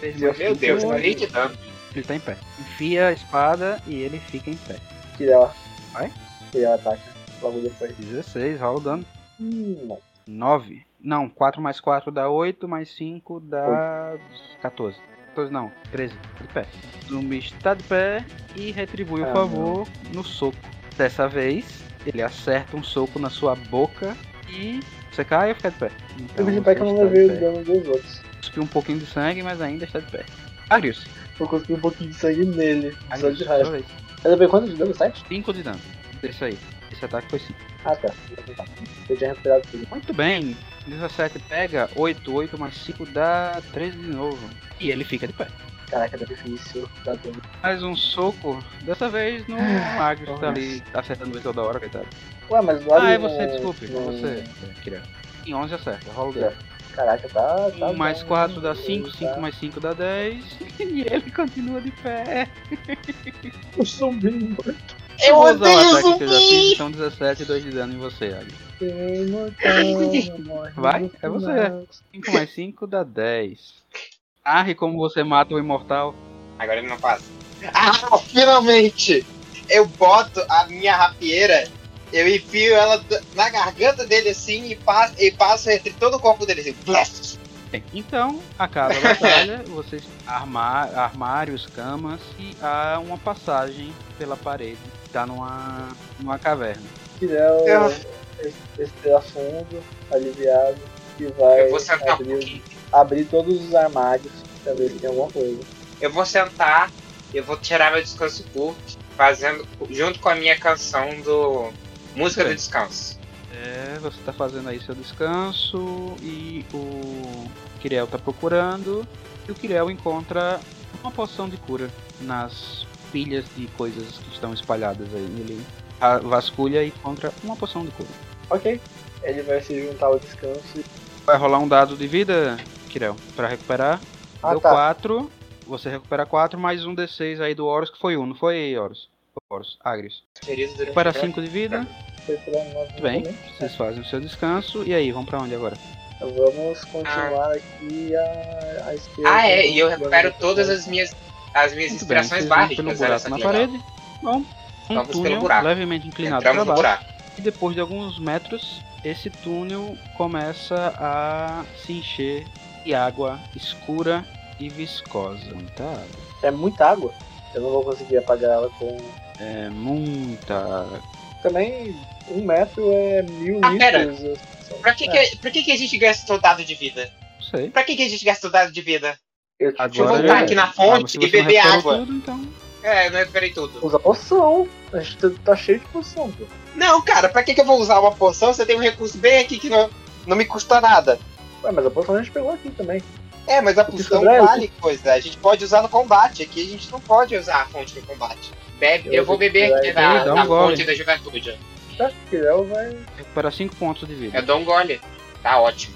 [SPEAKER 2] Fez
[SPEAKER 3] Meu
[SPEAKER 2] mais
[SPEAKER 4] Meu
[SPEAKER 2] cinco,
[SPEAKER 4] Deus,
[SPEAKER 2] oito.
[SPEAKER 3] Olha.
[SPEAKER 4] tá parei de dano.
[SPEAKER 2] Ele tá em pé. Enfia a espada e ele fica em pé.
[SPEAKER 3] Kirel.
[SPEAKER 2] Vai?
[SPEAKER 3] Kirel ataca é logo depois.
[SPEAKER 2] 16, rola o dano.
[SPEAKER 3] Hum, não.
[SPEAKER 2] 9. Não, 4 mais 4 dá 8, mais 5 dá 14. 14 não, 13. Tá de pé. O zumbi está de pé e retribui
[SPEAKER 3] Ah,
[SPEAKER 2] o favor no soco. Dessa vez, ele acerta um soco na sua boca e você cai ou fica de pé.
[SPEAKER 3] Eu
[SPEAKER 2] Então,
[SPEAKER 3] pedi pra que eu
[SPEAKER 2] você
[SPEAKER 3] não
[SPEAKER 2] está de
[SPEAKER 3] levei o
[SPEAKER 2] pé.
[SPEAKER 3] dano dos outros.
[SPEAKER 2] Cuspiu um pouquinho de sangue, mas ainda está de pé. Arius.
[SPEAKER 3] Eu consegui um pouquinho de sangue nele, só
[SPEAKER 2] Arius,
[SPEAKER 3] de
[SPEAKER 2] sua
[SPEAKER 3] raiva.
[SPEAKER 2] vez.
[SPEAKER 3] Ainda bem quanto de dano? 7?
[SPEAKER 2] 5 de dano. Isso aí. Esse ataque foi 5.
[SPEAKER 3] Ah, tá. Eu tinha recuperado tudo.
[SPEAKER 2] Muito bem. 17 pega, 8, 8 mais 5 dá 13 de novo. E ele fica de pé.
[SPEAKER 3] Caraca, tá difícil. Tá dando.
[SPEAKER 2] Mais um soco, dessa vez no Agro que tá
[SPEAKER 3] Nossa.
[SPEAKER 2] ali acertando ele toda hora, coitado.
[SPEAKER 3] Ué, mas um o
[SPEAKER 2] Ah, é
[SPEAKER 3] Alien
[SPEAKER 2] você,
[SPEAKER 3] não-
[SPEAKER 2] desculpe.
[SPEAKER 3] não-
[SPEAKER 2] Você, queria. Em 11 acerta, rola o
[SPEAKER 3] É,
[SPEAKER 2] dano.
[SPEAKER 3] Caraca, tá. tá
[SPEAKER 2] 1 mais
[SPEAKER 3] bom.
[SPEAKER 2] 4 dá 5,
[SPEAKER 3] Tá.
[SPEAKER 2] 5 mais 5 dá 10. (laughs) E ele continua de pé.
[SPEAKER 3] O zumbi.
[SPEAKER 4] Eu
[SPEAKER 2] Vou usar o
[SPEAKER 4] odeio
[SPEAKER 2] ataque que eu já
[SPEAKER 4] zumbi!
[SPEAKER 2] fiz, São 17 e 2 de dano em você, Agro.
[SPEAKER 3] Tem mortal, morre
[SPEAKER 2] Vai,
[SPEAKER 3] no
[SPEAKER 2] é você.
[SPEAKER 3] final.
[SPEAKER 2] 5 mais 5 dá 10. Arre como você mata o imortal.
[SPEAKER 4] Agora ele não passa. Ah, finalmente! Eu boto a minha rapieira, eu enfio ela d- na garganta dele assim e passo, e passo entre todo o corpo dele assim. Blast!
[SPEAKER 2] Bem, então, acaba a batalha, vocês armar, armários, camas e há uma passagem pela parede. Tá numa, numa caverna.
[SPEAKER 3] Tirar é o-
[SPEAKER 4] Eu-
[SPEAKER 3] esse- esse assunto, aliviado, e vai
[SPEAKER 4] Eu vou sentar um
[SPEAKER 3] abrir,
[SPEAKER 4] pouquinho.
[SPEAKER 3] abrir todos os armários pra ver se tem alguma coisa.
[SPEAKER 4] Eu vou sentar, eu vou tirar meu descanso curto, fazendo junto com a minha canção do. Música do
[SPEAKER 2] Sim.
[SPEAKER 4] descanso.
[SPEAKER 2] É, você tá fazendo aí seu descanso e o Kirel tá procurando. E o Kirel encontra uma poção de cura nas pilhas de coisas que estão espalhadas aí. Ele a- vasculha e encontra uma poção de cura.
[SPEAKER 3] Ok. Ele vai se juntar ao descanso.
[SPEAKER 2] Vai rolar um dado de vida, Kirel, pra recuperar.
[SPEAKER 3] Ah,
[SPEAKER 2] Deu
[SPEAKER 3] tá.
[SPEAKER 2] 4. Você recupera 4 mais um D6 aí do Horus, que foi 1, não foi, Horus? Horus, Agris.
[SPEAKER 4] Querido durante
[SPEAKER 2] Recupera
[SPEAKER 4] a
[SPEAKER 3] É.
[SPEAKER 4] tarde.
[SPEAKER 2] 5 de vida.
[SPEAKER 3] Foi pra né? nós
[SPEAKER 2] Muito bem.
[SPEAKER 3] também.
[SPEAKER 2] Vocês fazem o seu descanso. E aí, vão pra onde agora?
[SPEAKER 3] Vamos continuar aqui a, a esquerda.
[SPEAKER 4] Ah, é, e eu recupero todas as minhas, as minhas
[SPEAKER 2] Muito bem,
[SPEAKER 4] inspirações
[SPEAKER 2] vocês vão
[SPEAKER 4] básicas.
[SPEAKER 2] pelo
[SPEAKER 4] olha
[SPEAKER 2] buraco
[SPEAKER 4] só
[SPEAKER 2] na
[SPEAKER 4] que legal.
[SPEAKER 2] parede. Bom, um
[SPEAKER 4] Vamos pelo
[SPEAKER 2] túnel
[SPEAKER 4] buraco.
[SPEAKER 2] levemente inclinado
[SPEAKER 4] Entramos no
[SPEAKER 2] para baixo.
[SPEAKER 4] buraco.
[SPEAKER 2] E depois de alguns metros, esse túnel começa a se encher de água escura e viscosa. Muita água.
[SPEAKER 3] É muita água. Eu não vou conseguir apagar ela com.
[SPEAKER 2] É muita água.
[SPEAKER 3] Também, um metro é mil
[SPEAKER 4] Ah, pera.
[SPEAKER 3] litros. eu-
[SPEAKER 4] Pra que, que, pra que, que a gente gastou dado de vida?
[SPEAKER 2] Não sei.
[SPEAKER 4] Pra que, que a gente gastou dado de vida?
[SPEAKER 3] Eu te-
[SPEAKER 4] eu
[SPEAKER 2] Agora é.
[SPEAKER 4] voltar
[SPEAKER 2] já
[SPEAKER 4] aqui na
[SPEAKER 2] era.
[SPEAKER 4] fonte
[SPEAKER 2] Ah, se
[SPEAKER 4] e
[SPEAKER 2] você não
[SPEAKER 4] beber
[SPEAKER 2] recuperou
[SPEAKER 4] água.
[SPEAKER 2] tudo, então...
[SPEAKER 4] É, eu não recuperei tudo.
[SPEAKER 3] Usa poção. A gente tá, tá cheio de poção, pô.
[SPEAKER 4] Não, cara, pra que, que eu vou usar uma poção se eu tenho um recurso bem aqui que não, não me custa nada?
[SPEAKER 3] Ué, mas a poção a gente pegou aqui também.
[SPEAKER 4] É, mas a
[SPEAKER 3] que
[SPEAKER 4] poção
[SPEAKER 3] sobrar é o
[SPEAKER 4] vale coisa. A gente pode usar no combate. Aqui a gente não pode usar a fonte no combate. Bebe,
[SPEAKER 3] Eu
[SPEAKER 4] eu, vou
[SPEAKER 3] vou
[SPEAKER 4] beber aqui
[SPEAKER 3] tirar
[SPEAKER 2] e
[SPEAKER 4] da,
[SPEAKER 2] dar um
[SPEAKER 4] da
[SPEAKER 2] gole.
[SPEAKER 4] fonte da juventude.
[SPEAKER 3] Tá, Kirel vai.
[SPEAKER 2] Recupera 5 pontos de vida.
[SPEAKER 4] Eu dou um gole. Tá ótimo.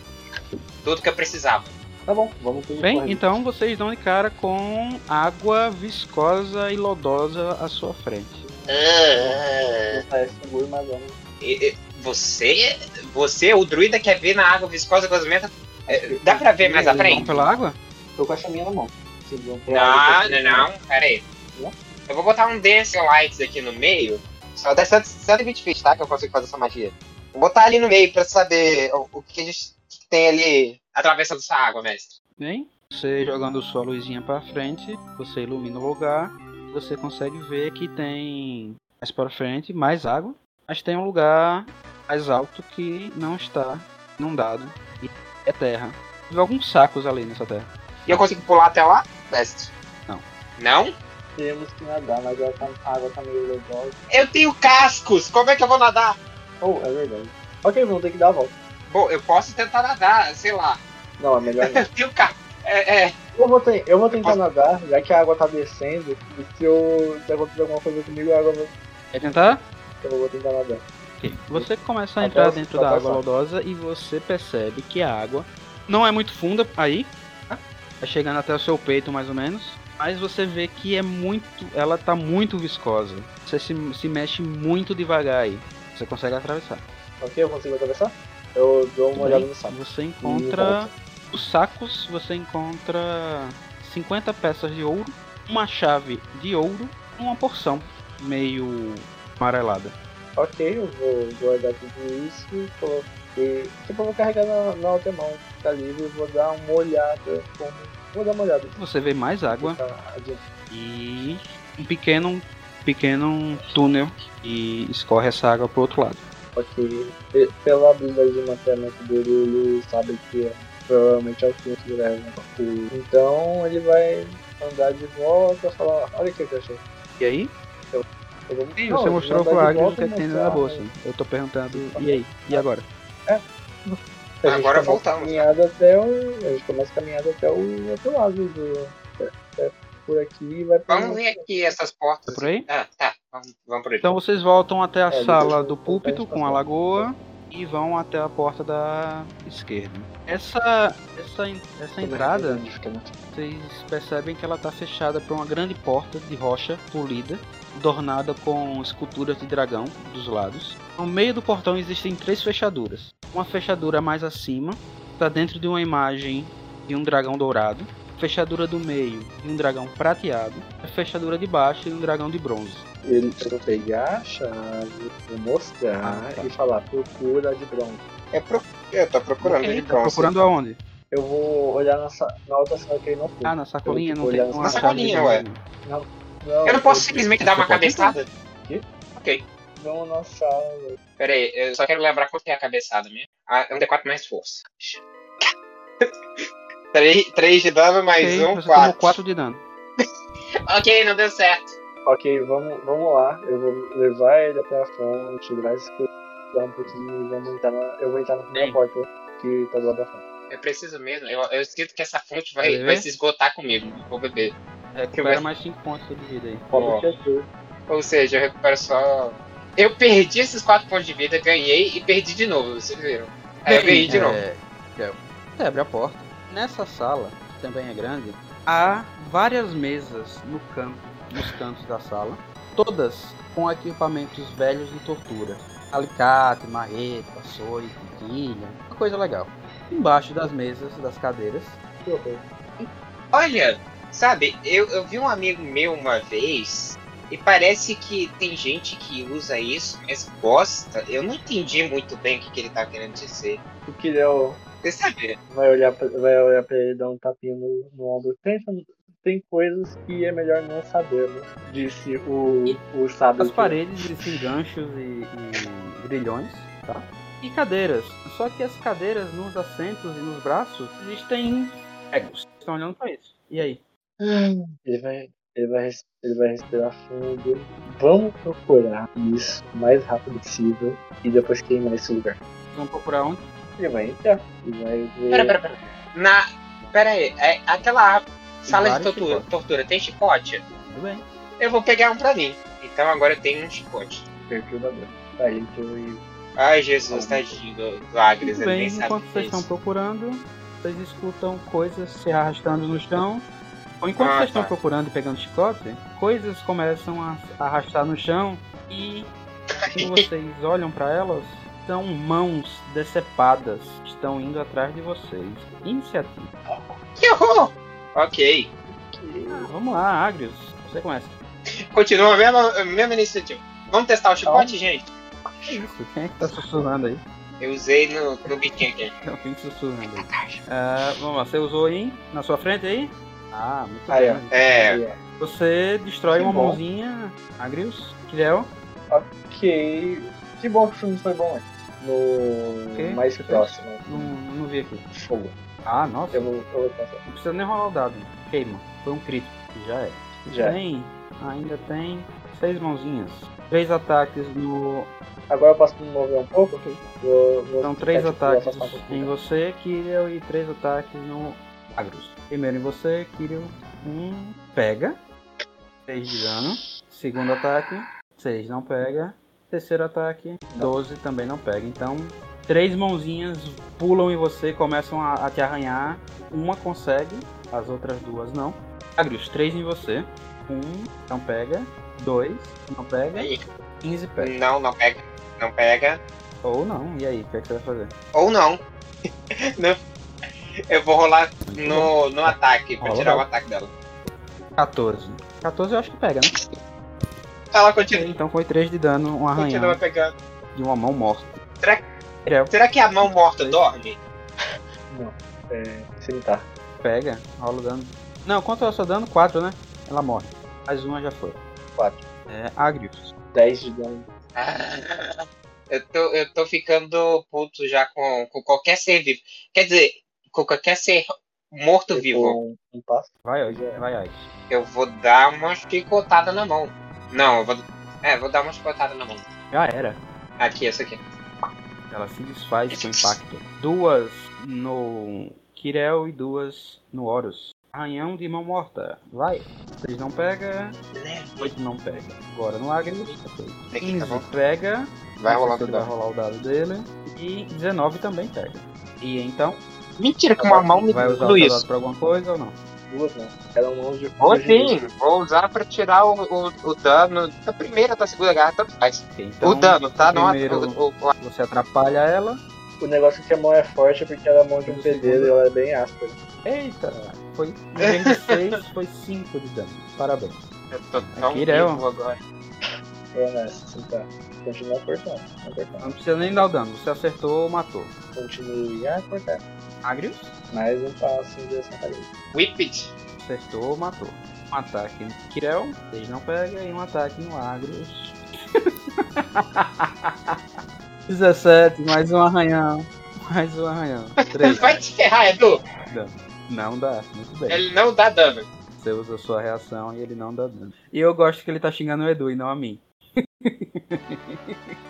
[SPEAKER 4] Tudo que eu precisava.
[SPEAKER 3] Tá bom, vamos tudo
[SPEAKER 2] Bem,
[SPEAKER 3] correndo.
[SPEAKER 2] então vocês dão de cara com água viscosa e lodosa à sua frente.
[SPEAKER 4] Ah,
[SPEAKER 3] Não parece seguro, mas vamos.
[SPEAKER 4] e- e- você, você, o druida quer ver na água viscosa gosmenta? É, Dá pra ver mais à
[SPEAKER 2] Vocês vão
[SPEAKER 4] frente?
[SPEAKER 2] pela água?
[SPEAKER 3] então, Tô com a chaminha na mão. Se vão pra
[SPEAKER 4] Não,
[SPEAKER 3] água, tá
[SPEAKER 4] não, não, pera aí.
[SPEAKER 3] Não?
[SPEAKER 4] Eu vou botar um desses lights aqui no meio. Só dá 100 120 feet, tá? Que eu consigo fazer essa magia. Vou botar ali no meio pra saber o, o que a gente o que tem ali atravessando essa água, mestre.
[SPEAKER 2] Bem, você jogando sua luzinha pra frente, você ilumina o lugar, você consegue ver que tem mais pra frente mais água, mas tem um lugar mais alto que não está inundado e é terra. Tem alguns sacos ali nessa terra.
[SPEAKER 4] E eu consigo pular até lá, mestre?
[SPEAKER 2] Não.
[SPEAKER 4] Não?
[SPEAKER 3] Temos que nadar, mas agora tá- a água tá meio legal.
[SPEAKER 4] Eu tenho cascos! Como é que eu vou nadar?
[SPEAKER 3] Oh, é verdade. Ok, vamos ter que dar a volta.
[SPEAKER 4] Bom, eu posso tentar nadar, sei lá.
[SPEAKER 3] Não, é melhor
[SPEAKER 4] (laughs)
[SPEAKER 3] não.
[SPEAKER 4] Eu tenho ca... É, é.
[SPEAKER 3] eu, vou ten- eu vou tentar nadar, já que a água tá descendo. E se, eu... se acontecer alguma coisa comigo, a água vai.
[SPEAKER 2] Quer tentar?
[SPEAKER 3] Eu vou tentar nadar.
[SPEAKER 2] Ok. Você começa a
[SPEAKER 3] Até
[SPEAKER 2] entrar
[SPEAKER 3] o-
[SPEAKER 2] dentro
[SPEAKER 3] até
[SPEAKER 2] da
[SPEAKER 3] o
[SPEAKER 2] água
[SPEAKER 3] saco.
[SPEAKER 2] lodosa e você percebe que a água não é muito funda aí,
[SPEAKER 3] Ah.
[SPEAKER 2] tá? Tá chegando até o seu peito mais ou menos, mas você vê que é muito, ela tá muito viscosa. Você se, se mexe muito devagar aí. Você consegue atravessar.
[SPEAKER 3] Ok, eu consigo atravessar? Eu dou uma
[SPEAKER 2] Tudo
[SPEAKER 3] olhada
[SPEAKER 2] bem?
[SPEAKER 3] no saco.
[SPEAKER 2] Você
[SPEAKER 3] E
[SPEAKER 2] encontra
[SPEAKER 3] volta.
[SPEAKER 2] os sacos, você encontra 50 peças de ouro, uma chave de ouro, uma porção meio amarelada.
[SPEAKER 3] Ok, eu vou guardar tudo isso e colo- e tipo, eu vou carregar na, na outra mão, tá livre, e vou dar uma olhada como Vou dar uma olhada.
[SPEAKER 2] Você vê mais água
[SPEAKER 3] Tá, adianta.
[SPEAKER 2] e um pequeno, pequeno túnel e escorre essa água pro outro lado.
[SPEAKER 3] Ok. E- Pela habilidade de mapeamento dele, ele sabe que é, provavelmente é o filme que vai revelar. Então ele vai andar de volta e falar, olha o que eu achei.
[SPEAKER 2] E aí?
[SPEAKER 3] Eu vou-
[SPEAKER 2] Sim,
[SPEAKER 3] Não,
[SPEAKER 2] você
[SPEAKER 3] ele
[SPEAKER 2] mostrou pro
[SPEAKER 3] vai andar de
[SPEAKER 2] Agnes o que,
[SPEAKER 3] volta né?
[SPEAKER 2] é
[SPEAKER 3] e
[SPEAKER 2] que tem dentro
[SPEAKER 3] mostrar,
[SPEAKER 2] da bolsa. Eu tô perguntando, e aí? E agora?
[SPEAKER 3] A gente
[SPEAKER 4] Agora
[SPEAKER 3] começa
[SPEAKER 4] voltamos. né?
[SPEAKER 3] a Caminhada até o... A gente começa a caminhada até o outro lado do... é- é Por aqui e vai pra...
[SPEAKER 4] Vamos ver aqui essas portas.
[SPEAKER 2] Tá por aí?
[SPEAKER 4] Ah, tá. Vamos, vamos por aí.
[SPEAKER 2] Então vocês voltam até a
[SPEAKER 3] É,
[SPEAKER 2] sala
[SPEAKER 3] depois-
[SPEAKER 2] do púlpito com a lagoa e vão até a porta da esquerda. Essa, essa, en-
[SPEAKER 4] Tá
[SPEAKER 2] essa entrada, vocês percebem que ela está fechada por uma grande porta de rocha polida, adornada com esculturas de dragão dos lados. No meio do portão existem três fechaduras. Uma fechadura mais acima está dentro de uma imagem de um dragão dourado. Fechadura do meio de um dragão prateado. A fechadura de baixo de um dragão de bronze.
[SPEAKER 3] Ele eu vou pegar a chave, vou mostrar
[SPEAKER 2] Ah, tá.
[SPEAKER 3] e falar, procura de bronze.
[SPEAKER 4] É pro... Eu tô procurando
[SPEAKER 2] Ok,
[SPEAKER 4] de
[SPEAKER 2] tá
[SPEAKER 4] bronze.
[SPEAKER 2] procurando aonde?
[SPEAKER 3] Eu vou olhar na, sa- na outra sala que ele não foi.
[SPEAKER 2] Ah, na sacolinha?
[SPEAKER 3] Eu
[SPEAKER 2] Não
[SPEAKER 3] tô
[SPEAKER 2] tem
[SPEAKER 3] olhando
[SPEAKER 2] uma
[SPEAKER 4] na sacolinha,
[SPEAKER 2] chave de
[SPEAKER 4] Eu não posso simplesmente dar uma
[SPEAKER 2] Você pode
[SPEAKER 4] cabeçada?
[SPEAKER 3] Quê?
[SPEAKER 4] Ok.
[SPEAKER 3] Vamos na sala.
[SPEAKER 4] Pera aí, eu só quero lembrar quanto é a cabeçada mesmo. Ah, é um D4 mais força. (laughs) 3, de dano mais
[SPEAKER 2] Ok,
[SPEAKER 4] um,
[SPEAKER 2] você tomou
[SPEAKER 4] 4.
[SPEAKER 2] 4 de dano.
[SPEAKER 4] Ok, não deu certo.
[SPEAKER 3] Ok, vamos, vamos lá. Eu vou levar ele até a fonte, levar esse cu- dar um pouquinho e vamos entrar na. Eu vou entrar na primeira
[SPEAKER 4] Bem.
[SPEAKER 3] porta que tá do lado da fonte.
[SPEAKER 4] Eu preciso mesmo. Eu, eu sinto que essa fonte
[SPEAKER 2] Quer
[SPEAKER 4] vai,
[SPEAKER 2] beber?
[SPEAKER 4] vai se esgotar comigo. Vou beber.
[SPEAKER 2] Recupera mais 5 pontos de vida aí.
[SPEAKER 3] Como
[SPEAKER 4] Boa.
[SPEAKER 3] que é tu?
[SPEAKER 4] Ou seja, eu recupero só. Eu perdi esses 4 pontos de vida, ganhei e perdi de novo, vocês viram? Aí eu ganhei de novo.
[SPEAKER 2] É, é, Você abre a porta. Nessa sala, que também é grande, há várias mesas no canto, nos cantos da sala, todas com equipamentos velhos de tortura. Alicate, marreta, açoite, quilha, uma coisa legal. Embaixo das mesas, das cadeiras,
[SPEAKER 3] Que horror.
[SPEAKER 4] Olha, sabe, eu, eu vi um amigo meu uma vez e parece que tem gente que usa isso, mas gosta. Eu não entendi muito bem o que, que ele tá querendo dizer.
[SPEAKER 3] é O Kirel
[SPEAKER 4] Você sabe?
[SPEAKER 3] vai olhar pra, vai olhar pra ele e dar um tapinha no, no ombro. Pensa, tem coisas que é melhor não sabermos, disse o, o sábio.
[SPEAKER 2] As paredes existem ganchos e, e grilhões, tá? E cadeiras. Só que as cadeiras nos assentos e nos braços existem egos. Estão olhando pra isso. E aí?
[SPEAKER 3] Ele vai, ele vai, res- ele vai respirar fundo. Vamos procurar isso o mais rápido possível e depois queimar esse lugar.
[SPEAKER 2] Vão procurar onde?
[SPEAKER 3] Ele vai entrar e vai ver.
[SPEAKER 4] Pera, pera, pera. Na. Pera aí, é, aquela sala de
[SPEAKER 2] Vários
[SPEAKER 4] tortura,
[SPEAKER 2] chicotes.
[SPEAKER 4] tortura tem chicote?
[SPEAKER 2] Tudo bem.
[SPEAKER 4] Eu vou pegar um pra mim. Então agora eu tenho um chicote.
[SPEAKER 3] Perturbador. Tá, ele entrou e.
[SPEAKER 4] Ai, Jesus, tadinho do, do Agnes,
[SPEAKER 2] Tudo
[SPEAKER 4] ele
[SPEAKER 2] bem,
[SPEAKER 4] nem sabe
[SPEAKER 2] enquanto
[SPEAKER 4] o que
[SPEAKER 2] vocês
[SPEAKER 4] é
[SPEAKER 2] estão
[SPEAKER 4] isso.
[SPEAKER 2] procurando, vocês escutam coisas se arrastando no chão. Ou enquanto
[SPEAKER 4] Ah,
[SPEAKER 2] vocês
[SPEAKER 4] tá.
[SPEAKER 2] estão procurando e pegando chicote, coisas começam a se arrastar no chão e quando
[SPEAKER 4] (laughs)
[SPEAKER 2] vocês olham para elas, são mãos decepadas que estão indo atrás de vocês. Iniciativa.
[SPEAKER 4] Que horror! Ok,
[SPEAKER 2] Vamos lá, Agrius, você começa.
[SPEAKER 4] continua a mesma, a mesma iniciativa. Vamos testar o
[SPEAKER 2] Tá
[SPEAKER 4] chicote, gente?
[SPEAKER 2] Que isso? Quem é que tá sussurrando aí?
[SPEAKER 4] Eu usei no, no biquinho aqui.
[SPEAKER 2] Tem alguém sussurrando aí. Ah, vamos lá, você usou aí? Na sua frente aí? Ah, muito
[SPEAKER 3] Aí, ó.
[SPEAKER 2] bem.
[SPEAKER 4] É,
[SPEAKER 2] Você destrói
[SPEAKER 3] Que
[SPEAKER 2] uma
[SPEAKER 3] bom.
[SPEAKER 2] mãozinha, Agrius, Kirel.
[SPEAKER 3] Ok. Que bom que o filme foi bom antes. No
[SPEAKER 2] Ok.
[SPEAKER 3] mais próximo.
[SPEAKER 2] Não, não vi aqui.
[SPEAKER 3] Fogo.
[SPEAKER 2] Ah, nossa,
[SPEAKER 3] Eu vou, eu vou passar.
[SPEAKER 2] não precisa nem rolar o dado. Queima, foi um crítico, já é.
[SPEAKER 3] Já.
[SPEAKER 2] Tem, ainda tem seis mãozinhas. Três ataques no.
[SPEAKER 3] Agora eu posso me mover um pouco? Vou, vou
[SPEAKER 2] São Então, três
[SPEAKER 3] vou
[SPEAKER 2] ataques
[SPEAKER 3] afastar um pouquinho.
[SPEAKER 2] em você, Kirel, e três ataques no Agrius. Primeiro em você, Kirel. Um. Pega. Seis de dano. Segundo ataque. Seis não pega. Terceiro ataque. Doze também não pega. Então, três mãozinhas pulam em você, começam a, a te arranhar. Uma consegue, as outras duas não. Agrius, três em você. Um não pega. Dois não pega.
[SPEAKER 4] Aí.
[SPEAKER 2] Quinze pega.
[SPEAKER 4] não, não pega. Não pega.
[SPEAKER 2] Ou não. E aí, o que, é que você vai fazer?
[SPEAKER 4] Ou não. (laughs) Não. Eu vou rolar no, no ataque, pra
[SPEAKER 2] Rola
[SPEAKER 4] tirar o
[SPEAKER 2] lá.
[SPEAKER 4] ataque dela.
[SPEAKER 2] 14. 14 eu acho que pega, né?
[SPEAKER 4] Ela continua,
[SPEAKER 2] Então foi 3 de dano, um
[SPEAKER 4] continua
[SPEAKER 2] arranhão
[SPEAKER 4] pegando.
[SPEAKER 2] de uma mão morta.
[SPEAKER 4] Será-
[SPEAKER 2] Kirel,
[SPEAKER 4] Será que a mão morta dorme?
[SPEAKER 3] Não. né? É, se ele tá.
[SPEAKER 2] Pega, rola o dano. Não, quanto eu só dano? 4, né? Ela morre. Mais uma já foi.
[SPEAKER 3] Quatro.
[SPEAKER 2] É, Agrius.
[SPEAKER 3] 10 de dano.
[SPEAKER 4] Eu tô, eu tô ficando puto já com, com qualquer ser vivo. Quer dizer, com qualquer ser morto-vivo.
[SPEAKER 3] Ficou Um, um passo.
[SPEAKER 2] Vai, Og, vai, Og.
[SPEAKER 4] Eu vou dar uma chicotada na mão. Não, eu vou. É, vou dar uma chicotada na mão.
[SPEAKER 2] Já era.
[SPEAKER 4] Aqui, essa aqui.
[SPEAKER 2] Ela se desfaz com o impacto. Duas no Kirel e duas no Horus. Arranhão de mão morta. Vai. Vocês não pega. Oito não pega. Agora no Agrius.
[SPEAKER 4] Aqui, tá
[SPEAKER 2] 15
[SPEAKER 4] bom.
[SPEAKER 2] pega.
[SPEAKER 4] Vai
[SPEAKER 2] Não sei
[SPEAKER 4] rolar
[SPEAKER 2] se
[SPEAKER 4] o
[SPEAKER 2] ele vai
[SPEAKER 4] dado.
[SPEAKER 2] rolar o dado dele. E 19 também pega. E então,
[SPEAKER 4] Mentira, com uma mão me
[SPEAKER 2] vai usar
[SPEAKER 4] dando
[SPEAKER 2] o seu
[SPEAKER 4] isso.
[SPEAKER 2] dado pra alguma coisa ou não?
[SPEAKER 3] Duas, né? Cada um de
[SPEAKER 4] Vou
[SPEAKER 3] de
[SPEAKER 4] sim,
[SPEAKER 3] risco.
[SPEAKER 4] vou usar pra tirar o, o, o dano da primeira, da segunda garra, tanto faz.
[SPEAKER 2] Ok, então
[SPEAKER 4] o dano, tá? Não a-
[SPEAKER 2] primeiro-
[SPEAKER 4] o- o- o-
[SPEAKER 2] Você atrapalha ela.
[SPEAKER 3] O negócio é que a mão é forte é porque ela é a mão de um pedreiro e ela é bem áspera.
[SPEAKER 2] Eita! Foi em vez
[SPEAKER 4] (laughs)
[SPEAKER 2] de 6, foi 5 de dano. Parabéns.
[SPEAKER 4] Eu tô tão
[SPEAKER 2] Aqui, Léo.
[SPEAKER 4] vivo um agora.
[SPEAKER 3] É, né? Assim, tá. Continua cortando. Não cortando.
[SPEAKER 2] Não precisa nem dar o dano. Você acertou, matou.
[SPEAKER 3] Continue a cortar.
[SPEAKER 2] Agrius?
[SPEAKER 3] Mais um passo em direção à parede.
[SPEAKER 4] Whipped.
[SPEAKER 2] Acertou, matou. Um ataque no Kirel, vocês não pegam, e um ataque no Agrius. (laughs) 17, mais um arranhão. Mais um
[SPEAKER 4] (laughs)
[SPEAKER 2] arranhão. 3.
[SPEAKER 4] Vai te ferrar, Edu.
[SPEAKER 2] Não dá, muito bem.
[SPEAKER 4] Ele não dá dano.
[SPEAKER 2] Você usa a sua reação e ele não dá dano. E eu gosto que ele tá xingando o Edu e não a mim. ai,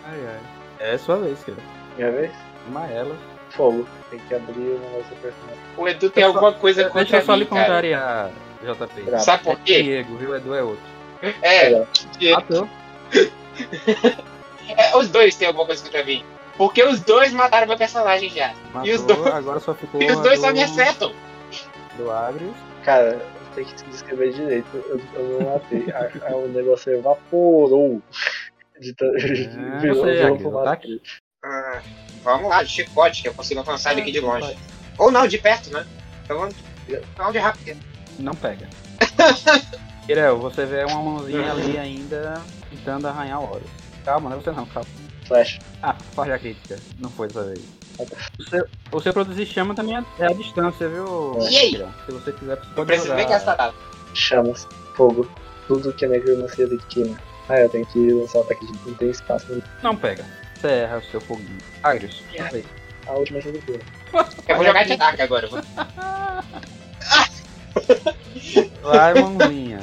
[SPEAKER 2] ai. É a sua vez, cara.
[SPEAKER 3] Minha vez?
[SPEAKER 2] Uma ela.
[SPEAKER 3] Fogo. Tem que abrir o negócio do personagem.
[SPEAKER 4] O Edu tem
[SPEAKER 2] Eu só-
[SPEAKER 4] alguma coisa contra
[SPEAKER 2] Deixa eu só
[SPEAKER 4] mim,
[SPEAKER 2] lhe
[SPEAKER 4] cara.
[SPEAKER 2] contrariar, JP.
[SPEAKER 3] Bravo.
[SPEAKER 4] Sabe por
[SPEAKER 2] É
[SPEAKER 4] quê?
[SPEAKER 2] Diego, viu? Edu é outro.
[SPEAKER 4] É,
[SPEAKER 2] Matou.
[SPEAKER 4] é, os dois têm alguma coisa contra mim. Porque os dois mataram meu personagem já.
[SPEAKER 2] Matou,
[SPEAKER 4] E os dois-
[SPEAKER 2] agora só ficou
[SPEAKER 4] E os
[SPEAKER 2] a
[SPEAKER 4] dois
[SPEAKER 2] do...
[SPEAKER 4] só me acertam.
[SPEAKER 2] do Agrius.
[SPEAKER 3] Cara, tem que descrever direito. Eu, eu não matei. A- a- o negócio evaporou. De ta- de-
[SPEAKER 2] Ah,
[SPEAKER 3] (laughs) virou-
[SPEAKER 2] você,
[SPEAKER 3] virou
[SPEAKER 2] Agrius,
[SPEAKER 3] fumaça.
[SPEAKER 2] tá aqui.
[SPEAKER 4] Ah, vamos lá, de chicote, que eu consigo
[SPEAKER 2] Ah,
[SPEAKER 4] alcançar ele aqui de longe. Ou não, de perto, né? Então vamos vamos de rápido.
[SPEAKER 2] Não
[SPEAKER 4] (laughs)
[SPEAKER 2] pega. Kirel, você vê uma
[SPEAKER 4] Uhum.
[SPEAKER 2] mãozinha ali ainda tentando arranhar o óleo. Calma, não é você não, calma.
[SPEAKER 3] Flash.
[SPEAKER 2] Ah, falha crítica. Não foi dessa vez.
[SPEAKER 4] É.
[SPEAKER 2] O seu, o seu produzir chama também é é a distância, viu?
[SPEAKER 4] E aí?
[SPEAKER 2] Kira? Se você quiser, você
[SPEAKER 4] Não
[SPEAKER 2] pode
[SPEAKER 4] preciso
[SPEAKER 2] jogar.
[SPEAKER 4] nem gastar nada.
[SPEAKER 3] Chamas. Fogo. Tudo que é necromancia tem que queimar. Ah, eu tenho que lançar o ataque de. Não tem espaço.
[SPEAKER 2] Não pega. Você erra o seu foguinho. Agrius,
[SPEAKER 4] É.
[SPEAKER 2] sua vez.
[SPEAKER 3] A última jogadora.
[SPEAKER 4] Eu vou jogar de ataque agora. eu vou-
[SPEAKER 2] Vai,
[SPEAKER 4] (laughs)
[SPEAKER 2] mãozinha.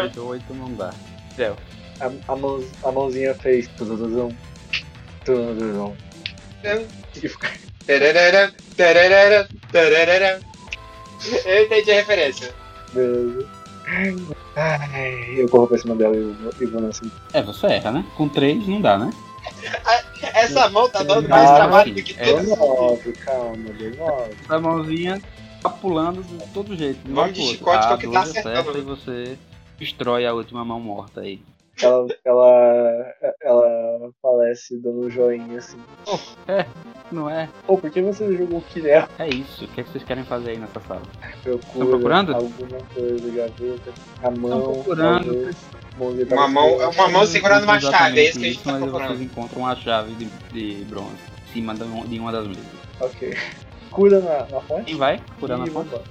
[SPEAKER 2] 8, 8 não dá. Kirel,
[SPEAKER 3] A, a, mão, a mãozinha fez. Tududuzum. Tududuzum. E ficou-
[SPEAKER 4] Tararara, tararara, tararara. Eu entendi a referência.
[SPEAKER 3] Beleza. Ai, eu corro pra cima dela e vou- e vou nessa.
[SPEAKER 2] É, você erra, né? Com 3 não dá, né?
[SPEAKER 4] Essa mão tá dando mais
[SPEAKER 3] Ah,
[SPEAKER 4] trabalho
[SPEAKER 2] sim.
[SPEAKER 4] do que
[SPEAKER 2] É.
[SPEAKER 4] todas.
[SPEAKER 3] Demove, calma, demove.
[SPEAKER 2] A mãozinha tá pulando de todo jeito. de
[SPEAKER 4] Mão
[SPEAKER 2] um
[SPEAKER 4] de
[SPEAKER 2] pro outro.
[SPEAKER 4] chicote que é o que
[SPEAKER 2] A
[SPEAKER 4] tá
[SPEAKER 2] doze
[SPEAKER 4] acertando,
[SPEAKER 2] acerta E você destrói a última mão morta aí.
[SPEAKER 3] Ela, ela, ela falece dando um joinha assim.
[SPEAKER 2] Não é?
[SPEAKER 3] Pô, por que você jogou o Kirel?
[SPEAKER 2] É isso. O que, é que vocês querem fazer aí nessa sala?
[SPEAKER 3] Procura
[SPEAKER 2] procurando?
[SPEAKER 3] alguma coisa, gaveta. A mão.
[SPEAKER 2] Estão procurando.
[SPEAKER 3] talvez. Mãozinha
[SPEAKER 4] Uma
[SPEAKER 3] tava
[SPEAKER 4] mão, é
[SPEAKER 3] segurando.
[SPEAKER 4] uma mão segurando uma
[SPEAKER 2] é Exatamente
[SPEAKER 4] chave, é isso que a gente
[SPEAKER 2] isso,
[SPEAKER 4] tá
[SPEAKER 2] mas
[SPEAKER 4] procurando.
[SPEAKER 2] vocês encontram uma chave de, de bronze em cima de um- de uma das mesas.
[SPEAKER 3] Ok. Cura na, na fonte?
[SPEAKER 2] Quem vai? Curando a
[SPEAKER 3] Ih,
[SPEAKER 2] fonte.
[SPEAKER 3] vambora.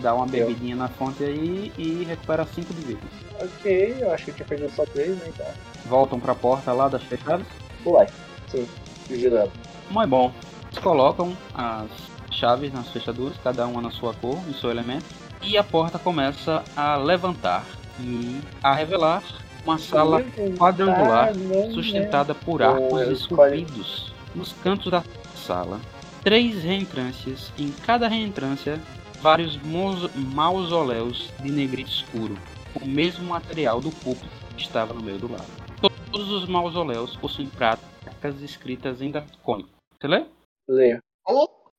[SPEAKER 2] Dá uma bebidinha na fonte aí e recupera 5 de vida.
[SPEAKER 3] Ok, eu acho que eu tinha perdido só três, né? Tá.
[SPEAKER 2] Voltam pra porta lá das fechadas.
[SPEAKER 3] Pulai. Sim. Vigilando.
[SPEAKER 2] Mas bom, eles colocam as chaves nas fechaduras, cada uma na sua cor, no seu elemento, e a porta começa a levantar e a revelar uma sala quadrangular
[SPEAKER 3] Ah, não, né?
[SPEAKER 2] sustentada por
[SPEAKER 3] Eu-
[SPEAKER 2] arcos
[SPEAKER 3] eu escolhi.
[SPEAKER 2] esculpidos nos cantos da sala. Três reentrâncias, em cada reentrância, vários mauso- mausoléus de negrito escuro, o mesmo material do púlpito que estava no meio do lado. To- Todos os mausoléus possuem placas escritas em dracônico. Você lê?
[SPEAKER 3] Leio.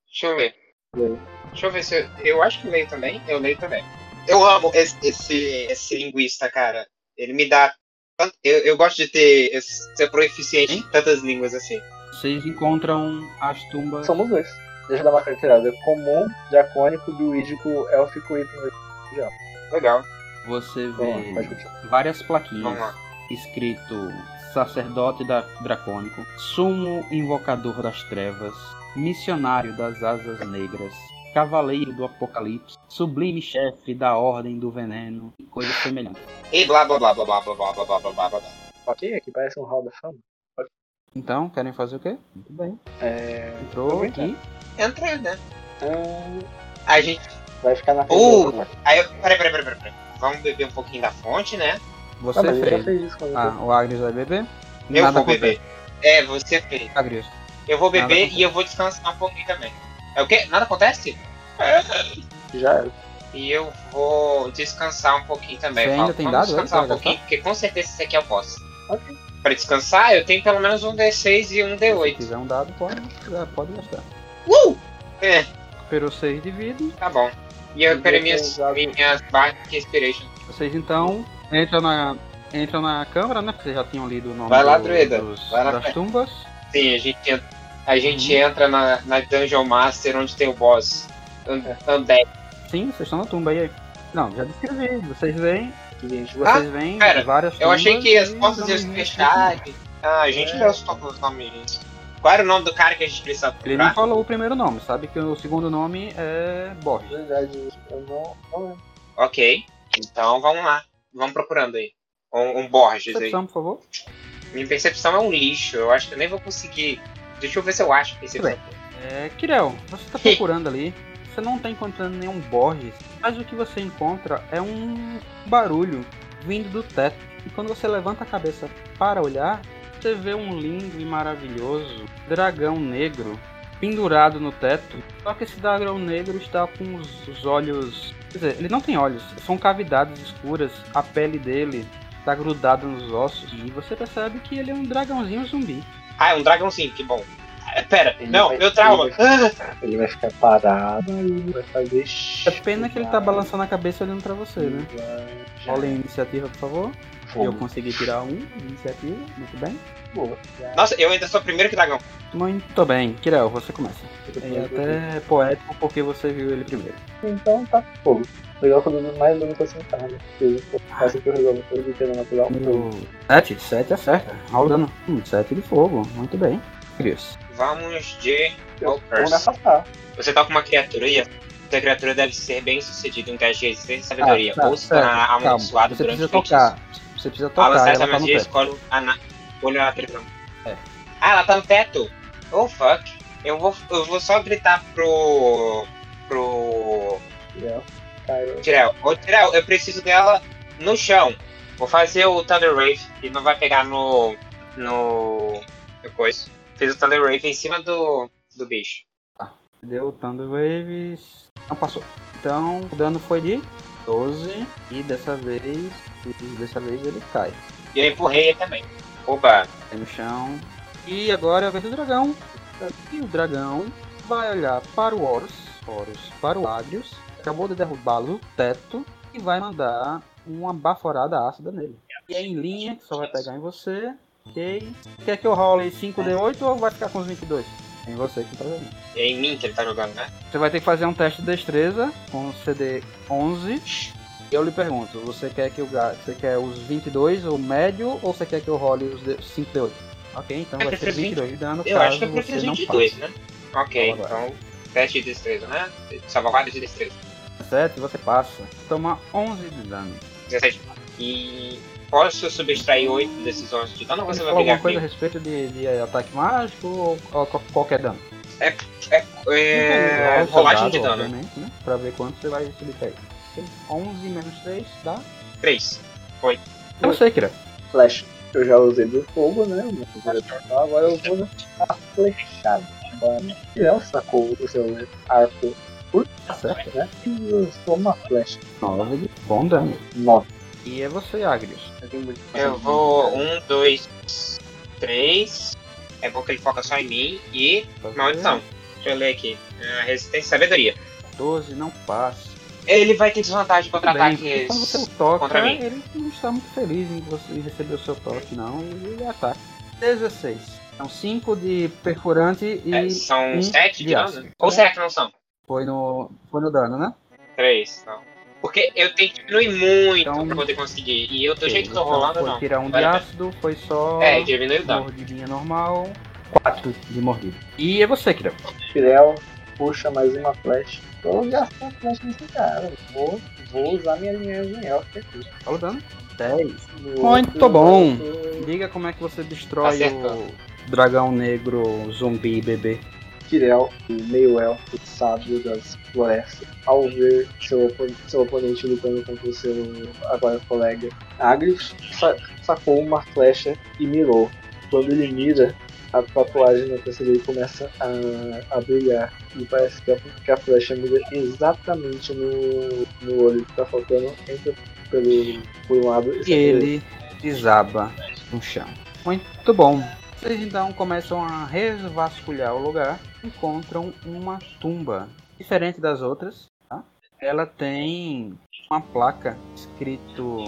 [SPEAKER 4] Deixa eu ver.
[SPEAKER 3] Leio.
[SPEAKER 4] Deixa eu ver se eu, eu acho que leio também. Eu leio também. Eu amo esse, esse, esse linguista, cara. Ele me dá. tanto- Eu, eu gosto de ter esse- ser proeficiente em tantas línguas assim.
[SPEAKER 2] Vocês encontram as tumbas.
[SPEAKER 3] Somos dois. Deixa eu dar uma carteirada. Comum, dracônico, druídico, élfico e primeiro.
[SPEAKER 4] Legal.
[SPEAKER 2] Você
[SPEAKER 3] Vamos lá, pode
[SPEAKER 2] vê
[SPEAKER 3] continuar.
[SPEAKER 2] várias
[SPEAKER 4] Vamos
[SPEAKER 2] plaquinhas
[SPEAKER 4] lá.
[SPEAKER 2] escrito sacerdote da dracônico, sumo invocador das trevas, missionário das asas negras, cavaleiro do apocalipse, sublime chefe da ordem do veneno e coisas semelhantes.
[SPEAKER 4] E blá blá blá blá blá blá blá blá blá blá blá blá.
[SPEAKER 3] Ok, aqui parece um hall da fama.
[SPEAKER 2] Então, querem fazer o quê? Muito bem.
[SPEAKER 3] É.
[SPEAKER 2] Entrou
[SPEAKER 3] Aproveita.
[SPEAKER 2] aqui.
[SPEAKER 4] Entra, né?
[SPEAKER 3] hum,
[SPEAKER 4] A gente.
[SPEAKER 3] vai ficar na
[SPEAKER 4] Uh!
[SPEAKER 3] frente.
[SPEAKER 4] Aí eu. Peraí, peraí, peraí, peraí. peraí. Vamos beber um pouquinho da fonte, né?
[SPEAKER 3] Ah,
[SPEAKER 2] Você
[SPEAKER 3] mas eu já
[SPEAKER 2] fez.
[SPEAKER 3] fez isso quando
[SPEAKER 2] Ah, o Agrius vai beber?
[SPEAKER 4] Eu
[SPEAKER 2] Nada
[SPEAKER 4] vou beber. É, você fez.
[SPEAKER 2] acontece, Agrius.
[SPEAKER 4] Eu vou
[SPEAKER 2] Nada
[SPEAKER 4] beber
[SPEAKER 2] acontece.
[SPEAKER 4] e eu vou descansar um pouquinho também. É o quê? Nada acontece?
[SPEAKER 3] eu... já era.
[SPEAKER 4] E eu vou descansar um pouquinho também.
[SPEAKER 2] Você
[SPEAKER 4] Paulo.
[SPEAKER 2] ainda tem
[SPEAKER 4] Vamos
[SPEAKER 2] dado né,
[SPEAKER 4] descansar
[SPEAKER 2] aí
[SPEAKER 4] um
[SPEAKER 2] pra
[SPEAKER 4] pouquinho, porque com certeza esse aqui eu posso.
[SPEAKER 3] Ok.
[SPEAKER 4] Pra descansar, eu tenho pelo menos um D6 e um
[SPEAKER 2] Se
[SPEAKER 4] D8.
[SPEAKER 2] quiser um dado, pode, já pode gastar.
[SPEAKER 4] Uh! É,
[SPEAKER 2] Recuperou 6 de vida.
[SPEAKER 4] tá bom. E eu
[SPEAKER 3] Eu
[SPEAKER 4] quero
[SPEAKER 3] vou
[SPEAKER 4] minhas,
[SPEAKER 3] usar-
[SPEAKER 4] minhas barras de inspiration.
[SPEAKER 2] Vocês então entram na, entram na câmara, né? Vocês já tinham lido o nome
[SPEAKER 4] Vai lá,
[SPEAKER 2] do-
[SPEAKER 4] druida.
[SPEAKER 2] dos-
[SPEAKER 4] Vai lá,
[SPEAKER 2] das
[SPEAKER 4] cara.
[SPEAKER 2] tumbas.
[SPEAKER 4] Sim, a gente, en- a gente
[SPEAKER 2] Uhum.
[SPEAKER 4] entra na, na Dungeon Master onde tem o boss. And- Undead.
[SPEAKER 2] Sim, vocês estão na tumba e aí. Não, já descrevi. Vocês veem,
[SPEAKER 3] Que gente,
[SPEAKER 4] Ah,
[SPEAKER 2] vocês veem
[SPEAKER 4] pera,
[SPEAKER 2] várias
[SPEAKER 4] Eu achei
[SPEAKER 2] tumbas
[SPEAKER 4] que as
[SPEAKER 2] e
[SPEAKER 4] portas
[SPEAKER 2] não
[SPEAKER 4] iam se
[SPEAKER 2] existe
[SPEAKER 4] fechar. Ah, a gente
[SPEAKER 3] É.
[SPEAKER 4] já soube os nomes. Qual era o nome do cara que a gente precisava
[SPEAKER 2] Ele não
[SPEAKER 4] procurar?
[SPEAKER 2] falou o primeiro nome, sabe que o segundo nome é Borges.
[SPEAKER 3] verdade, eu não, não lembro.
[SPEAKER 4] Ok, então vamos lá. Vamos procurando aí. Um, um Borges aí.
[SPEAKER 2] Percepção, por favor.
[SPEAKER 4] Minha percepção é um lixo. Eu acho que eu nem vou conseguir. Deixa eu ver se eu acho a percepção.
[SPEAKER 2] É, Kirel, você tá procurando ali. Você não tá encontrando nenhum Borges, mas o que você encontra é um barulho vindo do teto. E quando você levanta a cabeça para olhar, você vê um lindo e maravilhoso dragão negro pendurado no teto. Só que esse dragão negro está com os, os olhos. Quer dizer, ele não tem olhos, são cavidades escuras. A pele dele está grudada nos ossos. E você percebe que ele é um dragãozinho zumbi.
[SPEAKER 4] Ah, é um dragãozinho, que bom. Ah, Pera,
[SPEAKER 3] Ele
[SPEAKER 4] não,
[SPEAKER 3] vai-
[SPEAKER 4] meu trauma.
[SPEAKER 3] ele Ele vai ficar parado e vai fazer.
[SPEAKER 2] É pena que ele tá balançando a cabeça olhando pra você, né?
[SPEAKER 3] Já
[SPEAKER 2] Olha a iniciativa, por favor. Eu
[SPEAKER 3] fogo.
[SPEAKER 2] consegui tirar um, iniciativa, muito bem.
[SPEAKER 3] Boa.
[SPEAKER 4] Ah, Nossa, eu ainda sou primeiro que dragão.
[SPEAKER 2] Muito bem, Kirel, você começa. É
[SPEAKER 3] Depois eu-
[SPEAKER 2] até poético porque você viu ele primeiro.
[SPEAKER 3] Então tá fogo. Legal quando eu mais dano pra sentar, né? Essa que eu resolvo todo o tema natural.
[SPEAKER 2] Número 7, 7 acerta. Roldando. Hum, 7 de fogo, muito bem. Cris.
[SPEAKER 4] Vamos de.
[SPEAKER 3] Eu- Então,
[SPEAKER 4] Walkers.
[SPEAKER 3] Vamos me afastar.
[SPEAKER 4] Você tá com uma criatura e essa criatura deve ser bem sucedida em um teste de resistência e sabedoria.
[SPEAKER 2] tá,
[SPEAKER 4] ou se tornar
[SPEAKER 2] calma.
[SPEAKER 4] amaldiçoado
[SPEAKER 2] Você
[SPEAKER 4] durante
[SPEAKER 2] precisa
[SPEAKER 4] o feitiço.
[SPEAKER 2] tocar. Você precisa
[SPEAKER 4] Ao
[SPEAKER 2] tocar,
[SPEAKER 4] lançar
[SPEAKER 2] ela
[SPEAKER 4] essa
[SPEAKER 2] tá no
[SPEAKER 4] magia,
[SPEAKER 2] teto.
[SPEAKER 4] escolhe um a na... olho na televisão.
[SPEAKER 2] É.
[SPEAKER 4] Ah, ela tá no teto? Oh, fuck. Eu vou, eu vou só gritar pro. pro.
[SPEAKER 3] Entendeu? Cara,
[SPEAKER 4] Tirel, ô Tirel, eu preciso dela no chão. Vou fazer o Thunder Wave e não vai pegar no. no. no coisa. Fiz o Thunder Wave em cima do. do bicho.
[SPEAKER 2] Deu Thunder Waves. Não passou. Então, o dano foi de 12. E dessa vez. E dessa vez ele cai.
[SPEAKER 4] E eu empurrei ele também. Oba!
[SPEAKER 2] Cai no chão. E agora é a vez do dragão. E o dragão vai olhar para o Horus. Horus para o Agrius. Acabou de derrubá-lo do teto. E vai mandar uma baforada ácida nele. E é em linha, que só vai pegar em você. Ok. Quer que eu role 5D8 ou vai ficar com os 22? Em você que tá jogando.
[SPEAKER 4] É em mim que ele tá jogando, né?
[SPEAKER 2] Você vai ter que fazer um teste de destreza com o CD 11. Eu lhe pergunto, você quer que eu ga- você quer os 22, o médio, ou você quer que eu role os de- 5D8? Ok, então
[SPEAKER 4] Eu é
[SPEAKER 2] vai ser
[SPEAKER 4] prefiro
[SPEAKER 2] 22 de dano,
[SPEAKER 4] Eu
[SPEAKER 2] caso
[SPEAKER 4] acho que eu prefiro
[SPEAKER 2] você não
[SPEAKER 4] 22,
[SPEAKER 2] passe.
[SPEAKER 4] né? Ok,
[SPEAKER 2] Vamos
[SPEAKER 4] então. Teste de destreza, né? Salvaguarda de destreza.
[SPEAKER 2] 17, Tá você passa. Toma 11 de dano.
[SPEAKER 4] 17. E. Posso subtrair 8 desses 11 de dano ou você
[SPEAKER 2] Você
[SPEAKER 4] vai
[SPEAKER 2] falou alguma
[SPEAKER 4] pegar
[SPEAKER 2] coisa a
[SPEAKER 4] comigo?
[SPEAKER 2] respeito de, de ataque mágico ou, ou co- qualquer dano?
[SPEAKER 4] É.
[SPEAKER 2] Então, rola o seu
[SPEAKER 4] Rolagem de
[SPEAKER 2] dado,
[SPEAKER 4] dano.
[SPEAKER 2] obviamente, Né? Pra ver quanto você vai subtrair. Ok, 11 menos 3 dá...
[SPEAKER 4] 3.
[SPEAKER 2] Eu sei, Kira.
[SPEAKER 3] flecha. Eu já usei do fogo, né? Minha primeira versão. Agora eu vou na flechada. Mano. Não sacou o seu arco.
[SPEAKER 2] Tá certo.
[SPEAKER 3] né? E usou uma flecha.
[SPEAKER 2] 9 de bom dano.
[SPEAKER 3] Nossa.
[SPEAKER 2] E é você, Agrius.
[SPEAKER 3] Eu tenho muito
[SPEAKER 4] Eu vou. um, dois, três. É bom que ele foca só em mim. E.
[SPEAKER 2] Fazer
[SPEAKER 4] Maldição. Deixa eu ler aqui. Ah, resistência e sabedoria.
[SPEAKER 2] 12 não passa.
[SPEAKER 4] Ele vai ter desvantagem contra
[SPEAKER 2] Bem, porque
[SPEAKER 4] ataques.
[SPEAKER 2] quando você o toca,
[SPEAKER 4] contra mim.
[SPEAKER 2] ele não está muito feliz em que você recebeu seu toque, não. E ele ataca. 16. São 5 de perfurante e.
[SPEAKER 4] É, são
[SPEAKER 2] um
[SPEAKER 4] sete de
[SPEAKER 2] de ácido.
[SPEAKER 4] dano? Ou será que não são?
[SPEAKER 2] Foi, no, foi no dano, né?
[SPEAKER 4] Três, não. Porque eu tenho que diminuir muito
[SPEAKER 2] Então-
[SPEAKER 4] pra poder conseguir. E eu do jeito que tô
[SPEAKER 2] Então,
[SPEAKER 4] rolando,
[SPEAKER 2] foi
[SPEAKER 4] não.
[SPEAKER 2] tirar um de
[SPEAKER 4] Vale a pena.
[SPEAKER 2] ácido, foi só
[SPEAKER 4] É, diminuiu o dano.
[SPEAKER 2] mordidinha normal. 4 de mordida. E é você, Kira.
[SPEAKER 3] Tirel puxa mais uma flecha. Vou gastar a flecha nesse cara. Vou, vou usar minha linha de elfo.
[SPEAKER 2] Fala o dano. 10.
[SPEAKER 3] No
[SPEAKER 2] Muito
[SPEAKER 3] outro,
[SPEAKER 2] bom.
[SPEAKER 3] no outro,
[SPEAKER 2] Diga como é que você
[SPEAKER 4] Tá
[SPEAKER 2] destrói
[SPEAKER 4] Acertou.
[SPEAKER 2] o dragão negro zumbi bebê.
[SPEAKER 3] Kirel, o meio-elfo sábio das florestas, ao ver seu, opo- seu oponente lutando contra o seu agora colega Agrius, sa- sacou uma flecha e mirou. Quando ele mira, a tatuagem na testa dele começa a, a brilhar. E parece que a, que a flecha mira exatamente no, no olho que tá faltando, entra pelo, por um lado
[SPEAKER 2] E
[SPEAKER 3] sai pelo
[SPEAKER 2] ele desaba no chão. Muito bom. Vocês então começam a resvasculhar o lugar. Encontram uma tumba. Diferente das outras, tá? Ela tem uma placa escrito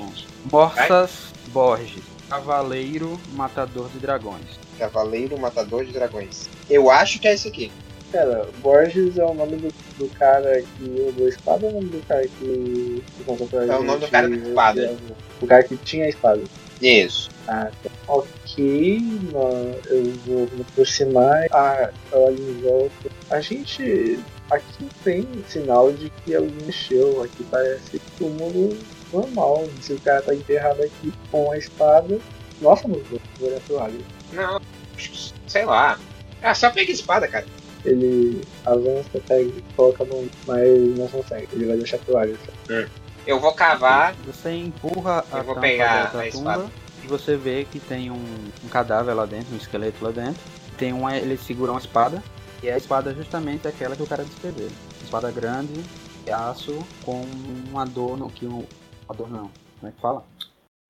[SPEAKER 2] Borsas Borges. Cavaleiro Matador de Dragões.
[SPEAKER 4] Cavaleiro Matador de Dragões. Eu acho que é esse aqui.
[SPEAKER 3] Cara, Borges é o nome do, do cara que usou a espada ou é o nome do cara que, que contou pra
[SPEAKER 4] É o nome do cara da
[SPEAKER 3] que- é
[SPEAKER 4] espada.
[SPEAKER 3] O cara que tinha a espada.
[SPEAKER 4] Isso.
[SPEAKER 3] Ok, mano, eu vou me aproximar. Ah, eu olho em volta. A gente. Aqui tem sinal de que alguém mexeu. Aqui parece túmulo normal. Se o cara tá enterrado aqui com a espada. Nossa, mano, vou olhar pro alho.
[SPEAKER 4] Não, sei lá. Ah, só pega a espada, cara.
[SPEAKER 3] Ele avança, pega, coloca a mão, mas não consegue. Ele vai deixar pro alho.
[SPEAKER 4] Eu vou cavar.
[SPEAKER 2] Você empurra a
[SPEAKER 4] Eu vou
[SPEAKER 2] tampa
[SPEAKER 4] pegar
[SPEAKER 2] dessa
[SPEAKER 4] a espada.
[SPEAKER 2] tumba e você vê que tem um, um cadáver lá dentro, um esqueleto lá dentro. Tem uma, ele segura uma espada e a espada é justamente aquela que o cara descreveu. Espada grande, de aço com um adorno que o adorno não, como é que fala?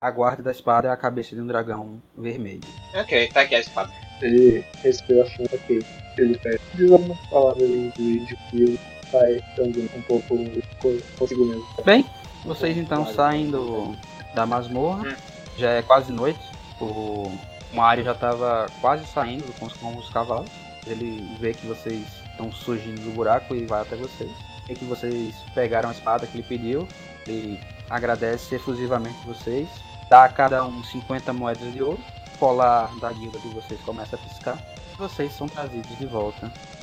[SPEAKER 2] A guarda da espada é a cabeça de um dragão vermelho.
[SPEAKER 4] Ok, tá aqui a espada.
[SPEAKER 3] Ele respira fundo aqui. Ele pede. Diz algumas palavras em vídeo que ele vai também um pouco co- consigo mesmo.
[SPEAKER 2] Bem, vocês então saem do, da masmorra.
[SPEAKER 4] Hum.
[SPEAKER 2] Já é quase noite. O Mario já estava quase saindo com os, com os cavalos. Ele vê que vocês estão surgindo do buraco e vai até vocês. Vê que vocês pegaram a espada que ele pediu. Ele agradece efusivamente vocês. Dá a cada um 50 moedas de ouro. O colar da guilda de vocês começa a piscar. Vocês são trazidos de volta